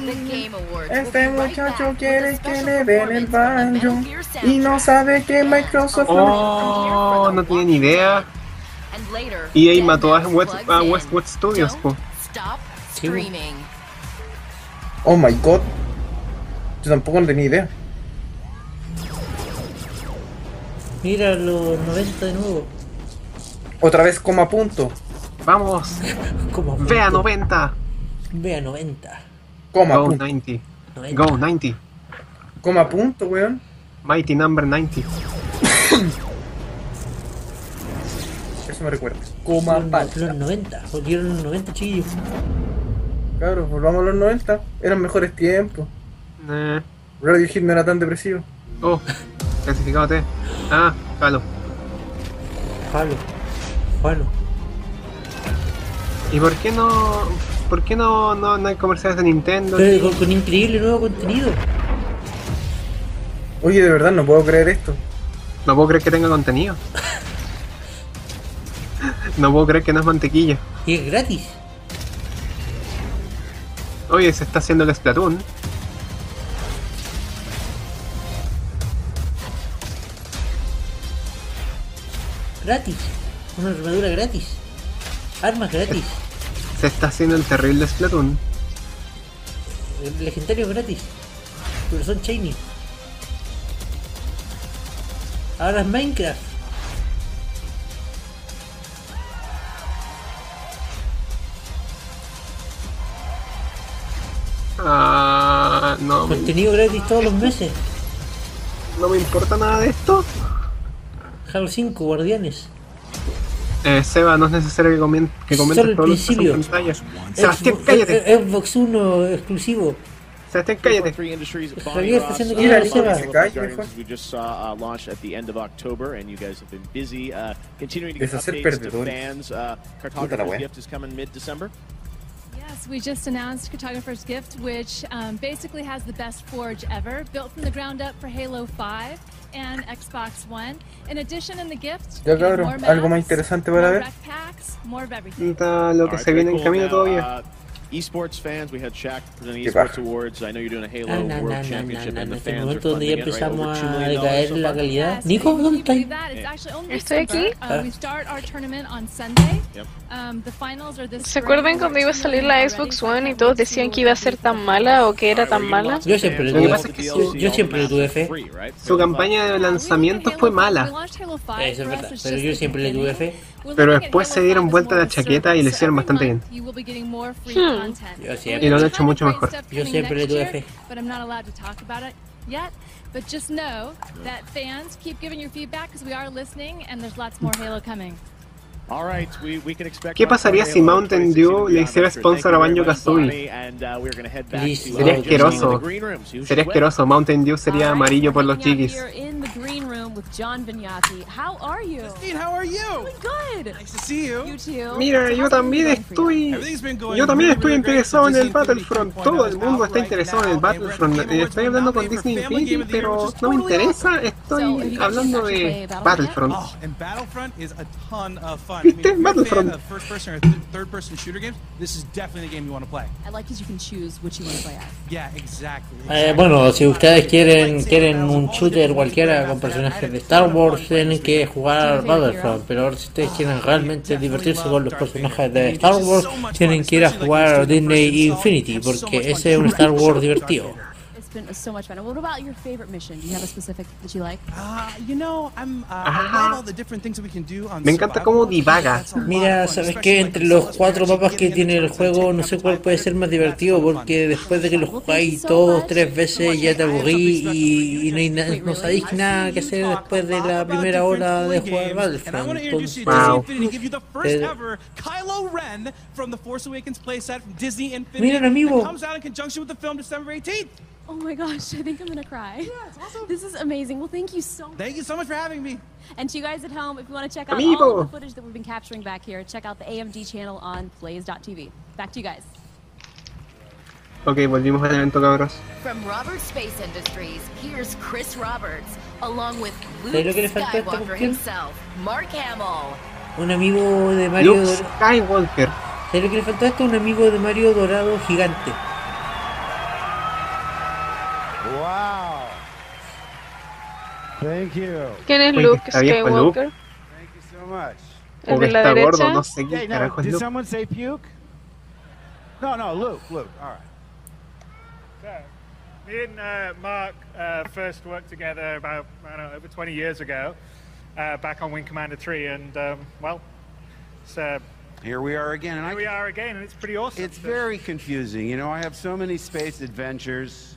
Este muchacho quiere que le den el banjo y no sabe que Microsoft Oh, no tiene ni idea. And later, EA Dead mató a, Mouse West, plugs a in. Westwood Studios, po. Stop streaming. Oh my god. Yo tampoco no tenía idea. Mira los 90 de nuevo. Otra vez coma punto. Vamos. Como Vea 90. Vea 90. Coma Go punto. 90. Go 90. Coma punto, weón. Mighty number 90. Eso me recuerda. Coma los, los 90. Volvieron los 90, chiquillos. Cabros, volvamos a los 90. Eran mejores tiempos. Nah. Radio Hit no era tan depresivo. Oh, clasificado T. Ah, palo. Palo. Palo. ¿Y por qué no.? ¿Por qué no, no, no hay comerciales de Nintendo? Pero Eh, con, con increíble nuevo contenido. Oye, de verdad, no puedo creer esto. No puedo creer que tenga contenido. No puedo creer que no es mantequilla. Y es gratis. Oye, se está haciendo el Splatoon. Gratis. Una armadura gratis. Armas gratis. Se está haciendo el terrible Splatoon. Legendarios gratis. Pero son shiny. Ahora es Minecraft. Ah, no. me- Contenido gratis todos los meses. No me importa nada de esto. Halo 5, Guardianes. Eh, Seba, no es necesario que, comen- que comentes Solo el todo lo que está en principio. pantalla. Sebastián, Xbox- cállate. eh, Xbox 1 exclusivo. Sebastián, cállate. Javier está haciendo que Mira, no Seba. se We just saw uh, launch at the end of October, and you guys have been busy uh, continuing to get Deshacer updates to perdedores. fans. Uh, Puta la Cartographer's wea. gift is coming mid-December. Yes, we just announced Cartographer's Gift, which um, basically has the best forge ever, built from the ground up for Halo 5 and Xbox One. In addition, in the gift, Ya you get cabrón, more algo más maps, interesante more para ver. Mm. rec packs, more of everything. Está lo que Alright, se viene very en camino cool. Now, todavía. uh, Esports fans, we had Shaq presenting Qué esports baja. awards. I know you're doing a Halo Ah, na, World na, na, na, Championship, na, and na, the este fans are momento funding donde ya it right over $2 empezamos a million decaer so la far. calidad. Nico, ¿dónde estás? That is actually only Estoy aquí. December. Eh. Uh, we start our tournament on Sunday. Yep. Um, the finals are this ¿Se acuerdan cuando iba a salir la Xbox One y todos decían que iba a ser tan mala o que era tan mala? Yo siempre Lo que tuve- pasa es que yo- su- yo siempre le tuve fe. Su campaña de lanzamiento fue mala, Eso es verdad, pero yo siempre le tuve fe. pero después se dieron vuelta la chaqueta y le hicieron bastante bien. You will be getting more free Hmm. content. Yo Y lo han hecho mucho mejor. Yo siempre le tuve fe. But I'm not allowed to talk about it yet. But just know that fans keep giving your feedback because we are listening and there's lots more Halo coming. All right, we, we can expect ¿Qué lots more pasaría si Halo Mountain 2016 Dew and le beyond hiciera after. Thank sponsor you a very Banjo much, Kazooie? Bonnie, and, uh, we're gonna head back to, uh, Sería Jim's meeting in the asqueroso. green rooms. You Sería should wait. asqueroso. Mountain Dew sería amarillo por los Hanging out chiquis. Here in the green room with John Vignacci. How are you? Christine, how are you? Doing good. Nice to see you. You too. Mira, yo también estoy. Yo también estoy interesado en el Battlefront. Todo el mundo está interesado en el Battlefront. Eh, Estoy hablando con Disney Infinity, pero no me interesa. Estoy hablando de Battlefront. Oh, and Battlefront is a ton of fun. I mean, if you're a fan Battlefront. of first person or th- third person shooter games, this is definitely the game you want to play. I like that you can choose which you want to play as. Yeah, exactly. Eh, bueno, si ustedes quieren quieren un shooter cualquiera con personajes de Star Wars, tienen que jugar Battlefront. Pero ahora si ustedes quieren realmente divertirse con los personajes de Star Wars, tienen que ir a jugar Disney Infinity, porque ese es un Star Wars divertido. It's been uh, so much fun. And What about your favorite mission? Do you have a specific that you like? Uh, you know, I'm uh, Uh-huh. I love all the different things that we can do on Me encanta cómo divaga. Mira, ¿sabes qué? Entre los cuatro mapas que tiene el juego, no sé cuál puede ser más divertido, porque después de que lo jugáis dos, tres veces, ya te aburrí y, y no, hay na- no sabéis nada que hacer después de la primera hora de jugar Battlefront. Entonces, Wow. eh, ever Kylo Ren from the Force Awakens playset from Disney Infinity Mira, amigo. that comes out in conjunction with the film December 18th. Oh my gosh, I think I'm gonna cry. This is amazing. Well, thank you so much. Thank you so much for having me. And to you guys at home, if you want to check out all Amigo. of the footage that we've been capturing back here, check out the AMD channel on plays.tv. Back to you guys. Ok, volvimos al evento, cabros. From Robert Space Industries, here's Chris Roberts, along with Luke ¿Sabes lo que le faltó a esta Skywalker cuestión? himself, Mark Hamill. un amigo de Mario Luke Dorado. Skywalker. ¿Sabes lo que le faltó a esto? Un amigo de Mario Dorado gigante. Wow. Thank you. ¿Quién es Oye, Luke está viejo Skywalker? so much. ¿El de la derecha? Hey, now, did someone say puke? No, no, Luke, Luke. All right. So, me and uh, Mark uh, first worked together about I don't know, over 20 years ago, uh, back on Wing Commander 3, and um, well, it's, uh, Here we are again. And here I, we are again, and it's pretty awesome. it's very confusing. You know, I have so many space adventures.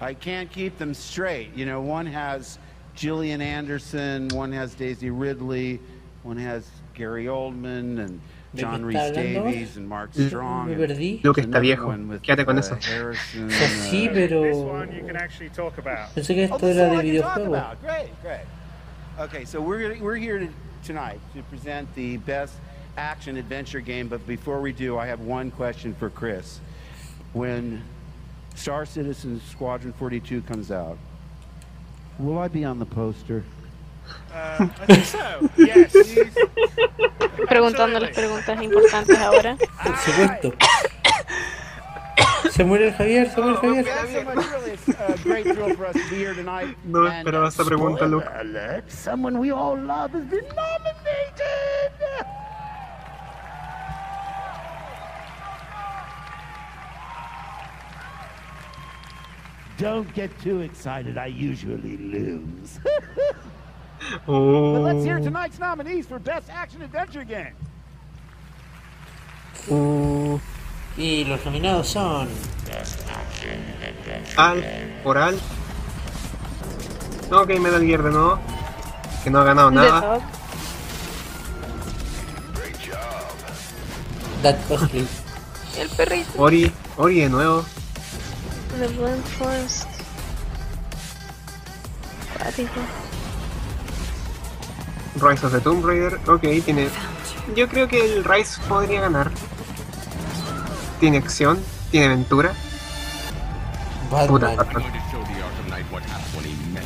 I can't keep them straight. You know, one has Gillian Anderson, one has Daisy Ridley, one has Gary Oldman and ¿De qué John está Rhys hablando? Davies and Mark Me Strong. perdí. and Luke está another viejo. one with, Quédate con uh, eso. Harrison, Sí, uh, pero You can actually talk about. pensé que Oh, esto this is era all de I can talk videojuegos. about. Great, great. Okay, so we're gonna, we're here to, tonight to present the best action adventure game. But before we do, I have one question for Chris. When Star Citizen Squadron 42 comes out, will I be on the poster? Uh, I think so. Yes. Preguntando las preguntas importantes ahora. Por supuesto. Se muere el Javier, se muere el Javier. Thanks so much, really. It's a great thrill for us to be here tonight. No And, esperaba uh, esa pregunta, Luke. spoiler alert, someone we all love has been nominated. Don't get too excited. I usually lose. Oh. But let's hear tonight's nominees for Best Action Adventure Game. Uh, Y los nominados son. Al, oral. Ok, Metal Gear de nuevo. Que no ha ganado nada. That Costly. El perrito. Ori, Ori de nuevo. The Blind Forest. Cuático. Rise of the Tomb Raider. Ok, tiene. Yo creo que el Rise podría ganar. Tiene acción, tiene aventura. Puta, Batman.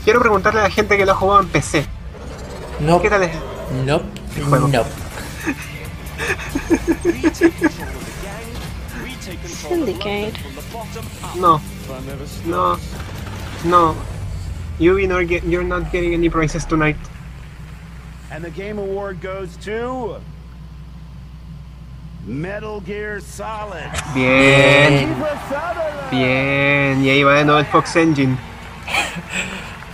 Quiero preguntarle a la gente que lo ha jugado en PC. No. ¿Qué tal es? No. No. Syndicate. No. No. No. Yubi, nor get- you're not getting any prizes tonight. And the Game Award goes to Metal Gear Solid. Bien. Bien. Y ahí va de nuevo el Fox Engine.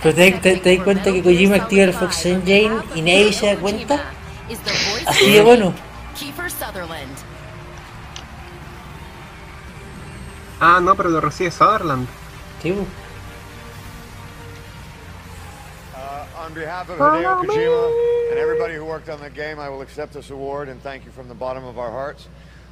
Pero te, te- te das cuenta que Kojima activa el Fox Engine y nadie se da cuenta. Is the voice Así de Ah, bueno. Kiefer Sutherland. Ah, no, pero lo recibe Sutherland. Uh, on behalf of Hideo Kojima and everybody who worked on the game, I will accept this award and thank you from the bottom of our hearts.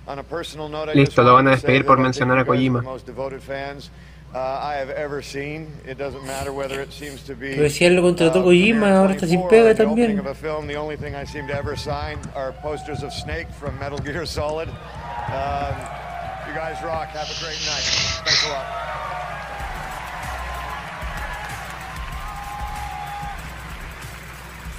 On a personal note, I just Listo, lo wanted van a to say despedir por that I think mencionar a you guys are Kojima. the most devoted fans uh, I have ever seen. It doesn't matter whether it seems to be Pero si él lo contrató uh, Kojima, ahora está sin pega opening también. of a film, the only thing I seem to ever sign are posters of Snake from Metal Gear Solid. Um, you guys rock. Have a great night. Thanks a lot.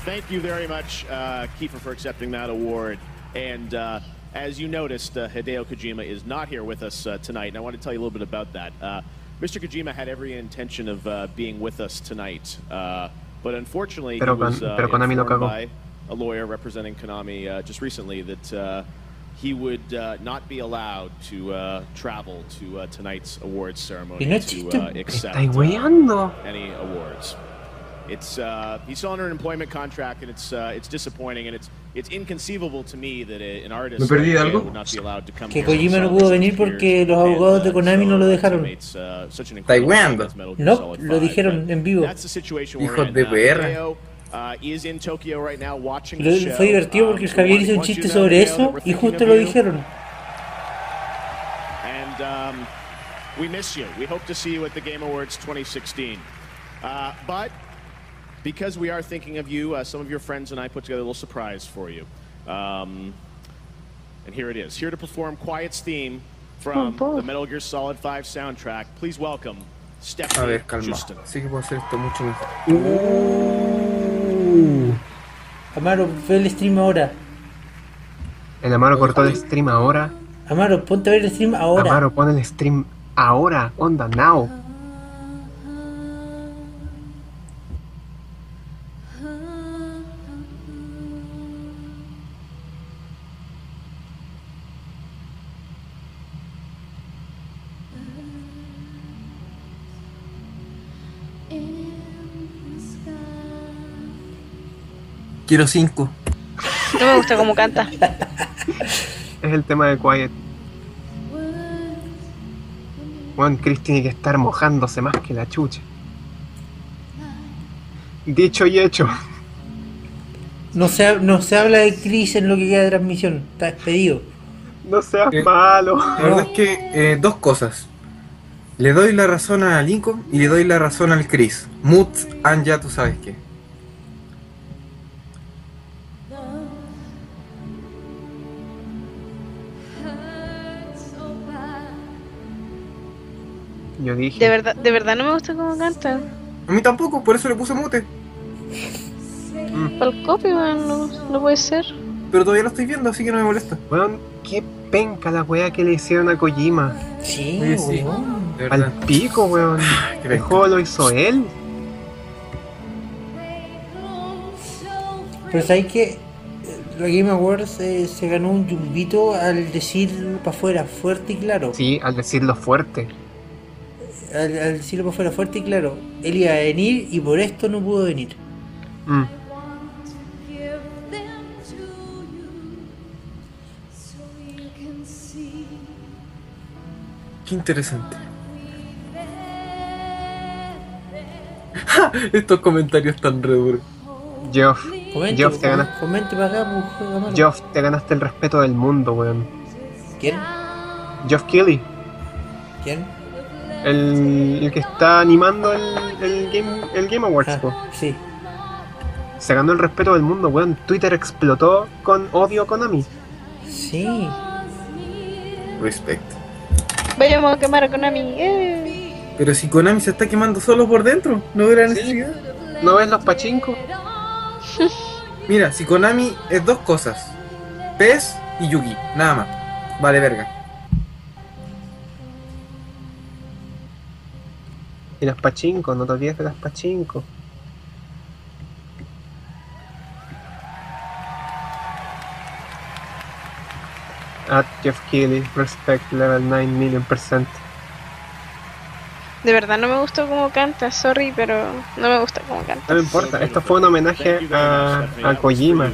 Thank you very much, uh, Kiefer, for accepting that award. And uh, as you noticed, uh, Hideo Kojima is not here with us uh, tonight, and I want to tell you a little bit about that. Uh, Mr. Kojima had every intention of uh, being with us tonight, uh, but unfortunately, Pero he was Kon- uh, pero Konami lo informed cagó. by a lawyer representing Konami uh, just recently that uh, he would uh, not be allowed to uh, travel to uh, tonight's awards ceremony Y no es to chiste, uh, me accept estáis uh, weando. any awards. It's uh, he's on an employment contract, and it's uh, it's disappointing, and it's it's inconceivable to me that a- an artist ¿Me like perdí Hideo algo? would not be allowed to come Que here and Kojima no celebrate pudo such venir peers porque los and, abogados de uh, Konami no lo dejaron. teammates, uh, such an Está incredible weando. as Metal Gear No, Solid lo 5, dijeron en vivo. but That's the situation we're Hijos in. de Uh, perra. Hideo, uh, is in Tokyo right now watching the Pero fue show. Uh, divertido porque el Javier hizo un Once you chiste know sobre Hideo, eso we're y thinking justo of lo you. dijeron. And um, we miss you. We hope to see you at the Game Awards 2016. Uh, but because we are thinking of you, uh, some of your friends and I put together a little surprise for you. Um, and here it is. Here to perform Quiet's theme from the Metal Gear Solid 5 soundtrack, please welcome A Stephanie ver, calma. Houston. Sí que puedo hacer esto mucho mejor. Uh, Uh, Amaro, ve el stream ahora. El Amaro cortó el stream ahora. Amaro, ponte a ver el stream ahora. Amaro, pon el stream ahora. Onda, now. Quiero 5. No me gusta cómo canta. Es el tema de Quiet. Juan Chris tiene que estar mojándose más que la chucha. Dicho y hecho. No se, ha- no se habla de Chris en lo que queda de transmisión. Está despedido. No seas malo. Eh, La verdad es que eh, dos cosas. Le doy la razón a Lincoln y le doy la razón al Chris. Moods and ya tú sabes qué. Yo dije. De verdad, de verdad no me gusta cómo canta. A mí tampoco, por eso le puse mute. Para el copy, weón, no, no puede ser. Pero todavía lo estoy viendo, así que no me molesta. Weón, qué penca la wea que le hicieron a Kojima. Sí, Oye, sí. Oh. De Al verdad. pico, weón. El qué penca. juego lo hizo él. Pero sabes que eh, la Game Awards eh, se ganó un yumbito al decir para afuera fuerte y claro. Sí, al decirlo fuerte. Al, al decirlo para afuera fuerte y claro. Él iba a venir y por esto no pudo venir. Mm. Qué interesante. ¡Ja! eh, Estos comentarios tan re duros. Geoff, Comente, Geoff, te ganaste, comente para acá, pues, juega mano. Geoff, te ganaste el respeto del mundo, weón. ¿Quién? Geoff Kelly, ¿Quién? el, el que está animando el, el game, el game Awards, po. Ah, Sí. Se ganó el respeto del mundo, weón. Twitter explotó con odio a Konami. Sí. Respect. Vayamos a quemar a Konami. eh. Pero si Konami se está quemando solo por dentro, no hubiera necesidad. ¿No ves los pachincos? Mira, si Konami es dos cosas: PES y Yugi, nada más. Vale, verga. Y las pachincos, no te olvides de las pachincos. At Jeff Keighley, respect level 9 million percent. De verdad no me gustó cómo canta, sorry, pero no me gusta cómo canta. No me importa, esto fue un homenaje a, a Kojima.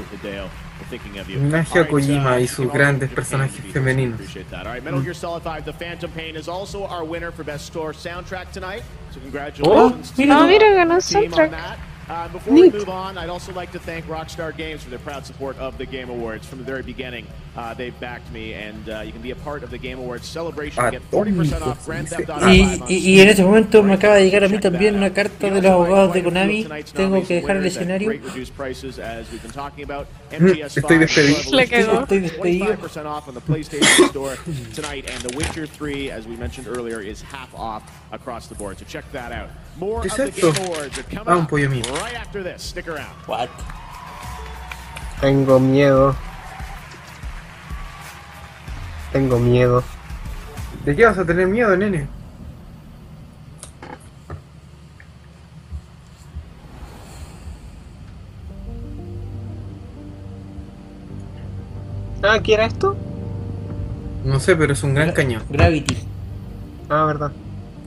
Homenaje a Kojima y sus grandes personajes femeninos. Appreciate that. All right, Metal Gear Solid 5: The Phantom Pain is also our winner for best score soundtrack tonight. So congratulations. to Oh, mira No, tú. mira, ganó the team on soundtrack. that. Uh, before we move on, I'd also like to thank Rockstar Games for their proud support of the Game Awards. From the very beginning, uh, they backed me, and uh, you can be a part of the Game Awards celebration. and Get 40% off Grand Theft Auto Y, 5 on y- y en este momento me acaba de llegar a mí también una carta de los abogados de Konami. Tengo que dejar el escenario. Great reduced prices, as we've been talking about. Estoy despedido. Marvel is Le cagó. available Estoy despedido. 25% off on the PlayStation Store tonight, and The Witcher 3, as we mentioned earlier, is half off across the board. So check that out. More ¿Qué of es the esto? Game Awards are coming Ah, un up pollo mío. right after this. Stick around. What? Tengo miedo. Tengo miedo. ¿De qué vas a tener miedo, nene? Ah, ¿qué era esto? No sé, pero es un gran cañón. Gravity. Ah, verdad.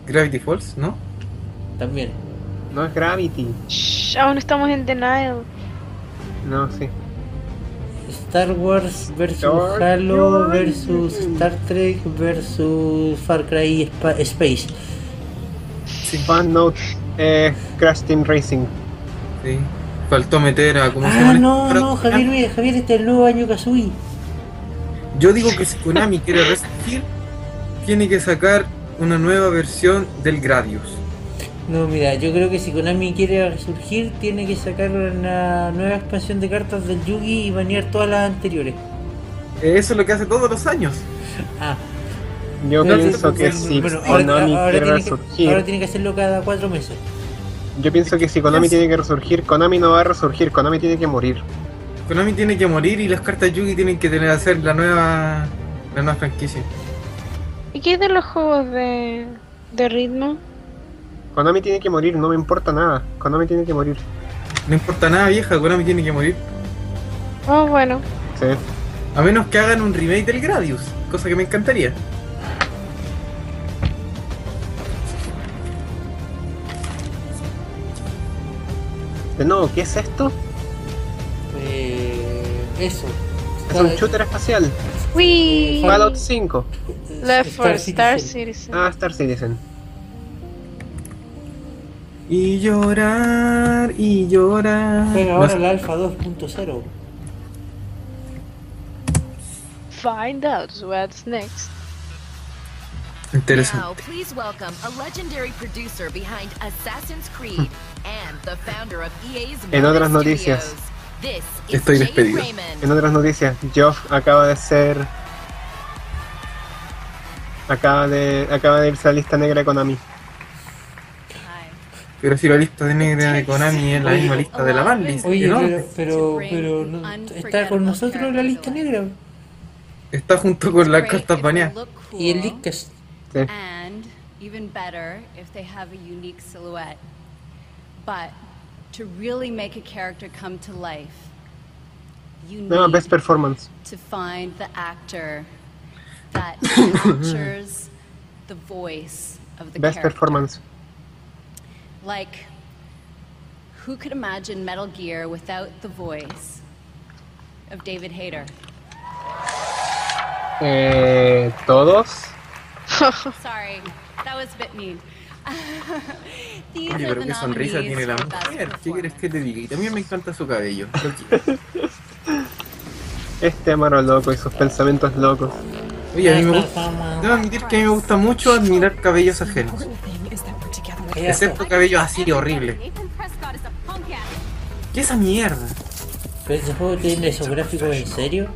Gravity Falls, ¿no? También. No es Gravity. Shh, aún estamos en denial. No, sí. Star Wars versus Star Halo Wars. versus Star Trek versus Far Cry Spa- Space. Note, eh, Crash Team Racing. Sí. Faltó meter a. ¿Cómo se Ah, llama? no, no, Javier, mira, Javier, este es el nuevo año Kazooie. Yo digo que si Konami quiere resistir, tiene que sacar una nueva versión del Gradius. No, mira, yo creo que si Konami quiere resurgir, tiene que sacar una nueva expansión de cartas del Yugi y banear todas las anteriores. Eh, Eso es lo que hace todos los años. Ah. Yo No, pienso sí, que sí, si bueno, ahora- Konami ahora, quiere tiene que, ahora resurgir, tiene que hacerlo cada cuatro meses. yo pienso que si Konami tiene que resurgir, Konami no va a resurgir, Konami tiene que morir. Konami tiene que morir y las cartas Yugi tienen que tener hacer la nueva. la nueva franquicia. ¿Y qué de los juegos de, de ritmo? Konami tiene que morir, no me importa nada. Konami tiene que morir. No importa nada, vieja, Konami tiene que morir. Oh, bueno. Sí. A menos que hagan un remake del Gradius, cosa que me encantaría. De nuevo, ¿qué es esto? Eh, eso. Es un shooter espacial. Wii. Fallout 5. Left for Star Star Citizen. Citizen. Ah, Star Citizen. Y llorar, y llorar. Juega No ahora sé. la Alpha 2.0. Find out what's next. Interesante. Now, please welcome a legendary producer behind Assassin's Creed and the founder of E EA's En otras Mother noticias. Studios. This is Estoy Jay despedido. Raymond. En otras noticias, Geoff acaba de ser. Acaba de, acaba de irse a la lista negra de Konami. Pero si la lista de negra de Konami es la misma lista de la banlist, Oye, ¿no? pero, pero, pero no- está con nosotros la lista negra. Está junto con las cartas baneadas. Y el Lickcast. Sí. And even better if they have a unique silhouette. But to really make a character come to life, you No, need best performance. to find the actor that captures the voice of the Best character. performance. Like, who could imagine Metal Gear without the voice of David Hayter? Eh, Todos. Sorry, that was a bit mean. These Oye, are pero the qué sonrisa nominees tiene la for Best mujer. ¿Qué quieres que te diga? Y también me encanta su cabello. Lo quiero. Este amaro loco y sus pensamientos locos. Oye, a mí me gusta. Debo admitir que a mí me gusta mucho admirar cabellos ajenos. Excepto cabellos así horribles. ¿Qué esa mierda? ¿Pero ese juego tiene esos gráficos en serio?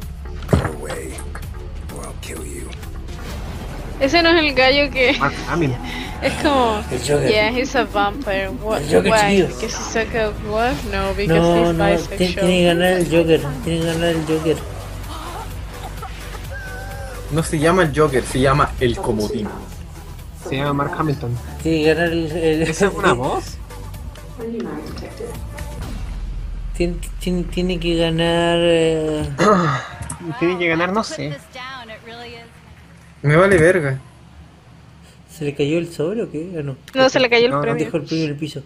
Ese no es el gallo que Amin. es como. El Joker. Yeah, he's a vampire. What? El Joker Why? chido. Because he's like a what? No, because No, he's no, bisexual. tiene, tiene que ganar el Joker, tiene que ganar el Joker. No se llama el Joker, se llama el comodín. Se llama Mark Hamilton. Tiene que ganar el... el- ¿Esa es una voz? Tiene, tiene- tiene que ganar... eh, Tiene que ganar, no sé. Me vale verga. ¿Se le cayó el sobre o qué? ¿O no? No, se le cayó el No, no. premio. Dejó el premio en el piso.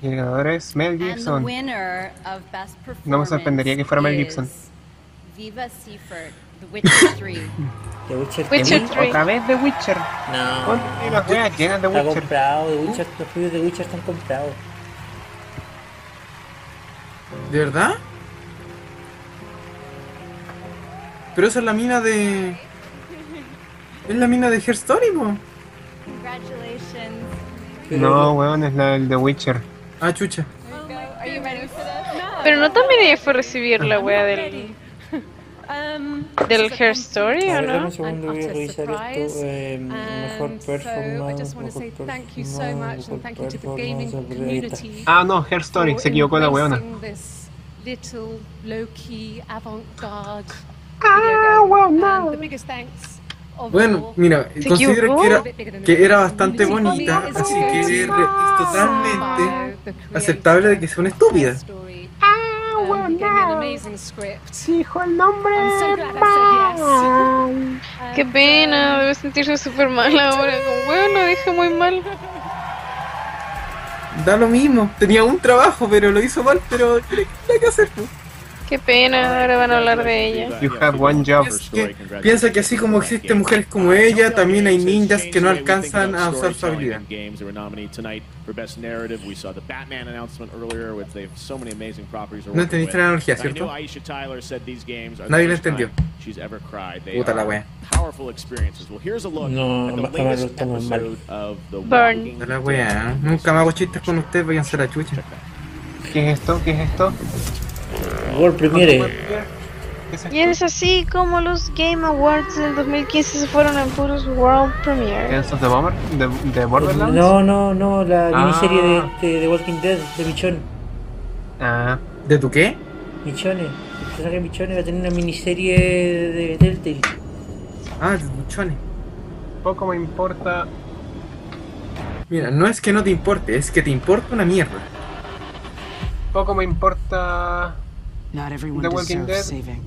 Y el ganador es Mel Gibson. winner of Best Performance. No me sorprendería que fuera Mel Gibson. Viva Seaford, The Witcher 3. The Witcher Witcher tres. tres. Otra vez The Witcher. No. Ponte las weas llenas de Está Witcher. comprado, The Witcher, los premios de Witcher están comprados. ¿De verdad? Pero esa es la mina de. Es la mina de Her Story, po. Congratulations. No, weón, es la del The Witcher. Ah, chucha. Are you ready for this? Pero no también fue recibir la wea del. Um, del Hair Story, A ¿o ver, dame no? un segundo, voy a revisar esto. eh, mejor performance, mejor performance, mejor performance, ahí está. Ah, no, Her Story, se equivocó la weona. This little low-key avant-garde. Ah, wow, no. The biggest thanks. of Bueno, all- mira, Se considero equivocó. que era, que era bastante bonita, así que es re- es uh, totalmente aceptable de que sea una estúpida. Um, gave me an amazing script. Ah, Dijo el nombre. I'm so glad I said yes. Qué pena, debe sentirse súper mal ahora. Como, weón, lo dije muy mal. Da lo mismo, tenía un trabajo, pero lo hizo mal, pero ¿qué le- qué hay que hacer? po? Qué pena, ahora van a hablar de ella. You have one job. Piensa que así como existen mujeres como ella, también hay ninjas que no alcanzan a usar su Storytelling habilidad. in games that were nominated tonight for best narrative. We saw the Batman announcement earlier, which they have so many amazing properties. they're No working entendiste with. la analogía, I ¿cierto? knew Aisha Tyler said these games are the Nadie la first time entendió. she's ever cried. They Puta la are wea. powerful experiences. Well, here's a look No, at the baja latest Barro, estamos mal. episode of the Burn. Walking Puta la wea, ¿eh? Nunca me hago chistes con ustedes, vayan a la chucha. ¿Qué es esto? ¿Qué es esto? World Premiere. Y es así como los Game Awards del 2015 se fueron en puros World Premiere. ¿Dance of the Bomber? ¿De, de Borderlands? No, no, no, la Ah. miniserie de, de, de Walking Dead, de Michonne. Ah. ¿De tu qué? Michonne, el personaje Michonne va a tener una miniserie de Telltale. Ah, de Michonne. Poco me importa. Mira, no es que no te importe, es que te importa una mierda. Poco me importa. Not everyone The Walking deserves Dead. saving.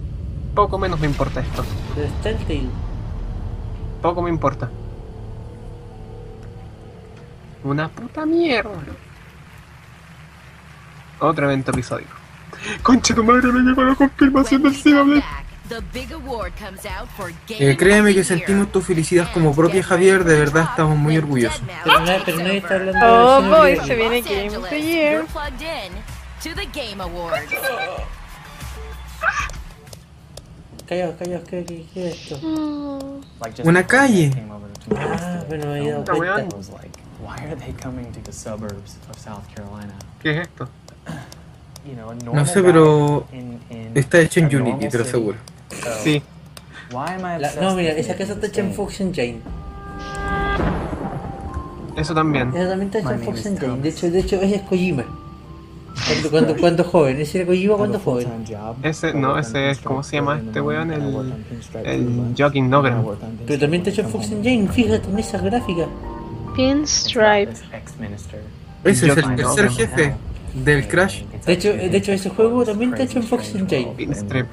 Poco menos me importa esto. Pero es Telltale. Poco me importa. Una puta mierda. Otro evento episódico. Concha tu madre, me llegó la confirmación del Cineblade. The big award comes out for Game Eh, créeme que sentimos tu felicidad como propia Javier, de verdad estamos muy orgullosos. Pero nadie, pero nadie está hablando Oh, de boy, Xenoblade. se viene Los Game of the Angeles. Year. You're plugged in to the Game Awards. Callaos, callaos, ¿qué, qué, qué es esto? Mm. Una calle. Ah, bueno, me he dado Esta weá. cuenta. was like, why are they coming to the suburbs of South Carolina? ¿Qué es esto? You know, a No normal sé, pero guy in- in está hecho a en normal Unity, te lo city. aseguro. So, Sí. Why am I La- obsessed no, mira, with esa making casa está this hecha en game? Fox Engine. Eso también. Esa también está hecha My en name Fox is Engine. De hecho, de hecho, ella es Kojima. Cuando, cuando, cuando joven, ese era Kojima cuando joven. Ese, no, ese es, ¿cómo se llama este weón? El, el Jogging Noggin. Pero también está hecho en Fox Engine, fíjate en esas gráficas. Pinstripe. Ese es el Jogging tercer Noggin. jefe Eh, del Crash. De hecho, de hecho ese juego también está hecho en Fox Engine. Pinstrip.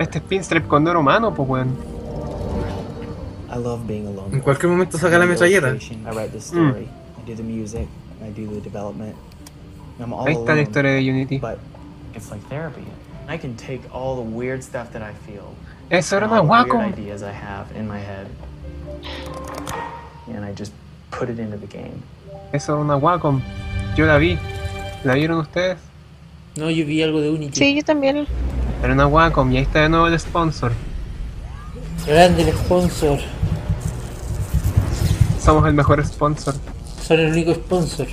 Este es Pinstrip cuando era humano, pues weón. I love being alone. En cualquier momento saca la I'm the metralleta. illustration, I write the story. Mm. I do the music. I do the development. I'm all Ahí está la alone, historia de Unity. But it's like therapy. I can take all the weird stuff that I feel. Eso era and all una the weird Wacom. ideas I have in my head. and I just put it into the game. Eso es una Wacom. Yo la vi. ¿La vieron ustedes? No, yo vi algo de Unity. Sí, yo también. Era una Wacom y ahí está de nuevo el sponsor. Grande el sponsor. Somos el mejor sponsor. Son el único sponsor.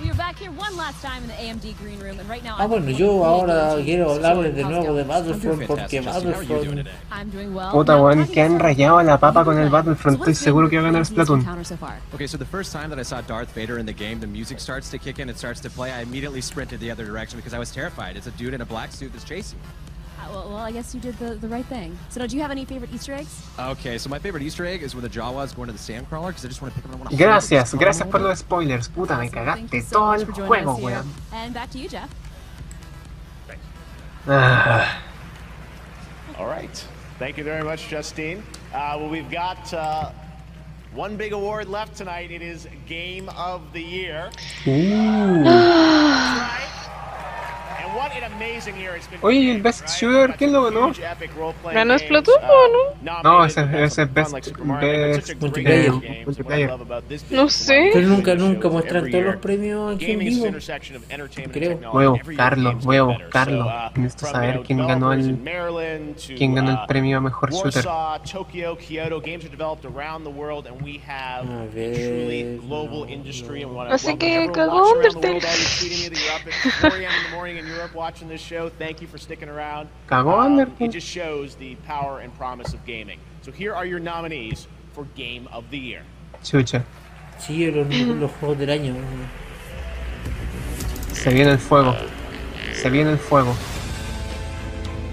We are back here one last time in the AMD green room, and right now Ah, I'm bueno, yo ahora quiero hablarles de nuevo de Battlefront porque Battlefront I'm doing well. Puta Now, weón, que han rayado la papa con el Battlefront. Estoy seguro que va a ganar Splatoon. counter so far. Okay, so the first time that I saw Darth Vader in the game, the music starts to kick in, it starts to play. I immediately sprinted the other direction because I was terrified. It's a dude in a black suit that's chasing me. Uh, well, well, I guess you did the, the right thing. So, did you have any favorite Easter eggs? Okay, so my favorite Easter egg is when the Jawas go into the sandcrawler because I just want to pick them up. Gracias, gracias por los spoilers. Puta, me cagaste todo el juego, weón. And back to you, Jeff. Ah. All right. Thank you very much, Justine. Uh, well, we've got uh, one big award left tonight. It is Game of the Year. And what an amazing year it's been. Oye, ¿y el Best Shooter? ¿Quién lo ganó? Epic role-playing ¿Ganó games, Splatoon uh, o No, ese ese es Best, best Multiplayer. Multiplayer. Multiplayer. no? No sé. Pero nunca, nunca muestran todos los premios aquí en Gaming is vivo. an intersection of entertainment Creo. and Voy a technology. Every year buscarlo, games voy a get better. buscarlo. So, uh, Necesito from, saber you know, quién ganó developers el- in Maryland to, quién ganó el uh, premio a mejor shooter. Warsaw, Tokyo, Kyoto, games are developed around the world and we have A ver, truly global industry and we want to Así welcome que everyone cagó watching around the Undertale. world. All you tweeting me that you're up at 4 a.m. in the morning in Europe watching this show. Thank you for sticking around. Cagó Um, Undertale. It just shows the power and promise of gaming. So here are your nominees for Game of the Year. Chucha, Sí, los, los juegos del año. se viene el fuego. Se viene el fuego.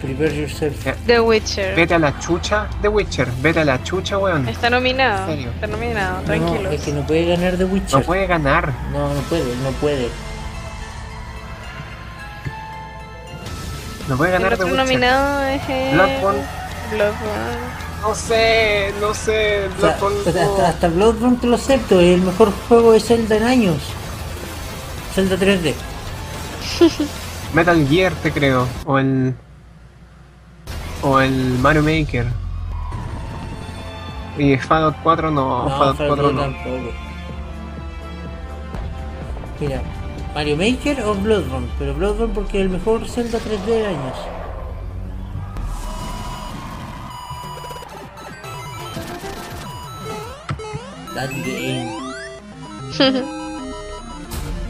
Prepare yourself. The Witcher. Vete a la chucha de Witcher. Vete a la chucha, weón. Está nominado. ¿En serio? Está nominado, No, tranquilos. es que no puede ganar The No Witcher. puede ganar. No, no puede, no puede. No puede El ganar de otro Witcher. nominado es. eh, Bloodborne. Bloodborne. No sé, no sé. O sea, Bloodborne, o sea, hasta, no. hasta Bloodborne te lo acepto, es el mejor juego de Zelda en años. Zelda 3D. Metal Gear, te creo. O el. O el Mario Maker. Y Fallout 4 no. Fallout 4 Bloodborne Ah, no. tampoco. Mira, Mario Maker o Bloodborne, pero Bloodborne porque es el mejor Zelda 3D de años. That game.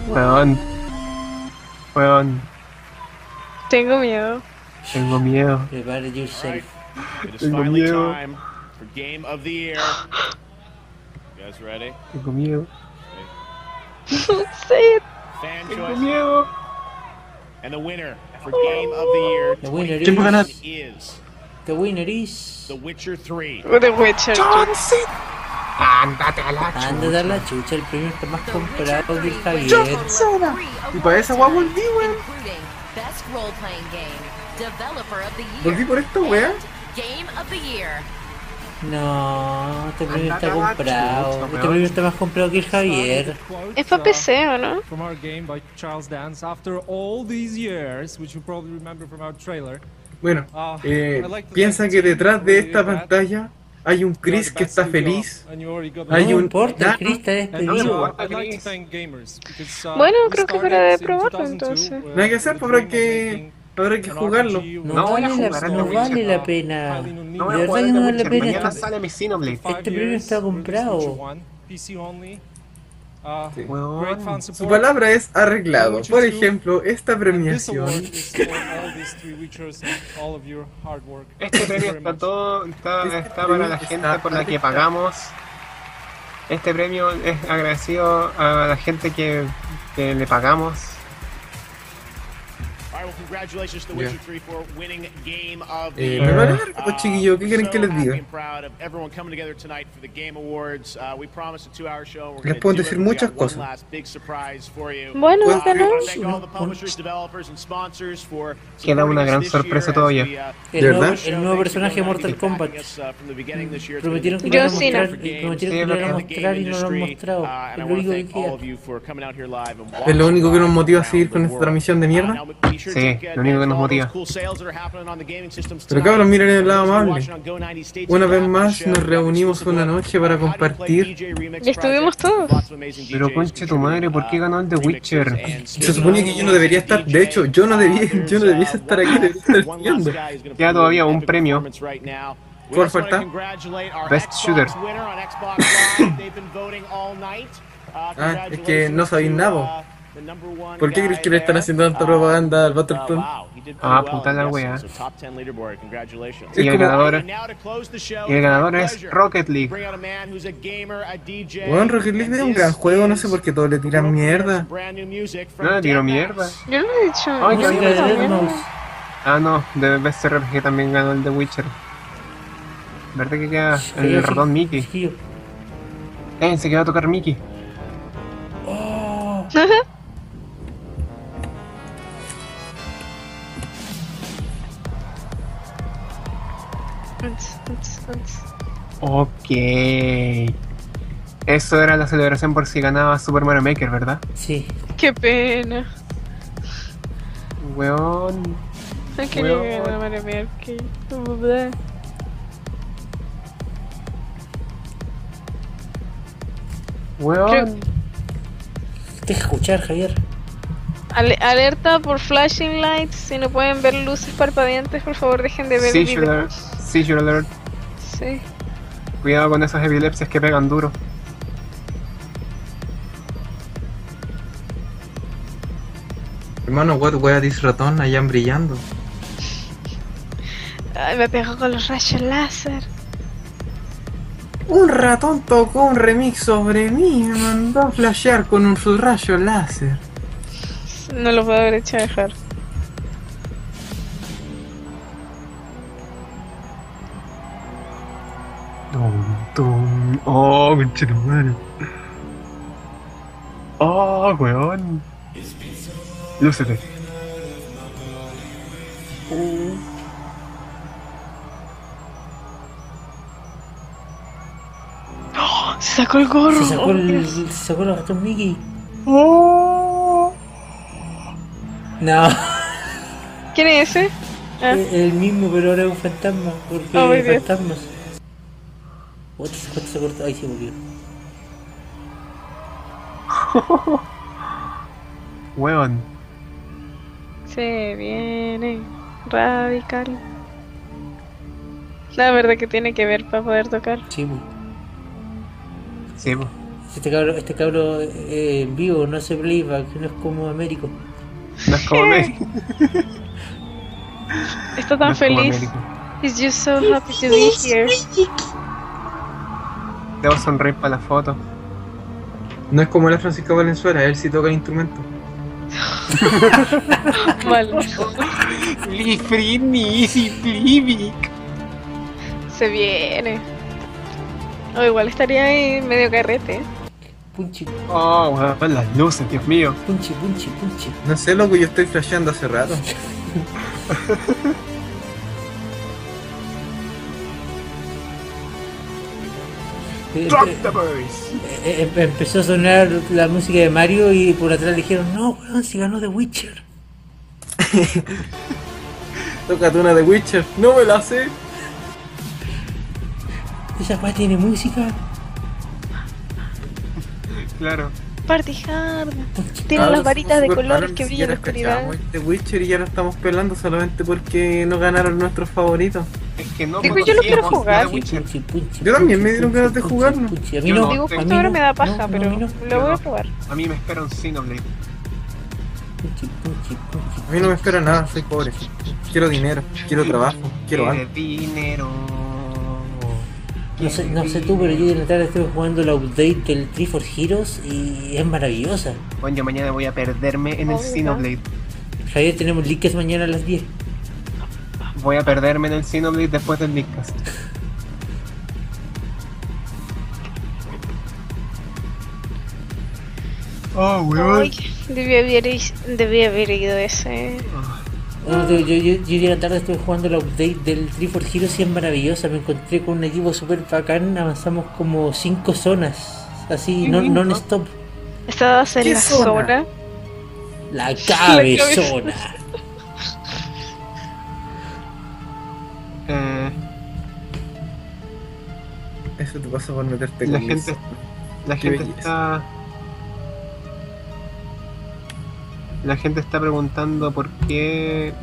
Weón. Weón. Tengo miedo. Tengo miedo. Prepare yourself. It is Tengo finally miedo. time for Game of the Year. You guys ready? Tengo miedo. Say it. Fan Tengo choice. miedo. And the winner for Game of the Year The winner ¿Quién va a 2021 ganar? is The winner is. The Witcher 3. The Witcher. Johnson. Ándate a la Anda a chucha. dar la chucha, el premio está más comprado del Javier. Javier. Y para esa weá volví, weón. Including Best Role Playing Game, Developer of the Year, Volví por esta weá. Game of the Year. No, este premio Andate está a la comprado. chucha, Este weón. premio está más comprado que el Javier. Es para PC, ¿o no? From our game by Charles Dance after all these years, which you probably remember from our trailer. uh, Bueno, Ah, eh, piensa que detrás de esta pantalla hay un Chris que está feliz. Hay No un. importa, Da- el Chris está No me despedido. importa, Chris. uh, Bueno, creo que fuera de probarlo entonces. No hay que hacer, pues, habrá que, habrá que jugarlo. No, No voy vale, a la, jugar a no The vale Witcher. la pena. No voy de a verdad jugar que a no vale la The Witcher. pena. Mañana Este, sale mi Xenoblade. este premio está comprado. PC only. Uh, Weón. Su palabra es arreglado. Por ejemplo, esta This premiación. award is for all these three Witchers and all of your hard work. Este Thank you premio very está much. todo, está, está para premio la está gente por la que arreglado. pagamos. Este premio es agradecido a la gente que, que le pagamos. All right, well, congratulations to The Yeah. Witcher 3 for winning Game of the Eh, Year. me vale verga, Uh, chiquillo, ¿qué quieren so que les happy diga? and proud of everyone coming together tonight for the Game Awards. Uh, we promised a two-hour show. We're Les gonna puedo do it. decir We muchas got one cosas. Pues, last big surprise for you. Bueno, Uh, ganó. we thank all the publishers, developers, and sponsors for Queda supporting una gran us this sorpresa year todavía. as we, uh, El ¿De nuevo- verdad? El nuevo personaje de Mortal Kombat. us, uh, from the beginning this year. It's been Prometieron que lo John iban a mostrar, Cena. prometieron que lo iban a mostrar y no lo han mostrado. Ah, Es lo único que queda. for coming out here live and Es lo único que nos watching motiva a around seguir con the esta world. transmisión de mierda. Now, be sure Sí, lo único que nos motiva. Pero cabros, miren el lado amable. Una vez más nos reunimos una noche para compartir. Y estuvimos todos. Pero conche tu madre, ¿por qué ganó el The Witcher? Se supone que yo no debería estar. De hecho, yo no debía, yo no debiese estar aquí, debería estar estudiando. Queda todavía un premio. ¿Cuál falta? Best Shooter. Ah, es que no sabéis nada. ¿Por qué crees que le están haciendo tanta propaganda al Battlefront? Ah, puta la wea. Es Y el como- ganador. Y el ganador es Rocket League. Bueno, Rocket League es un gran juego, no sé por qué todos le tiran mierda. No le tiro mierda. Yo no he dicho Ay, yo no he qué dicho bien. nada. Ah, no, de Best RPG también ganó el The Witcher. ¿Verdad que queda Sí, el ratón Mickey? Eh, se quedó a tocar Mickey. Oh. Antes, antes, antes. Ok. Eso era la celebración por si ganaba Super Mario Maker, ¿verdad? Sí. Qué pena. Weón. No quería que ganara Mario Merkel. Bleh. Weón. Deja escuchar, Javier. Ale- alerta por flashing lights. Si no pueden ver luces parpadeantes, por favor dejen de ver Seizure videos. alert. Seizure alert. Sí. Cuidado con esas epilepsias que pegan duro. Hermano, what wea this ratón allá brillando. Ay, me pegó con los rayos láser. Un ratón tocó un remix sobre mí y me mandó a flashear con un su rayo láser. No lo puedo haber hecho dejar. Tum, tum. Oh, pinche madre. Oh, weón. Lúcete. ¡Oh! Se sacó el gorro. Se sacó el, Oh, se sacó el ratón Mickey. No, ¿Quién es ese? Ah. es el mismo, pero ahora es un fantasma. Porque Oh, muy hay bien. fantasmas. What the fuck, se cortó. Ahí se murió. Weón. Se viene radical. La verdad que tiene que ver para poder tocar. Sí, pues. Sí, pues. Este cabro, este cabro eh, en vivo no hace playback, no es como Américo. No es como Eh. Américo. Está tan No es como feliz. He's just so happy to be here. Debo sonreír para la foto. No es como la Francisca Valenzuela, él sí toca el instrumento. Mal. easy Se viene. O igual estaría ahí medio carrete. Punchi. Oh, weón, las luces, Dios mío. Punchi, punchi, punchi. No sé, loco, yo estoy flasheando hace rato. Eh, Drop eh, the bass. eh, eh, empezó a sonar la música de Mario y por atrás le dijeron, no, weón, si ganó The Witcher. Tócate una de Witcher. No me la sé. Esa weá tiene música. Claro. Party hard. Tiene las Cabros, varitas de super cabros, colores que Ah, ni brillan en la siquiera oscuridad. cachamos The Witcher y ya lo estamos pelando solamente porque no ganaron nuestros favoritos. Es que no Digo, yo lo quiero jugar. Yo también me dieron ganas de jugarlo. Punchi, a mí Yo no. no. Digo, Sí. justo ahora me da paja, no, pero a mí no. lo voy Yo a no. probar. A mí me espera un Xenoblade. Punchi, punchi, punchi. A mí no me espera nada, soy pobre. Quiero dinero, quiero trabajo, quiero algo. Quiere dinero. No sé, no sé tú, pero yo en la tarde estuve jugando la update del Tree for Heroes y es maravillosa. Bueno, yo mañana voy a perderme en el Oh, ya. Xenoblade. Javier, tenemos leaks mañana a las 10. Voy a perderme en el Xenoblade después del Discast. Oh, Ay, debí haber, is- debí haber ido ese. No, yo, yo, yo, yo hoy día en la tarde estuve jugando la update del Tree for Heroes y es maravillosa. Me encontré con un equipo súper bacán. Avanzamos como 5 zonas, así, no- non-stop. Estabas en ¿Qué la zona? zona. La cabezona. eh, Eso te pasa por meterte La con gente- Lisa. La Qué gente belleza. está. La gente está preguntando por qué.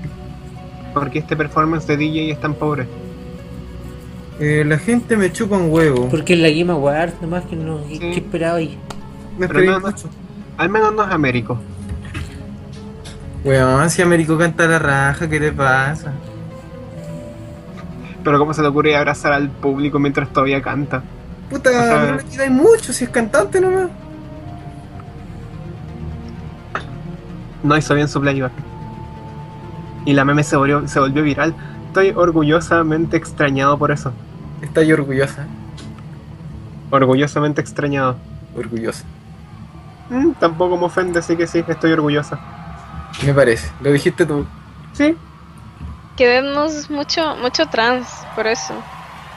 ¿Por qué este performance de DJ es tan pobre? Eh, la gente me chupa un huevo. Porque la Game Award, nomás que no. ¿Qué qué esperaba ahí? Me Pero no- al menos no es Américo. Weón, si Américo canta la raja, ¿qué le pasa? Pero ¿cómo se te ocurre abrazar al público mientras todavía canta? Puta, O sea- pero no le quedáis mucho si es cantante nomás. No hizo bien su playback. Y la meme se volvió, se volvió viral. Estoy orgullosamente extrañado por eso. Está yo orgullosa. Orgullosamente extrañado. Orgullosa. Mm, tampoco me ofende, así que sí, estoy orgullosa. Me parece. Lo dijiste tú. Sí. Que vemos mucho, mucho trans, por eso.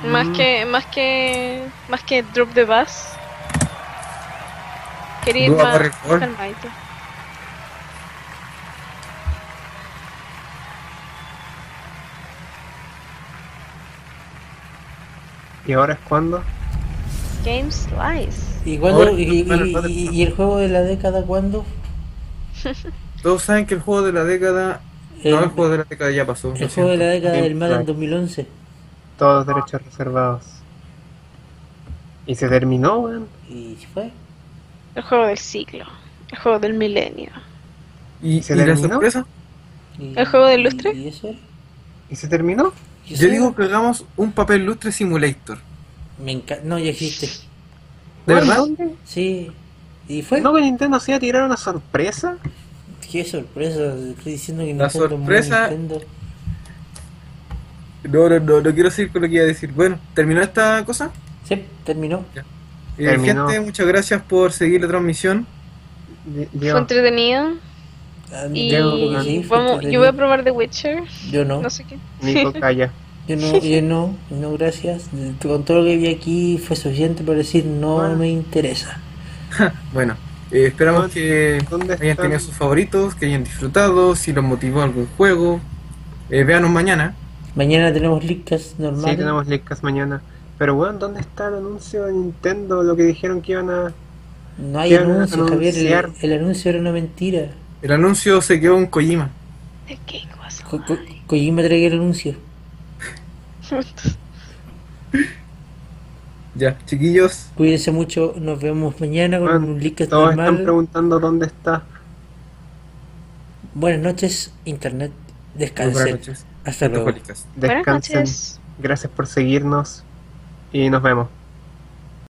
Más Mm. que, más que, más que drop the bass. Quería ir Dua más Barrymore. calmadito. ¿Y ahora es cuando? Game Slice. ¿Y, cuándo- Ahora- y, y- bueno, y- vale. y- y el juego de la década cuándo? Todos saben que el juego de la década. no, el juego de la década ya pasó. El juego de la década del Madden 2011. Todos derechos reservados. Y se terminó, weón. ¿Y se fue? El juego del siglo. El juego del milenio. ¿Y, se y la terminó? sorpresa? El juego del lustre. ¿Y eso era? ¿Y se terminó? Yo digo que hagamos un papel lustre simulator. Me encanta. No, ya existe. ¿De verdad? Sí. ¿Y fue? ¿No que Nintendo se iba a tirar una sorpresa? Qué sorpresa. Estoy diciendo que La Nintendo, muy sorpresa- Nintendo. No, no, no, no quiero seguir con lo que iba a decir. Bueno, ¿terminó esta cosa? Eh, Sí, terminó. Terminó. Gente, muchas gracias por seguir la transmisión. Fue entretenido. Ah, Y Diego, sí, fue vamos, yo voy a probar The Witcher. Yo no. No sé qué. calla. Yo no, yo no, no, gracias. Con todo lo que vi aquí fue suficiente para decir no me interesa. Bueno, eh, esperamos que hayan están? tenido sus favoritos, que hayan disfrutado, si los motivó algún juego. Eh, véanos mañana. Mañana tenemos Leakcast normal. Sí, tenemos Leakcast mañana. Pero weón, ¿dónde está el anuncio de Nintendo? Lo que dijeron que iban a. No hay que iban a anuncio, Javier. El, anunciar. el anuncio era una mentira. El anuncio se quedó en Kojima. Ko- Ko- Kojima traía el anuncio. Ya, chiquillos. Cuídense mucho, nos vemos mañana con un Leakcast Todos están normal. preguntando dónde está. Buenas noches, internet. Buenas Descansen. noches. Hasta luego. Descansen. Gracias por seguirnos. Y nos vemos.